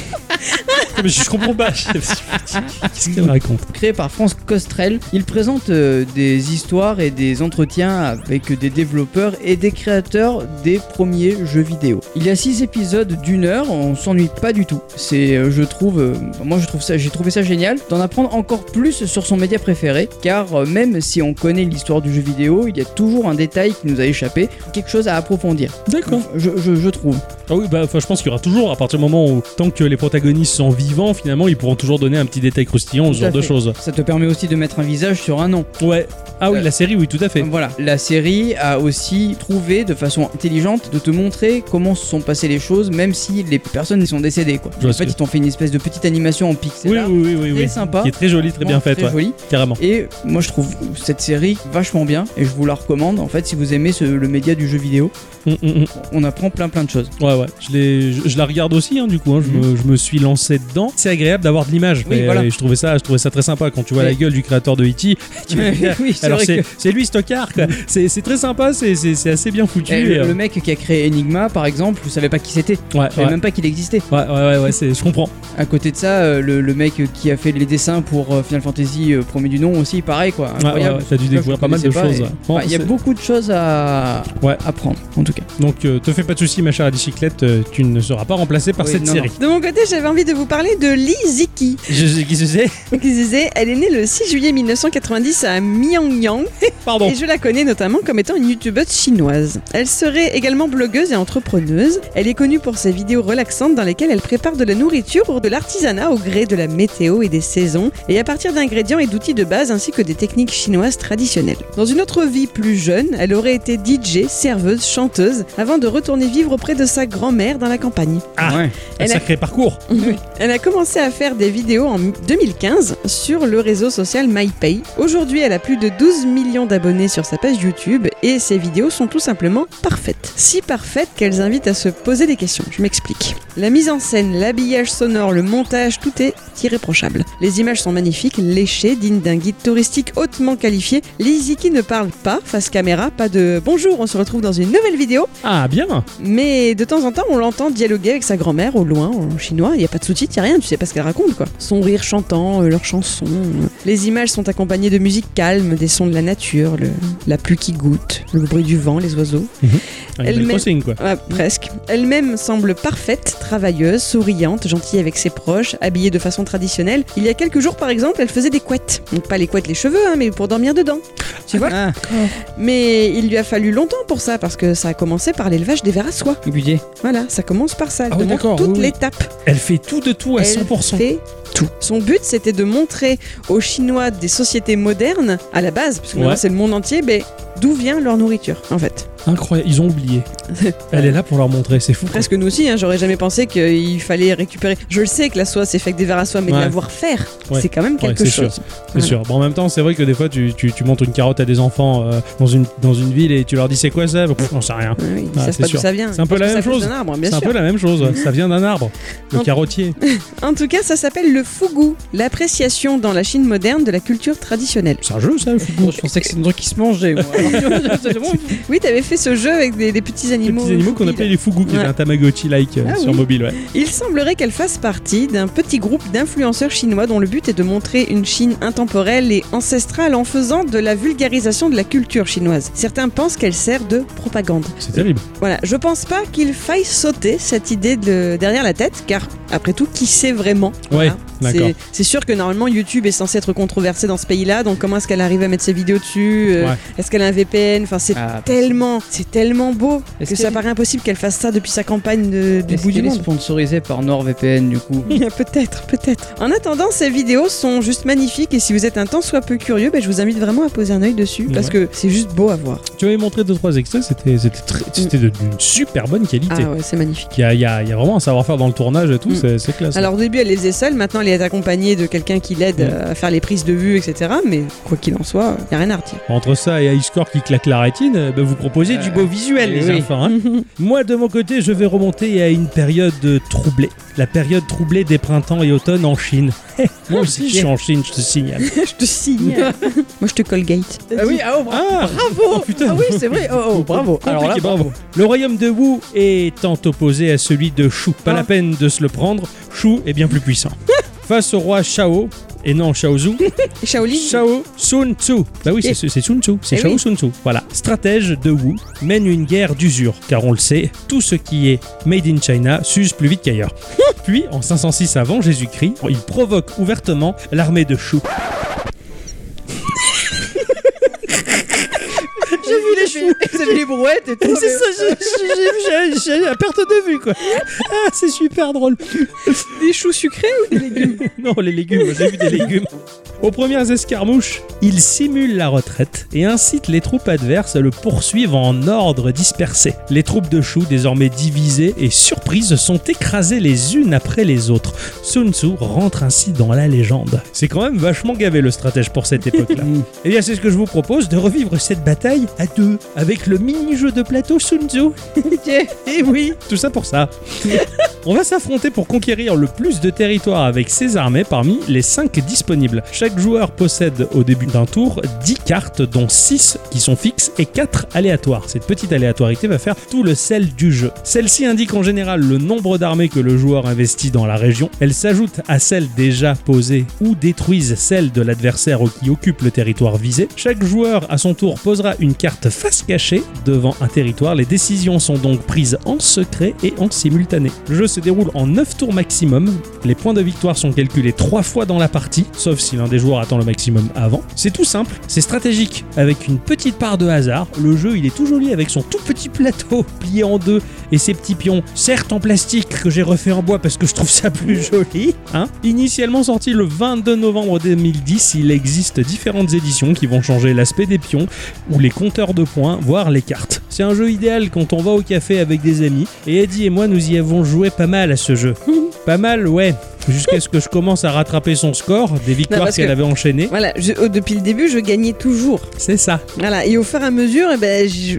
[SPEAKER 1] Mais je comprends pas. Qu'est-ce qu'elle raconte
[SPEAKER 2] Créé par France Costrel, il présente euh, des histoires et des entretiens avec des développeurs et des créateurs des premiers jeux vidéo. Il y a 6 épisodes d'une heure, on s'ennuie pas du tout. C'est, euh, je trouve, euh, moi je trouve ça, j'ai trouvé ça génial d'en apprendre encore plus sur son média préféré, car euh, même si on connaît l'histoire du jeu vidéo, il y a toujours un détail qui nous a échappé, quelque chose à approfondir.
[SPEAKER 1] D'accord.
[SPEAKER 2] Je, je- je trouve.
[SPEAKER 1] Ah oui, bah, enfin, je pense qu'il y aura toujours, à partir du moment où, tant que les protagonistes sont vivants, finalement, ils pourront toujours donner un petit détail croustillant, ce
[SPEAKER 2] Tout à
[SPEAKER 1] genre de
[SPEAKER 2] fait.
[SPEAKER 1] choses.
[SPEAKER 2] Ça te permet aussi de mettre un visage sur un nom.
[SPEAKER 1] Ouais. Ah oui,
[SPEAKER 2] Euh,
[SPEAKER 1] la série, oui, tout à fait.
[SPEAKER 2] Voilà, la série a aussi trouvé de façon intelligente de te montrer comment se sont passées les choses, même si les personnes y sont décédées. Quoi.
[SPEAKER 1] Je vois
[SPEAKER 2] en
[SPEAKER 1] ce
[SPEAKER 2] fait,
[SPEAKER 1] que-
[SPEAKER 2] ils t'ont fait une espèce de petite animation en pixel.
[SPEAKER 1] Oui,
[SPEAKER 2] art,
[SPEAKER 1] oui, oui, oui,
[SPEAKER 2] très
[SPEAKER 1] oui.
[SPEAKER 2] sympa.
[SPEAKER 1] Qui est très jolie, très bien faite,
[SPEAKER 2] très
[SPEAKER 1] ouais.
[SPEAKER 2] jolie.
[SPEAKER 1] carrément.
[SPEAKER 2] Et moi, je trouve cette série vachement bien et je vous la recommande. En fait, si vous aimez ce- le média du jeu vidéo,
[SPEAKER 1] Hum, hum, hum.
[SPEAKER 2] on apprend plein plein de choses.
[SPEAKER 1] Ouais, ouais. Je, l'ai- je, je la regarde aussi, hein, du coup. hein. Je, me, je me suis lancé dedans. C'est agréable d'avoir de l'image.
[SPEAKER 2] Mhm. Oui,
[SPEAKER 1] Et-
[SPEAKER 2] voilà.
[SPEAKER 1] et je trouvais ça, je trouvais ça très sympa quand tu vois
[SPEAKER 2] Oui.
[SPEAKER 1] la gueule du créateur de E.T. tu me dis,
[SPEAKER 2] oui, c'est
[SPEAKER 1] Alors
[SPEAKER 2] vrai
[SPEAKER 1] c'est
[SPEAKER 2] que-
[SPEAKER 1] c'est lui Stockard. quoi. C'est c'est très sympa. C'est c'est- c'est assez bien foutu.
[SPEAKER 2] Eh,
[SPEAKER 1] et,
[SPEAKER 2] le,
[SPEAKER 1] euh,
[SPEAKER 2] le mec qui a créé Enigma, par exemple, je savais pas qui c'était.
[SPEAKER 1] ouais,
[SPEAKER 2] Je
[SPEAKER 1] ouais.
[SPEAKER 2] savais même pas qu'il existait.
[SPEAKER 1] Ouais, ouais, ouais, ouais, c'est- je comprends.
[SPEAKER 2] À côté de ça, euh, le, le mec qui a fait les dessins pour euh, Final Fantasy euh, Premier du Nom aussi, pareil quoi.
[SPEAKER 1] Ouais, ouais,
[SPEAKER 2] incroyable.
[SPEAKER 1] ouais, t'as dû
[SPEAKER 2] Là, je
[SPEAKER 1] découvrir pas mal de
[SPEAKER 2] connaissais
[SPEAKER 1] choses.
[SPEAKER 2] et-
[SPEAKER 1] ouais.
[SPEAKER 2] Enfin, Il y a
[SPEAKER 1] C'est-
[SPEAKER 2] beaucoup de choses à
[SPEAKER 1] Ouais.
[SPEAKER 2] apprendre, en tout cas.
[SPEAKER 1] Donc, euh, te fais pas de soucis, ma chère bicyclette, euh, tu ne seras pas remplacé par
[SPEAKER 2] Oui,
[SPEAKER 1] cette
[SPEAKER 2] non,
[SPEAKER 1] série.
[SPEAKER 3] De mon côté, j'avais envie de vous parler de Lee Ziki.
[SPEAKER 1] Je sais qui c'est.
[SPEAKER 3] Donc, ils disaient, elle est née le 6 juillet 1990 à Myongyang
[SPEAKER 1] Pardon.
[SPEAKER 3] et je la connais notamment comme étant une youtubeuse chinoise. Elle serait également blogueuse et entrepreneuse. Elle est connue pour ses vidéos relaxantes dans lesquelles elle prépare de la nourriture ou de l'artisanat au gré de la météo et des saisons et à partir d'ingrédients et d'outils de base ainsi que des techniques chinoises traditionnelles. Dans une autre vie plus jeune, elle aurait été DJ, serveuse, chanteuse avant de retourner vivre auprès de sa grand-mère dans la campagne.
[SPEAKER 1] Ah.
[SPEAKER 2] Ouais.
[SPEAKER 1] Un
[SPEAKER 3] Elle a-
[SPEAKER 1] sacré parcours.
[SPEAKER 3] Elle a commencé à faire des vidéos en 2015 sur le réseau social MyPay. Aujourd'hui, elle a plus de 12 millions d'abonnés sur sa page YouTube et ses vidéos sont tout simplement parfaites. Si parfaites qu'elles invitent à se poser des questions. Je m'explique. La mise en scène, l'habillage sonore, le montage, tout est irréprochable. Les images sont magnifiques, léchées, dignes d'un guide touristique hautement qualifié. Liziki ne parle pas face caméra, pas de bonjour, on se retrouve dans une nouvelle vidéo.
[SPEAKER 1] Ah, bien.
[SPEAKER 3] Mais de temps en temps, on l'entend dialoguer avec sa grand-mère au loin, en chinois. Il n'y a pas de sous-titres, il n'y a rien, tu sais pas ce qu'elle raconte, quoi. Son rire chantant, euh, leurs chansons. euh. Les images sont accompagnées de musique calme, des sons de la nature, le- la pluie qui goutte, le bruit du vent, les oiseaux.
[SPEAKER 1] Un
[SPEAKER 3] Elle
[SPEAKER 1] Animal
[SPEAKER 3] met-
[SPEAKER 1] Crossing, quoi.
[SPEAKER 3] Ah, presque. Elle-même semble parfaite, travailleuse, souriante, gentille avec ses proches, habillée de façon traditionnelle. Il y a quelques jours, par exemple, elle faisait des couettes. Donc pas les couettes les cheveux, hein, mais pour dormir dedans. Tu vois
[SPEAKER 2] Ah,
[SPEAKER 3] Mais il lui a fallu longtemps pour ça, parce que ça a commencé par l'élevage des vers à soie.
[SPEAKER 2] le budget.
[SPEAKER 3] Voilà, ça commence par ça. Elle
[SPEAKER 1] Ah oui,
[SPEAKER 3] te montre
[SPEAKER 1] d'accord,
[SPEAKER 3] toute
[SPEAKER 1] oui, oui.
[SPEAKER 3] l'étape.
[SPEAKER 1] Elle fait tout de tout à
[SPEAKER 3] Elle
[SPEAKER 1] 100%.
[SPEAKER 3] fait tout. Son but, c'était de montrer aux Chinois des sociétés modernes, à la base, parce que maintenant,
[SPEAKER 1] Ouais.
[SPEAKER 3] c'est le monde entier, ben, d'où vient leur nourriture, en fait.
[SPEAKER 1] Incroyable, ils ont oublié. Elle est là pour leur montrer, c'est fou. quoi.
[SPEAKER 3] Presque nous aussi, hein, j'aurais jamais pensé qu'il fallait récupérer. Je le sais que la soie c'est fait avec des verres à soie, mais
[SPEAKER 1] Ouais.
[SPEAKER 3] de la voir faire,
[SPEAKER 1] Ouais.
[SPEAKER 3] c'est quand même
[SPEAKER 1] Ouais,
[SPEAKER 3] quelque
[SPEAKER 1] c'est
[SPEAKER 3] chose.
[SPEAKER 1] C'est sûr. Bon, en même temps, c'est vrai que des fois, tu, tu, tu montes une carotte à des enfants euh, dans, une, dans une ville et tu leur dis c'est quoi ça Pff, On sait rien.
[SPEAKER 3] Ouais, oui, ils
[SPEAKER 1] Ah,
[SPEAKER 3] savent
[SPEAKER 1] c'est
[SPEAKER 3] pas
[SPEAKER 1] sûr.
[SPEAKER 3] d'où ça vient.
[SPEAKER 1] C'est un peu
[SPEAKER 3] Ils
[SPEAKER 1] la
[SPEAKER 3] pensent que
[SPEAKER 1] même
[SPEAKER 3] ça pousse
[SPEAKER 1] chose.
[SPEAKER 3] d'un arbre, bien
[SPEAKER 1] C'est un
[SPEAKER 3] sûr.
[SPEAKER 1] peu la même chose. Ça vient d'un arbre, le
[SPEAKER 3] En-
[SPEAKER 1] carottier.
[SPEAKER 3] En tout cas, ça s'appelle le fugu, l'appréciation dans la Chine moderne de la culture traditionnelle.
[SPEAKER 1] C'est un jeu, ça, Fugu
[SPEAKER 2] je pensais que c'est un truc qui se mangeait. moi. C'est bon,
[SPEAKER 3] Oui, t'avais fait ce jeu avec des, des petits
[SPEAKER 1] Les
[SPEAKER 3] animaux.
[SPEAKER 1] petits animaux qu'on appelait les Fugu, qui
[SPEAKER 3] Ouais.
[SPEAKER 1] était un Tamagotchi-like euh,
[SPEAKER 3] Ah
[SPEAKER 1] sur
[SPEAKER 3] oui.
[SPEAKER 1] mobile, ouais.
[SPEAKER 3] Il semblerait qu'elle fasse partie d'un petit groupe d'influenceurs chinois dont le but est de montrer une Chine intemporelle et ancestrale en faisant de la vulgarisation de la culture chinoise. Certains pensent qu'elle sert de propagande.
[SPEAKER 1] C'est terrible.
[SPEAKER 3] Voilà, je pense pas qu'il faille sauter cette idée de derrière la tête, car après tout, qui sait vraiment
[SPEAKER 1] Ouais,
[SPEAKER 3] Voilà.
[SPEAKER 1] d'accord.
[SPEAKER 3] C'est- C'est sûr que normalement YouTube est censé être controversé dans ce pays-là, donc comment est-ce qu'elle arrive à mettre ses vidéos dessus euh,
[SPEAKER 1] Ouais.
[SPEAKER 3] Est-ce qu'elle a un VPN Enfin, c'est
[SPEAKER 2] Ah,
[SPEAKER 3] tellement, c'est tellement beau
[SPEAKER 2] Est-ce
[SPEAKER 3] que
[SPEAKER 2] qu'elle
[SPEAKER 3] ça
[SPEAKER 2] est-
[SPEAKER 3] paraît impossible qu'elle fasse ça depuis sa campagne de- du
[SPEAKER 2] Est-ce
[SPEAKER 3] bout du
[SPEAKER 2] qu'il est
[SPEAKER 3] monde.
[SPEAKER 2] sponsorisé par NordVPN du coup
[SPEAKER 3] peut-être, peut-être. En attendant, ces vidéos sont juste magnifiques et si vous êtes un tant soit peu curieux, ben, je vous invite vraiment à poser un œil dessus parce
[SPEAKER 1] Ouais.
[SPEAKER 3] que c'est juste beau à voir.
[SPEAKER 1] Tu m'avais montré deux trois extraits, c'était c'était très- c'était de- d'une super bonne
[SPEAKER 3] Ah
[SPEAKER 1] qualité.
[SPEAKER 3] ouais, c'est magnifique.
[SPEAKER 1] Il y, a, il y a- il y a vraiment un savoir-faire dans le tournage et tout,
[SPEAKER 3] Mm.
[SPEAKER 1] c'est- c'est classe.
[SPEAKER 3] Alors au début, elle les faisait seule, maintenant elle est accompagnée de quelqu'un qui l'aide
[SPEAKER 1] Mm.
[SPEAKER 3] à faire les prises de vue, etc. Mais quoi qu'il en soit, il a rien à redire.
[SPEAKER 1] Entre ça et Ice Core qui claque la rétine, euh, bah, vous proposez du beau visuel,
[SPEAKER 2] eh
[SPEAKER 1] les
[SPEAKER 2] oui.
[SPEAKER 1] enfants. hein. Moi, de mon côté, je vais remonter à une période euh, troublée. La période troublée des printemps et automnes en Chine. Moi aussi, je suis en Chine, je te signale.
[SPEAKER 3] je te signe. Moi, je te Colgate.
[SPEAKER 2] Ah oui, ah oh, bra-
[SPEAKER 1] Ah
[SPEAKER 2] bravo
[SPEAKER 1] Oh, putain.
[SPEAKER 2] Ah oui, c'est vrai, oh, oh, bravo Alors là,
[SPEAKER 1] Compliqué, bravo. Le royaume de Wu étant opposé à celui de Shu. Pas
[SPEAKER 3] Ah.
[SPEAKER 1] la peine de se le prendre, Shu est bien plus puissant. Face au roi Shao, et non Shaozu,
[SPEAKER 3] Shaolin.
[SPEAKER 1] Shao Sun Tzu. Bah oui, c'est c'est Sun Tzu, c'est
[SPEAKER 3] Eh
[SPEAKER 1] Shao
[SPEAKER 3] oui.
[SPEAKER 1] Sun Tzu. Voilà. Stratège de Wu mène une guerre d'usure, car on le sait, tout ce qui est made in China s'use plus vite qu'ailleurs. Puis, en 506 avant Jésus-Christ, il provoque ouvertement l'armée de Shu.
[SPEAKER 2] j'ai vu les choux, j'ai vu les brouettes et tout.
[SPEAKER 1] C'est ça, j'ai- j'ai- j'ai- j'ai à perte de vue, quoi. Ah, c'est super drôle.
[SPEAKER 3] Des choux sucrés ou des légumes
[SPEAKER 1] Non, les légumes, j'ai vu des légumes. Aux premières escarmouches, il simule la retraite et incite les troupes adverses à le poursuivre en ordre dispersé. Les troupes de Shu, désormais divisées et surprises, sont écrasées les unes après les autres. Sun Tzu rentre ainsi dans la légende. C'est quand même vachement gavé le stratège pour cette époque-là. Eh bien, c'est ce que je vous propose de revivre cette bataille à deux, avec le mini-jeu de plateau Sun Tzu. Et oui, tout ça pour ça. On va s'affronter pour conquérir le plus de territoire avec ses armées parmi les 5 disponibles. Chaque joueur possède au début d'un tour 10 cartes, dont 6 qui sont fixes et 4 aléatoires. Cette petite aléatoirité va faire tout le sel du jeu. Celle-ci indique en général le nombre d'armées que le joueur investit dans la région. Elle s'ajoute à celles déjà posées ou détruisent celles de l'adversaire qui occupe le territoire visé. Chaque joueur à son tour posera une carte face cachée devant un territoire. Les décisions sont donc prises en secret et en simultané. Le jeu se déroule en 9 tours maximum. Les points de victoire sont calculés 3 fois dans la partie, sauf si l'un des joueurs attend le maximum avant. C'est tout simple, c'est stratégique, avec une petite part de hasard. Le jeu, il est tout joli avec son tout petit plateau plié en deux et ses petits pions, certes en plastique que j'ai refait en bois parce que je trouve ça plus joli. Hein Initialement sorti le 22 novembre 2010, il existe différentes éditions qui vont changer l'aspect des pions ou les compteurs de points, voire les cartes. C'est un jeu idéal quand on va au café avec des amis et Eddie et moi nous y avons joué pas mal à ce jeu. pas mal, ouais. Jusqu'à ce que je commence à rattraper son score, des victoires
[SPEAKER 3] parce
[SPEAKER 1] qu'elle
[SPEAKER 3] que-
[SPEAKER 1] avait enchaînées.
[SPEAKER 3] Voilà, je- euh, depuis le début, je gagnais toujours.
[SPEAKER 1] C'est ça,
[SPEAKER 3] Voilà, et au fur et à mesure, eh ben, je,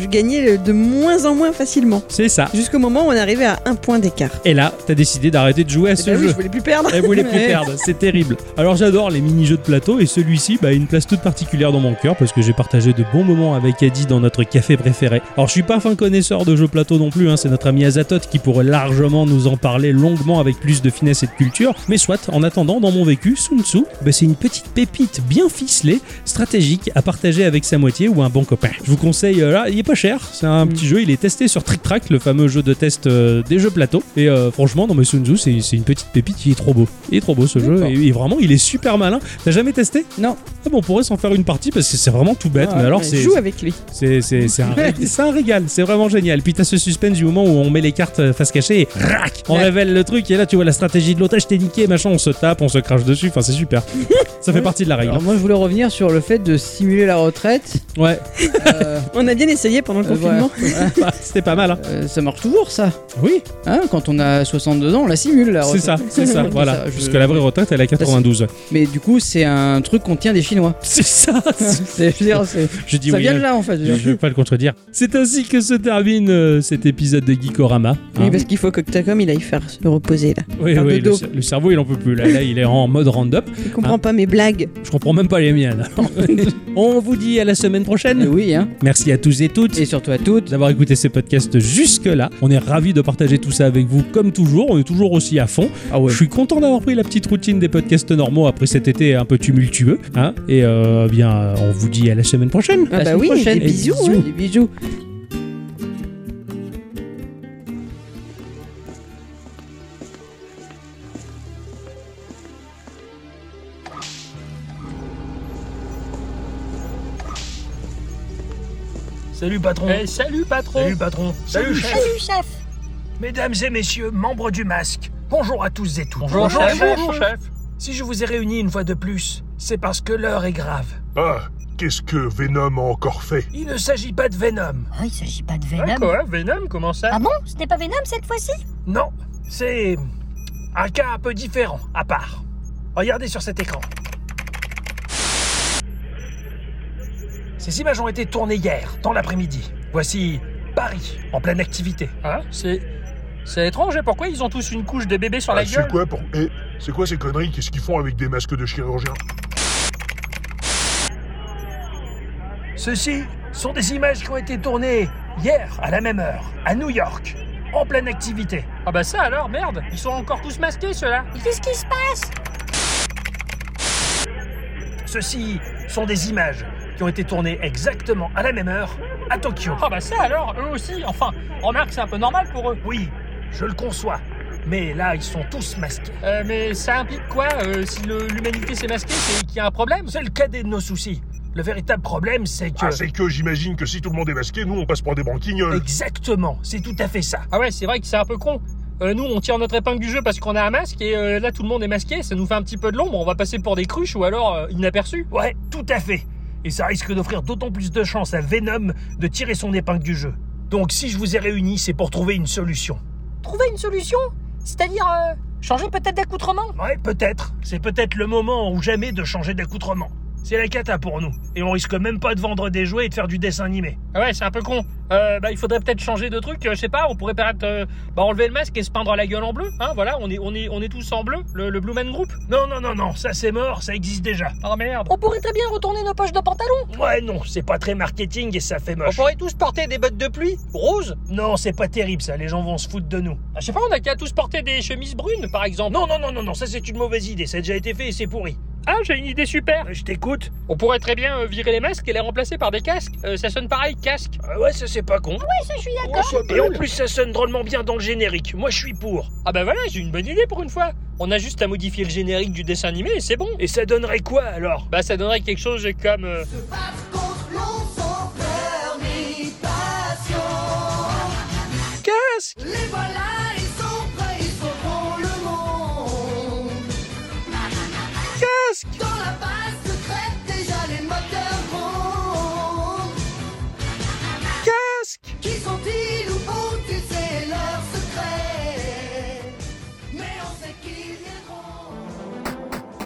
[SPEAKER 3] je gagnais de moins en moins facilement.
[SPEAKER 1] c'est ça.
[SPEAKER 3] Jusqu'au moment où on arrivait à un point d'écart.
[SPEAKER 1] Et là, t'as décidé d'arrêter de jouer à
[SPEAKER 3] Eh
[SPEAKER 1] ce
[SPEAKER 3] ben oui,
[SPEAKER 1] jeu.
[SPEAKER 3] je voulais plus perdre.
[SPEAKER 1] Elle voulait plus
[SPEAKER 3] Ouais.
[SPEAKER 1] perdre, c'est terrible. Alors j'adore les mini-jeux de plateau et celui-ci bah, a une place toute particulière dans mon cœur parce que j'ai partagé de bons moments avec Eddie dans notre café préféré. Alors je suis pas fin connaisseur de jeux plateau non plus, hein, c'est notre ami Azatoth qui pourrait largement nous en parler longuement avec plus de finesse et de culture, mais soit, en attendant, dans mon vécu, Sun Tzu, bah, c'est une petite pépite bien ficelée, stratégique à partager avec sa moitié ou un bon copain. Je vous conseille, euh, là, il est pas cher, c'est un petit jeu, il est testé sur Trick Track, le fameux jeu de test euh, des jeux plateau, et euh, franchement, non mais Sun Tzu, c'est c'est une petite pépite, il est trop beau. Il est trop beau ce jeu,
[SPEAKER 2] D'accord.
[SPEAKER 1] et, et vraiment, il est super malin. T'as jamais testé
[SPEAKER 2] Non.
[SPEAKER 1] Ah bon, on pourrait s'en faire une partie parce que c'est vraiment tout bête, mais alors
[SPEAKER 3] Ouais,
[SPEAKER 1] c'est...
[SPEAKER 3] Joue avec lui.
[SPEAKER 1] C'est c'est- c'est un, ré- c'est un régal, c'est euh, vraiment génial. Puis t'as ce suspense du moment où on met les cartes face cachée et rac, on révèle le truc et là tu vois la stratégie de l'otage, je t'ai niqué, machin, on se tape, on se crache dessus, enfin c'est super. Ça fait partie de la règle. hein.
[SPEAKER 2] Alors moi je voulais revenir sur le fait de simuler la retraite.
[SPEAKER 1] Ouais,
[SPEAKER 2] Euh,
[SPEAKER 3] On a bien essayé pendant le
[SPEAKER 2] euh,
[SPEAKER 3] confinement.
[SPEAKER 1] Ah
[SPEAKER 2] voilà.
[SPEAKER 1] c'était pas mal. hein.
[SPEAKER 2] Euh, ça marche toujours ça.
[SPEAKER 1] Oui,
[SPEAKER 2] Hein, quand on a 62 ans, on la simule la
[SPEAKER 1] c'est
[SPEAKER 2] retraite.
[SPEAKER 1] ça, c'est ça, voilà.
[SPEAKER 2] ça, je-
[SPEAKER 1] Puisque la vraie retraite, elle est à 92.
[SPEAKER 2] Mais du coup, c'est un truc qu'on tient des Chinois.
[SPEAKER 1] C'est ça
[SPEAKER 2] C'est- je veux dire, c'est-
[SPEAKER 1] Je dis
[SPEAKER 2] ça
[SPEAKER 1] oui.
[SPEAKER 2] vient
[SPEAKER 1] hein.
[SPEAKER 2] de là en fait. je
[SPEAKER 1] Je
[SPEAKER 2] veux dire.
[SPEAKER 1] vais pas le contredire. C'est ainsi que se termine euh, cet épisode de Geekorama.
[SPEAKER 3] Oui,
[SPEAKER 1] Hein.
[SPEAKER 3] parce qu'il faut que Octacom il aille faire se reposer là.
[SPEAKER 1] Oui,
[SPEAKER 2] faire
[SPEAKER 1] oui, le,
[SPEAKER 2] dodo.
[SPEAKER 1] cer- le cerveau il en peut plus. Là, là, il est en mode round-up.
[SPEAKER 3] Il comprend
[SPEAKER 1] Ah.
[SPEAKER 3] pas mes blagues.
[SPEAKER 1] Je comprends même pas les miennes. On vous dit à la semaine
[SPEAKER 2] Euh,
[SPEAKER 1] prochaine.
[SPEAKER 2] Oui, hein.
[SPEAKER 1] Merci à tous et toutes
[SPEAKER 2] Et surtout à toutes.
[SPEAKER 1] d'avoir écouté ces podcasts jusque-là. On est ravis de partager tout ça avec vous comme toujours. On est toujours aussi à fond.
[SPEAKER 2] Ah ouais.
[SPEAKER 1] Je suis content d'avoir pris la petite routine des podcasts normaux après cet été un peu tumultueux. hein. et euh, bien, euh, on vous dit à la semaine prochaine.
[SPEAKER 3] Ah bah oui,
[SPEAKER 1] prochaine.
[SPEAKER 3] des
[SPEAKER 1] Et
[SPEAKER 3] bisous.
[SPEAKER 1] bisous.
[SPEAKER 3] hein.
[SPEAKER 2] Des bisous.
[SPEAKER 7] Salut patron.
[SPEAKER 8] Eh, salut patron
[SPEAKER 7] Salut patron. Salut chef.
[SPEAKER 9] Salut chef
[SPEAKER 7] Mesdames et messieurs, membres du masque. Bonjour à tous et toutes.
[SPEAKER 8] Bonjour chef
[SPEAKER 7] Si je vous ai réunis une fois de plus, c'est parce que l'heure est grave.
[SPEAKER 6] Ah, qu'est-ce que Venom a encore fait
[SPEAKER 7] Il ne s'agit pas de Venom. Hein
[SPEAKER 9] Ah, Il s'agit pas de
[SPEAKER 8] Ah,
[SPEAKER 9] Venom.
[SPEAKER 8] Quoi Venom Comment ça
[SPEAKER 9] Ah bon Ce n'est pas Venom cette fois-ci
[SPEAKER 7] Non, c'est un cas un peu différent, à part. Regardez sur cet écran. Ces images ont été tournées hier, dans l'après-midi. Voici Paris, en pleine activité.
[SPEAKER 8] Hein C'est... C'est étrange, et pourquoi ils ont tous une couche de bébé sur la
[SPEAKER 6] Ah, C'est
[SPEAKER 8] gueule
[SPEAKER 6] quoi pour. Eh, c'est quoi ces conneries Qu'est-ce qu'ils font avec des masques de chirurgien
[SPEAKER 10] Ah,
[SPEAKER 7] Ceci sont des images qui ont été tournées hier, à la même heure, à New York, en pleine activité.
[SPEAKER 8] Ah bah ça alors, merde Ils sont encore tous masqués ceux-là
[SPEAKER 9] Mais Qu'est-ce qui se passe
[SPEAKER 7] Ceci sont des images qui ont été tournées exactement à la même heure, à Tokyo.
[SPEAKER 8] Ah bah ça alors, eux aussi Enfin, remarque, c'est un peu normal pour eux.
[SPEAKER 7] Oui, je le conçois. Mais là, ils sont tous masqués.
[SPEAKER 8] Euh, mais ça implique quoi euh, Si le- l'humanité s'est masquée, c'est qu'il y a un problème
[SPEAKER 7] C'est le cadet de nos soucis. Le véritable problème, c'est que...
[SPEAKER 6] Ah, c'est que j'imagine que si tout le monde est masqué, nous on passe pour des branquignoles.
[SPEAKER 7] Exactement, c'est tout à fait ça.
[SPEAKER 8] Ah ouais, c'est vrai que c'est un peu con. Euh, nous, on tire notre épingle du jeu parce qu'on a un masque et euh, là, tout le monde est masqué. Ça nous fait un petit peu de l'ombre. On va passer pour des cruches ou alors euh, inaperçus.
[SPEAKER 7] Ouais, tout à fait. Et ça risque d'offrir d'autant plus de chances à Venom de tirer son épingle du jeu. Donc si je vous ai réunis, c'est pour trouver une solution.
[SPEAKER 9] Trouver une solution C'est-à-dire euh, changer peut-être d'accoutrement
[SPEAKER 7] Ouais, peut-être. C'est peut-être le moment ou jamais de changer d'accoutrement. C'est la cata pour nous. Et on risque même pas de vendre des jouets et de faire du dessin animé.
[SPEAKER 8] Ah ouais, c'est un peu con. Euh, bah, il faudrait peut-être changer de truc. euh, je sais pas, on pourrait peut-être euh, bah, enlever le masque et se peindre la gueule en bleu. Hein, voilà, on est, on, est, on est tous en bleu. Le, le Blue Man Group.
[SPEAKER 7] Non, non, non, non, ça c'est mort, ça existe déjà.
[SPEAKER 8] Ah merde.
[SPEAKER 9] On pourrait très bien retourner nos poches de pantalon
[SPEAKER 7] Ouais, non, c'est pas très marketing et ça fait
[SPEAKER 8] On
[SPEAKER 7] moche.
[SPEAKER 8] pourrait tous porter des bottes de pluie roses.
[SPEAKER 7] Non, c'est pas terrible ça, les gens vont se foutre de nous.
[SPEAKER 8] Ah, je sais pas, on a qu'à tous porter des chemises brunes, par exemple.
[SPEAKER 7] Non, non, non, non, non, ça c'est une mauvaise idée, ça a déjà été fait et c'est pourri.
[SPEAKER 8] Ah, j'ai une idée super.
[SPEAKER 7] Euh, Je t'écoute.
[SPEAKER 8] On pourrait très bien euh, virer les masques et les remplacer par des casques. Euh, ça sonne pareil, casque.
[SPEAKER 7] Euh, ouais, ça c'est pas con.
[SPEAKER 9] Ah Ça, je suis
[SPEAKER 8] Oh,
[SPEAKER 9] d'accord
[SPEAKER 8] c'est
[SPEAKER 7] Et en
[SPEAKER 8] cool.
[SPEAKER 7] plus, ça sonne drôlement bien dans le générique. Moi, je suis pour.
[SPEAKER 8] Ah bah voilà, j'ai une bonne idée pour une fois. On a juste à modifier le générique du dessin animé et c'est bon.
[SPEAKER 7] Et ça donnerait quoi alors
[SPEAKER 8] Bah ça donnerait quelque chose comme... euh,
[SPEAKER 7] Casque
[SPEAKER 10] Les voilà, ils sont prêts, ils sauveront le monde.
[SPEAKER 7] Casque
[SPEAKER 10] Dans la base secrète, déjà les moteurs rondent.
[SPEAKER 7] Casque
[SPEAKER 10] Qui sont-ils ou vont-ils, c'est leur secret. Mais on sait qu'ils viendront.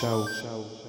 [SPEAKER 11] Ciao. Ciao.